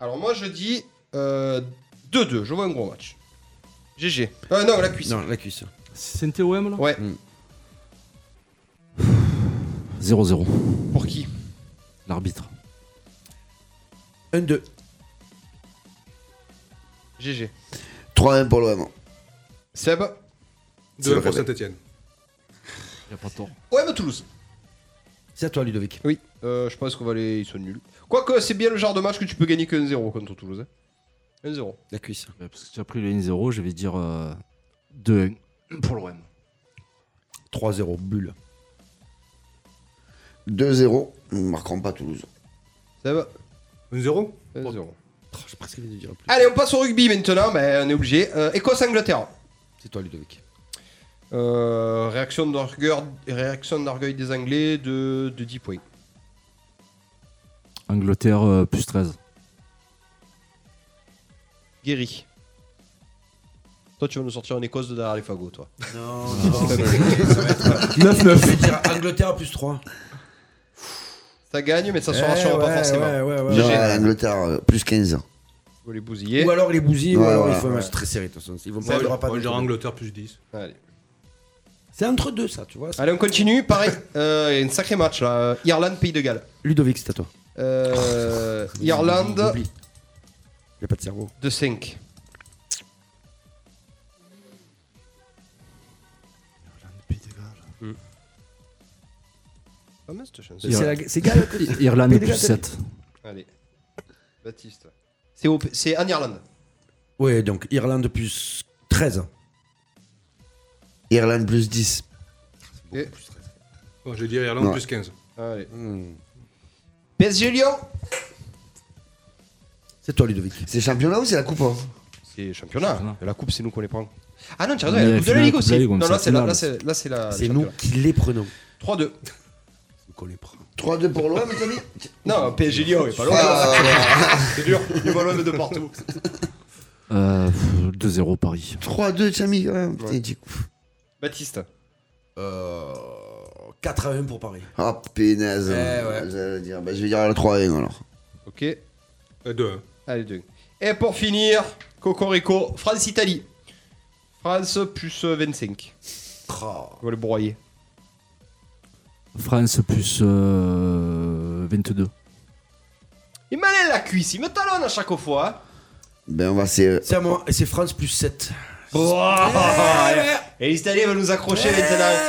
S3: Alors, moi, je dis euh, 2-2. Je vois un gros match. GG. Euh, non, la cuisse.
S4: Non, la cuisse.
S10: C'est NTOM là
S3: Ouais.
S4: Mm.
S10: 0-0,
S3: Pour qui
S10: l'arbitre.
S4: 1-2.
S3: GG.
S6: 3-1 pour l'OM.
S3: Seb
S6: C'est le
S8: pour
S6: réveil.
S8: Saint-Etienne.
S10: Il a pas tort.
S3: OM Toulouse.
S4: C'est à toi, Ludovic.
S3: Oui, euh, je pense qu'on va aller. Ils sont nuls. Quoique, c'est bien le genre de match que tu peux gagner que 1-0 contre Toulouse. hein. 1-0.
S4: La cuisse.
S10: Ouais, Parce que tu as pris le 1-0, je vais dire euh, 2-1 pour l'OM.
S4: 3-0, bulle.
S6: 2-0. Nous ne marquerons pas Toulouse.
S3: Seb
S8: 1-0
S3: 1-0.
S4: J'ai presque envie de dire plus.
S3: Allez, on passe au rugby maintenant, mais on est obligé. Euh, Écosse-Angleterre.
S4: C'est toi, Ludovic.
S3: Euh, réaction d'orgueil réaction d'orgueil des Anglais de, de 10 points.
S10: Angleterre euh, plus 13.
S3: Guéri. Toi, tu vas nous sortir en Écosse de derrière les fagots, toi.
S4: Non, non.
S10: 9-9.
S4: Je vais dire Angleterre plus 3.
S3: Ça gagne, mais ça se rassurera
S4: Eh,
S3: pas
S4: ouais,
S3: forcément.
S4: ouais, ouais, ouais.
S6: Non, L'Angleterre, euh, plus 15.
S3: Vous les bousiller.
S4: Ou alors les bousillés, ou
S6: Ouais,
S4: alors
S6: ouais,
S4: il faut un
S6: ouais.
S4: match très serré de toute façon. Ils vont
S8: Moi,
S4: pas, Ah, il y aura pas
S8: je
S4: de-
S8: dirais Angleterre plus 10.
S3: Allez.
S4: C'est entre deux ça, tu vois. c'est-
S3: Allez, on continue. Pareil, euh, il y a un sacré match là. Euh, Irlande, pays de Galles.
S4: Ludovic, c'est à toi.
S3: Euh, Irlande
S4: Oublie. J'ai pas de cerveau.
S3: de 5. Hmm. Pas mal cette chanson.
S10: Irlande.
S4: C'est la- C'est Galles que-
S10: I- Irlande
S4: Pays de
S10: plus
S4: Galles.
S10: 7.
S3: Allez. Baptiste. C'est au- C'est en Irlande.
S4: Ouais, donc Irlande plus hein. 13.
S6: Irlande, plus 10.
S3: Et-
S8: Bon, Oh, je vais dire Irlande
S6: Ouais.
S8: plus 15.
S3: Allez. PSG Lyon.
S4: C'est toi, Ludovic.
S6: C'est championnat ou c'est la Coupe hein
S3: C'est championnat. La coupe, c'est nous qu'on les prend. Ah non, tu as raison,
S10: Mais
S3: il y a la Coupe de la
S10: finale,
S3: Ligue
S10: Coupe de la
S3: aussi.
S10: Ligue, on
S3: Non,
S10: sait
S3: là,
S10: la
S3: c'est la,
S10: finale.
S3: là, c'est là, c'est la.
S4: C'est
S3: championnat.
S4: nous qui les prenons.
S3: 3-2.
S4: qu'on les prend.
S6: 3-2 pour l'OM, t'as dit
S3: Non, PSG Lyon, il est pas loin.
S10: Ah,
S3: C'est dur, il est pas loin de partout.
S10: Euh, pff, 2-0 Paris.
S6: 3-2, Chami, quand même. Putain, tu-
S3: Baptiste.
S4: Euh, 4 à 1 pour Paris.
S6: Ah, pénaise.
S4: Eh, ouais.
S6: J'allais dire. Bah, je vais dire le 3-1 alors.
S3: Ok,
S8: Euh, 2-1.
S3: allez, deux. Et pour finir, Cocorico, France-Italie. France plus euh, 25.
S4: Tra.
S10: Oh.
S3: On va le broyer.
S10: France plus euh, 22.
S3: Il m'allait la cuisse, il me talonne à chaque fois. hein.
S6: Ben, on va, c'est. euh,
S4: C'est à moi. Et c'est France plus 7.
S10: Oh.
S3: Eh, Et les Italiens veulent nous accrocher les
S4: Eh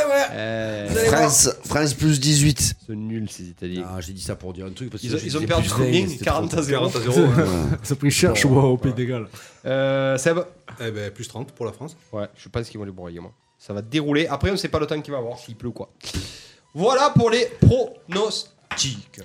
S4: ouais.
S3: Euh,
S6: France, France, plus 18.
S3: c'est nul ces Italiens.
S4: Ah, j'ai dit ça pour dire un truc parce que
S3: Ils, ont-
S4: j'ai
S3: ils
S4: dit
S3: ont
S4: les
S3: perdu
S4: plus
S3: combien
S4: dingues, c'était
S3: 40 à 0.
S8: 40 à 0. ouais.
S10: Ça pris cher, je vois, au Pays des Galles.
S3: Euh, Seb
S8: Eh ben, plus 30 pour la France.
S3: Ouais, je pense qu'ils vont les broyer, moi. Ça va dérouler. Après, on sait pas le temps qu'il va avoir, s'il pleut ou quoi. Voilà pour les pronostics.
S4: trop-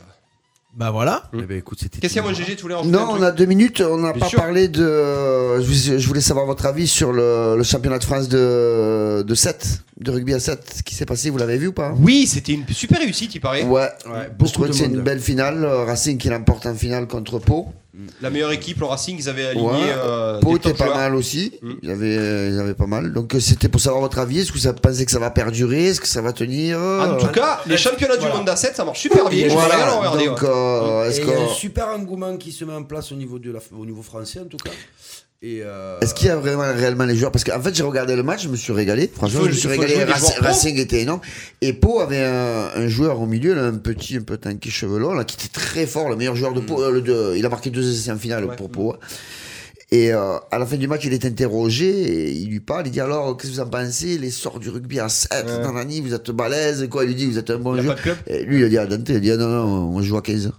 S4: Bah voilà. Eh ben écoute, c'était.
S3: Hum. Qu'est-ce qu'il y a, mon GG Tu voulais rajouter
S6: Non,
S3: un
S6: on
S3: truc
S6: a deux minutes. On n'a
S3: Bien
S6: pas
S3: sûr.
S6: parlé de. Je vous- je voulais savoir votre avis sur le, le championnat de France de, de 7, de rugby à 7, qui s'est passé. Vous l'avez vu ou pas
S3: Oui, c'était une super réussite, il paraît.
S6: Ouais.
S4: beaucoup
S6: je trouve que
S4: de
S6: c'est
S4: monde.
S6: une belle finale. euh, Racing qui l'emporte en finale contre Pau.
S3: La meilleure équipe, le Racing, ils avaient aligné.
S6: Ouais,
S3: euh,
S6: Pau
S3: des
S6: était
S3: top
S6: pas
S3: joueurs.
S6: mal aussi.
S3: Mm.
S6: Il y avait, il y avait pas mal. Donc euh, c'était pour savoir votre avis. Est-ce que vous pensez que ça va perdurer Est-ce que ça va tenir
S3: En tout cas, les championnats du monde à 7, ça marche super bien. Je me régale en
S6: voilà.
S3: regardant,
S6: Donc
S3: ouais. Mm.
S6: euh,
S4: Et
S6: est-ce
S4: Il y a un
S6: que-
S4: super engouement qui se met en place au niveau, de la, au niveau français, en tout cas. Et euh,
S6: Est-ce qu'il y a vraiment réellement les joueurs Parce qu'en fait, j'ai regardé le match, je me suis régalé. Franchement,
S3: Il faut-
S6: je me suis
S3: il faut jouer
S6: régalé.
S3: des
S6: Rac-
S3: joueurs
S6: Racing,
S3: pro.
S6: était énorme. Et Pau avait un, un joueur au milieu, là, un petit, un peu tanky chevelon, là, qui était très fort, le meilleur joueur de Pau. euh, le- de- il a marqué deux essais en finale
S3: Mm. Ouais.
S6: pour Pau. Et euh, à la fin du match, il est interrogé, et il lui parle, il dit alors, qu'est-ce que vous en pensez L'essor du rugby à 7,
S3: Ouais.
S6: nanani, vous êtes balèze, quoi. Il lui dit, vous êtes un bon
S3: Il y a
S6: joueur.
S3: pas de club.
S6: Et lui, il a dit à Dante, il a dit, ah, non, non, on joue à 15.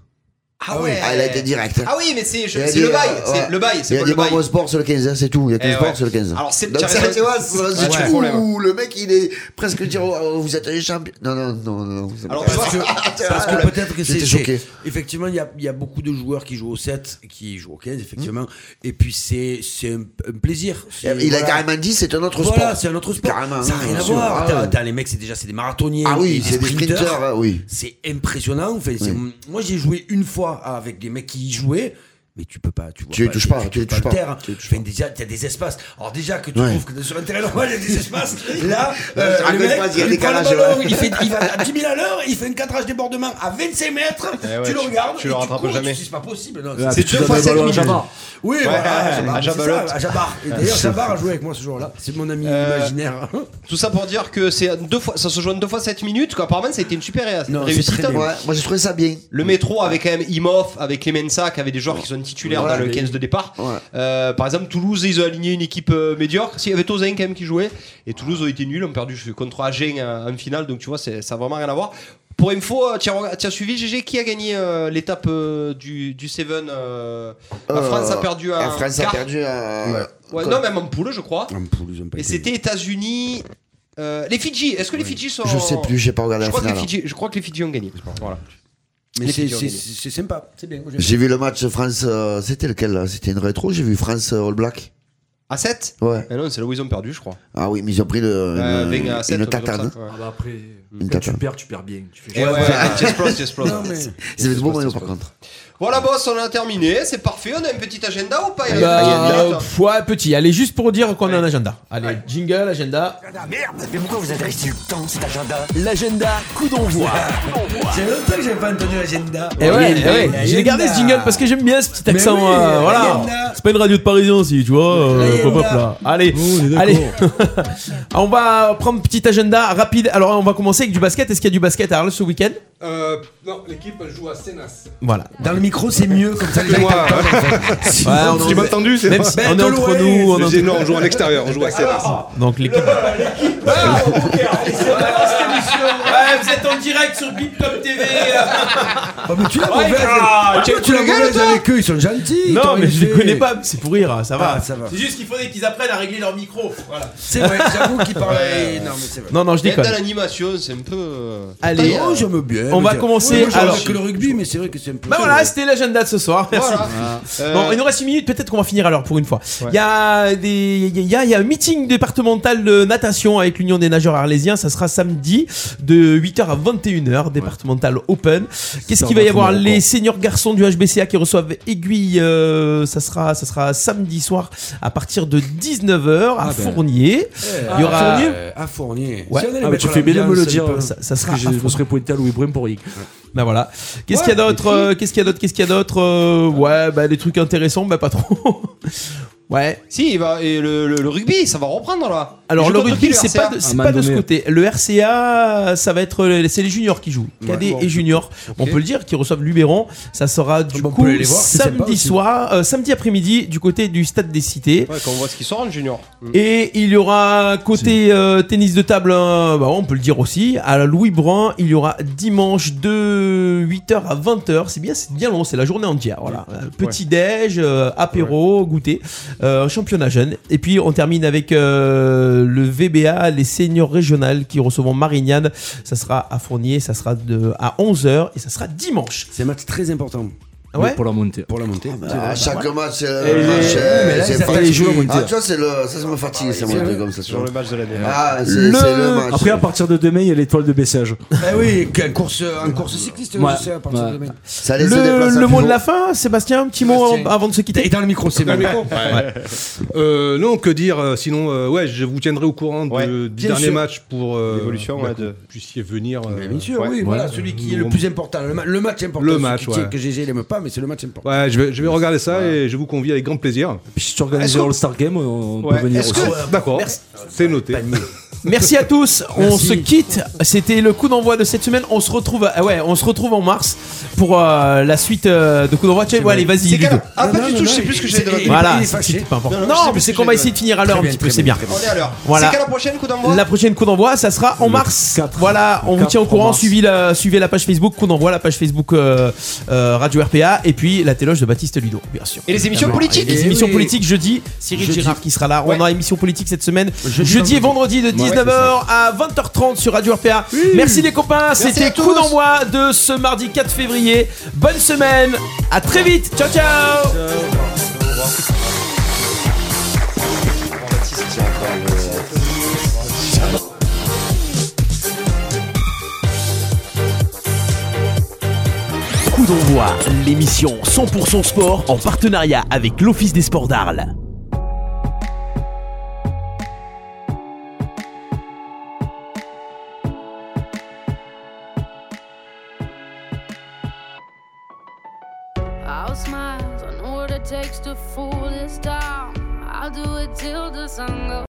S3: Ah ouais.
S6: Ah, il a été direct.
S3: Ah oui, mais c'est je-
S6: Il a
S3: c'est
S6: dit,
S3: le bail.
S6: euh,
S3: c'est
S6: ouais.
S3: Le bail,
S6: Il y
S3: c'est
S6: a
S3: pas
S6: des
S3: le bail.
S6: membres au sport, c'est le 15, hein, c'est tout. Il y a que
S3: Eh
S6: le sport,
S3: ouais.
S6: c'est le 15.
S3: Alors, c'est-
S6: Donc,
S3: tu as
S6: ça,
S3: raison.
S6: tu vois, c'est-
S3: Ouais,
S6: c'est-
S3: tu as
S6: ouh,
S3: problème.
S6: le mec, il est presque dire, oh, vous êtes les champions. Non, non, non, non. non, c'est
S3: Alors,
S6: pas-
S3: tu vois,
S4: parce que peut-être que c'est.
S6: Ah, J'étais
S4: c'est-
S6: choqué.
S4: Effectivement, il y a, il y a beaucoup de joueurs qui jouent au 7, qui jouent au 15, effectivement. Et puis, c'est c'est un, un plaisir.
S6: il
S4: C'est-
S6: a
S4: voilà.
S6: carrément dit, c'est un autre sport.
S4: Voilà, c'est un autre sport.
S6: Carrément,
S4: ça
S6: hein,
S4: n'a rien à
S6: bien sûr.
S4: voir.
S6: Ah,
S4: T'as-
S6: ouais.
S4: t'as les mecs, c'est déjà c'est des marathoniens.
S6: Ah oui,
S4: des
S6: c'est des sprinters, hein, oui.
S4: C'est impressionnant. Enfin, c'est-
S6: Oui.
S4: Moi, j'ai joué une fois avec des mecs qui y jouaient. Mais tu peux pas, tu vois.
S6: Tu les touches pas, tu les touches
S4: le
S6: pas.
S4: terrain.
S6: Tu les touches
S4: Enfin, déjà, t'as des espaces. Alors, déjà, que tu
S6: Ouais. Ah,
S4: trouves que sur un terrain normal, il y a des espaces. Là, euh,
S6: raconte
S4: le mec,
S6: pas, il y a
S4: il
S6: des
S4: prend le
S6: calages,
S4: ballon,
S6: ouais.
S4: il, fait, il va à 10 000 à l'heure, il fait un cadrage débordement à 25 mètres.
S3: Eh ouais,
S4: tu le
S3: tu-
S4: regardes.
S3: tu le
S4: et
S3: rattrapes
S4: cours, et tu
S3: jamais.
S4: dis, C'est pas possible. non,
S10: Ah,
S4: c'est-
S3: C'est
S10: puis tu
S3: deux
S10: donnes
S3: fois
S10: le
S3: sept
S10: ballon à
S3: minutes.
S10: Jabba.
S4: oui,
S3: à
S4: voilà, Jabbar, c'est
S3: Jabalotte.
S4: ça, à Jabbar. Et
S2: Ah,
S4: D'ailleurs, Jabbar a joué avec moi ce jour-là. C'est mon ami
S3: Euh,
S4: imaginaire.
S3: Tout ça pour dire que c'est deux fois, ça se joue en deux fois 7 minutes. Quoi. Apparemment, ça a été une super ré-
S4: Non, c'est
S3: réussite. hein.
S4: très bien.
S6: Ouais, moi j'ai trouvé ça bien.
S3: Le métro avec quand même Imoff, avec Clemensa, qui avait des joueurs qui sont titulaire
S6: Voilà,
S3: dans le
S6: mais-
S3: 15 de départ. Euh, par exemple, Toulouse, ils ont aligné une équipe euh, médiocre. S'il y avait Tozin quand même qui jouait, et Toulouse ont été nuls, ont perdu contre Agen euh, en finale, donc tu vois, c'est- ça n'a vraiment rien à voir. Pour info, euh, tu as, tu as suivi GG qui a gagné euh, l'étape euh, du, du Seven euh, La
S6: Euh,
S3: France a perdu un.
S6: la France a
S3: quart.
S6: perdu euh, un-
S3: Ah, Ouais. Ouais, non, même en poule, je crois.
S4: Ah,
S6: En poule, ils ont pas
S3: Et
S6: été-
S3: c'était États-Unis. euh, les Fidji, est-ce que les Fidji sont.
S6: Je sais plus, j'ai pas regardé
S3: je
S6: la
S3: crois, que les
S6: finale.
S3: Fidji, je crois que les Fidji ont gagné. Voilà.
S4: Mais
S3: Les
S4: c'est-
S3: Fidji ont
S4: c'est
S3: gagné.
S4: c'est sympa, c'est bien. moi, j'aime
S6: J'ai
S4: bien.
S6: vu le match France. euh, c'était lequel là C'était une rétro. J'ai vu France euh, All Black.
S3: À 7
S6: Ouais.
S3: Ah non, c'est là où ils ont perdu, je crois.
S6: Ah oui, mais ils ont pris le,
S3: Euh,
S6: une,
S3: 20 à
S6: une
S3: 7, un truc comme
S6: tatane. hein.
S3: ça, ouais.
S10: Ah bah après,
S6: Une
S10: quand tu
S6: tatane.
S10: perds, tu perds bien. Tu fais
S3: Eh
S10: Ah,
S3: Ouais, ouais, ouais, Just Prose, Just Prose.
S10: Non, mais-
S6: C'est le bon maillot par contre.
S3: Voilà, boss, on a terminé. C'est parfait. On a un petit agenda ou pas Il y a-
S2: Bah,
S4: Ah,
S3: il y a une minute.
S2: pff, ouais, petit. Allez, juste pour dire qu'on a un agenda. Allez, jingle, agenda.
S7: merde Mais pourquoi vous adressez du temps, cet agenda
S2: L'agenda, coup d'envoi.
S4: J'ai longtemps que j'avais pas entendu l'agenda.
S2: Et ouais, eh ouais, j'ai gardé ce jingle parce que j'aime bien ce petit accent.
S4: oui,
S2: euh, voilà.
S4: l'agenda.
S2: C'est pas une radio de Parisien aussi, tu vois. euh, pop, pop, là. Allez, allez. Ah, on va prendre petit agenda rapide. Alors, on va commencer avec du basket. Est-ce qu'il y a du basket à Arles ce week-end
S8: Euh, non, l'équipe joue à Sénas.
S2: Voilà.
S4: Dans le micro, c'est mieux comme ça. les gens, ils
S8: Moi,
S4: tapent pas.
S2: Ouais, on
S8: Ah, tu
S2: est-
S8: m'as entendu, c'est
S2: même
S8: pas-
S2: si Ben on est entre nous, on est entre-
S8: C'est- Non, on joue à l'extérieur, on joue à Sénas.
S2: donc l'équipe. Ah, Ouais, vous êtes en direct sur Bip Club TV.
S4: Oh, mais tu l'as mauvaise.
S2: ah,
S4: Pourquoi tu l'as mauvaise avec eux, ils sont gentils. ils
S2: Non,
S4: t'ont
S2: mais je les
S4: aidé.
S2: connais pas, c'est pour rire, hein, ça va.
S4: Ah, ça va.
S2: C'est juste qu'il faudrait qu'ils apprennent à régler leur micro. Voilà.
S4: C'est vrai, j'avoue qu'ils parlent. Non, mais c'est vrai.
S2: Non, non, je
S3: Être
S2: déconne.
S3: dans l'animation, c'est un peu. euh,
S2: Allez.
S4: Oh, j'aime bien.
S2: On
S4: mais
S2: va
S4: tiens.
S2: commencer,
S4: Ouais, moi, j'aime
S2: alors-
S4: bien que le rugby, mais c'est vrai que c'est un peu.
S2: Bah voilà, c'était l'agenda de ce soir. Merci.
S3: Voilà. Euh,
S2: Bon, il nous reste une minute, peut-être qu'on va finir alors pour une fois. Il y a des, il y a, il y a un meeting départemental de natation avec l'Union des nageurs arlésiens. Ça sera samedi de 8h à 21h, départemental open. Qu'est-ce
S10: Ça,
S2: qu'il va
S10: on
S2: y
S10: va
S2: avoir
S10: finir
S2: Les
S10: encore.
S2: seniors garçons du HBCA qui reçoivent aiguille. euh, ça sera, ça sera samedi soir à partir de 19h à
S10: Ah ben.
S2: Fournier. Il y aura.
S4: À Fournier.
S2: Ouais.
S4: Si on allait
S10: Ah, mais tu
S4: mettre
S10: fais bien de me le
S4: l'ambiance un
S10: dire. hein.
S4: peu.
S2: Ça, ça sera.
S10: Parce que
S2: à
S10: je me serais pointé à Louis Brun pour X.
S2: Bah voilà. Qu'est-ce qu'il y a d'autre euh, Qu'est-ce qu'il y a d'autre Qu'est-ce qu'il y a d'autre Euh, Ouais, bah des trucs intéressants, bah pas trop. ouais.
S3: Si, il va- et le, le- le rugby, ça va reprendre là.
S2: Alors
S3: Ils
S2: le
S3: jouent contre qui,
S2: rugby, c'est
S3: RCA?
S2: pas, de, c'est
S10: un
S2: pas
S10: moment
S2: de ce
S10: donné.
S2: côté. Le RCA, ça va être les- c'est les juniors qui jouent, cadets et juniors. On peut le dire, qui reçoivent Luberon. Ça sera du
S4: Bon, on
S2: coup
S4: peut aller les voir, c'est sympa
S2: samedi
S4: aussi.
S2: soir, euh, samedi après-midi du côté du stade des Cités.
S3: Ouais, quand on voit ce qu'ils sont, le junior. Mm.
S2: Et il y aura côté euh, tennis de table, euh, bah, on peut le dire aussi, à la Louis Brun, il y aura dimanche de 8h à 20h. C'est bien, c'est bien long, c'est la journée entière. Voilà.
S3: Mm.
S2: Euh, Petit déj, euh, apéro, goûter, euh, championnat jeune. Et puis on termine avec euh, le VBA, les seniors régionales qui recevront Marignane. Ça sera à Fournier, ça sera de, à 11h et ça sera dimanche.
S4: C'est un match très important
S2: Ah ouais
S10: Pour la montée.
S4: pour la montée.
S2: Ah, bah,
S6: À Ah, chaque match, c'est
S4: Ah, Et
S6: le
S4: les-
S6: match.
S4: oui, mais
S6: euh,
S4: là, ils
S6: c'est
S4: attaquent
S6: pas-
S4: les joueurs, on
S6: Ah,
S4: dit. Ah,
S6: tu vois, c'est le. Ça, ça me fatigue, ça me fait comme ça. tu
S3: Sur
S6: vois.
S3: le match de l'année.
S6: Ah, c'est c'est le match.
S10: Euh, Après, à partir de demain, il y a l'étoile de BCH.
S4: Bah oui, qu'un course, un course cycliste,
S10: Ouais.
S4: je sais, à partir
S10: Ouais.
S4: de demain.
S6: Ça laisse des
S2: Le,
S6: places à
S2: le mot de
S6: plus
S2: la
S6: haut.
S2: fin, Sébastien, un petit mot
S4: Sébastien.
S2: av- avant de se quitter.
S4: Et dans le micro, c'est bon.
S8: Euh, non, que dire euh, Sinon, euh, ouais, je vous tiendrai au courant de-
S3: Ouais,
S8: du
S4: bien
S8: dernier
S4: sûr.
S8: match pour euh,
S3: L'évolution,
S8: bah,
S3: ouais,
S8: que
S3: de-
S8: vous puissiez venir. euh,
S4: Bien sûr,
S8: ouais.
S4: oui, voilà, celui qui est le plus important, le, ma- le match important.
S8: Le
S4: celui
S8: match,
S4: qui tient
S8: ouais.
S4: que GG l'aime pas, mais c'est le match important.
S8: Ouais, je vais, je vais regarder ça et je vous convie avec grand plaisir.
S5: Ah
S10: Puis si tu organises
S3: Est-ce que-
S10: l'All-Star Game, on
S3: Ouais.
S10: peut venir
S3: Est-ce
S10: aussi.
S3: que-
S8: D'accord, c'est noté.
S2: Merci à tous. On
S4: Merci.
S2: se quitte. C'était le coup d'envoi de cette semaine. On se retrouve. ah ouais, on se retrouve en mars pour euh, la suite euh, de coup d'envoi. Tiens, ouais, allez, vas-y.
S3: C'est
S2: Ludo.
S3: calme. Ah,
S4: Non,
S3: pas du
S4: non,
S3: tout,
S4: non,
S3: je sais plus ce que j'ai
S4: il-
S3: donné.
S4: il-
S2: Voilà,
S4: est
S2: c'est
S4: fâché.
S2: c'est pas important.
S3: Non,
S2: Non,
S3: non, je sais
S2: mais
S3: plus
S2: c'est
S3: ce
S2: qu'on
S3: que
S2: va
S3: j'ai
S2: essayer de finir à l'heure un
S4: bien,
S2: petit peu.
S4: très
S2: C'est
S4: bien,
S2: bien.
S4: très bien.
S3: On est à l'heure.
S2: Voilà.
S3: C'est quand la prochaine coup d'envoi
S2: La prochaine coup d'envoi, ça sera en
S10: Le
S2: mars.
S10: 4.
S2: Voilà, on vous
S10: 4
S2: tient au courant.
S10: mars.
S2: Suivez la, suivez la page Facebook, coup d'envoi, la page Facebook euh, euh, Radio RPA et puis la téloge de Baptiste Ludo, bien sûr.
S3: Et les émissions politiques.
S2: Les
S4: Et
S2: émissions
S4: oui.
S2: politiques jeudi, Cyril
S4: Jeudi.
S2: Girard qui sera là.
S3: Ouais.
S2: On a émission politique cette semaine. Jeudi,
S4: vendredi.
S2: et vendredi de 19h à 20h30 sur Radio RPA. Merci les copains,
S3: à
S2: c'était
S3: tous.
S2: coup d'envoi de ce mardi 4 février. Bonne semaine, à très vite. Ciao ciao.
S1: Coup d'envoi, l'émission 100% sport en partenariat avec l'Office des sports d'Arles.
S15: I'll smile, I know what it takes to fool this town. I'll do it till the sun goes.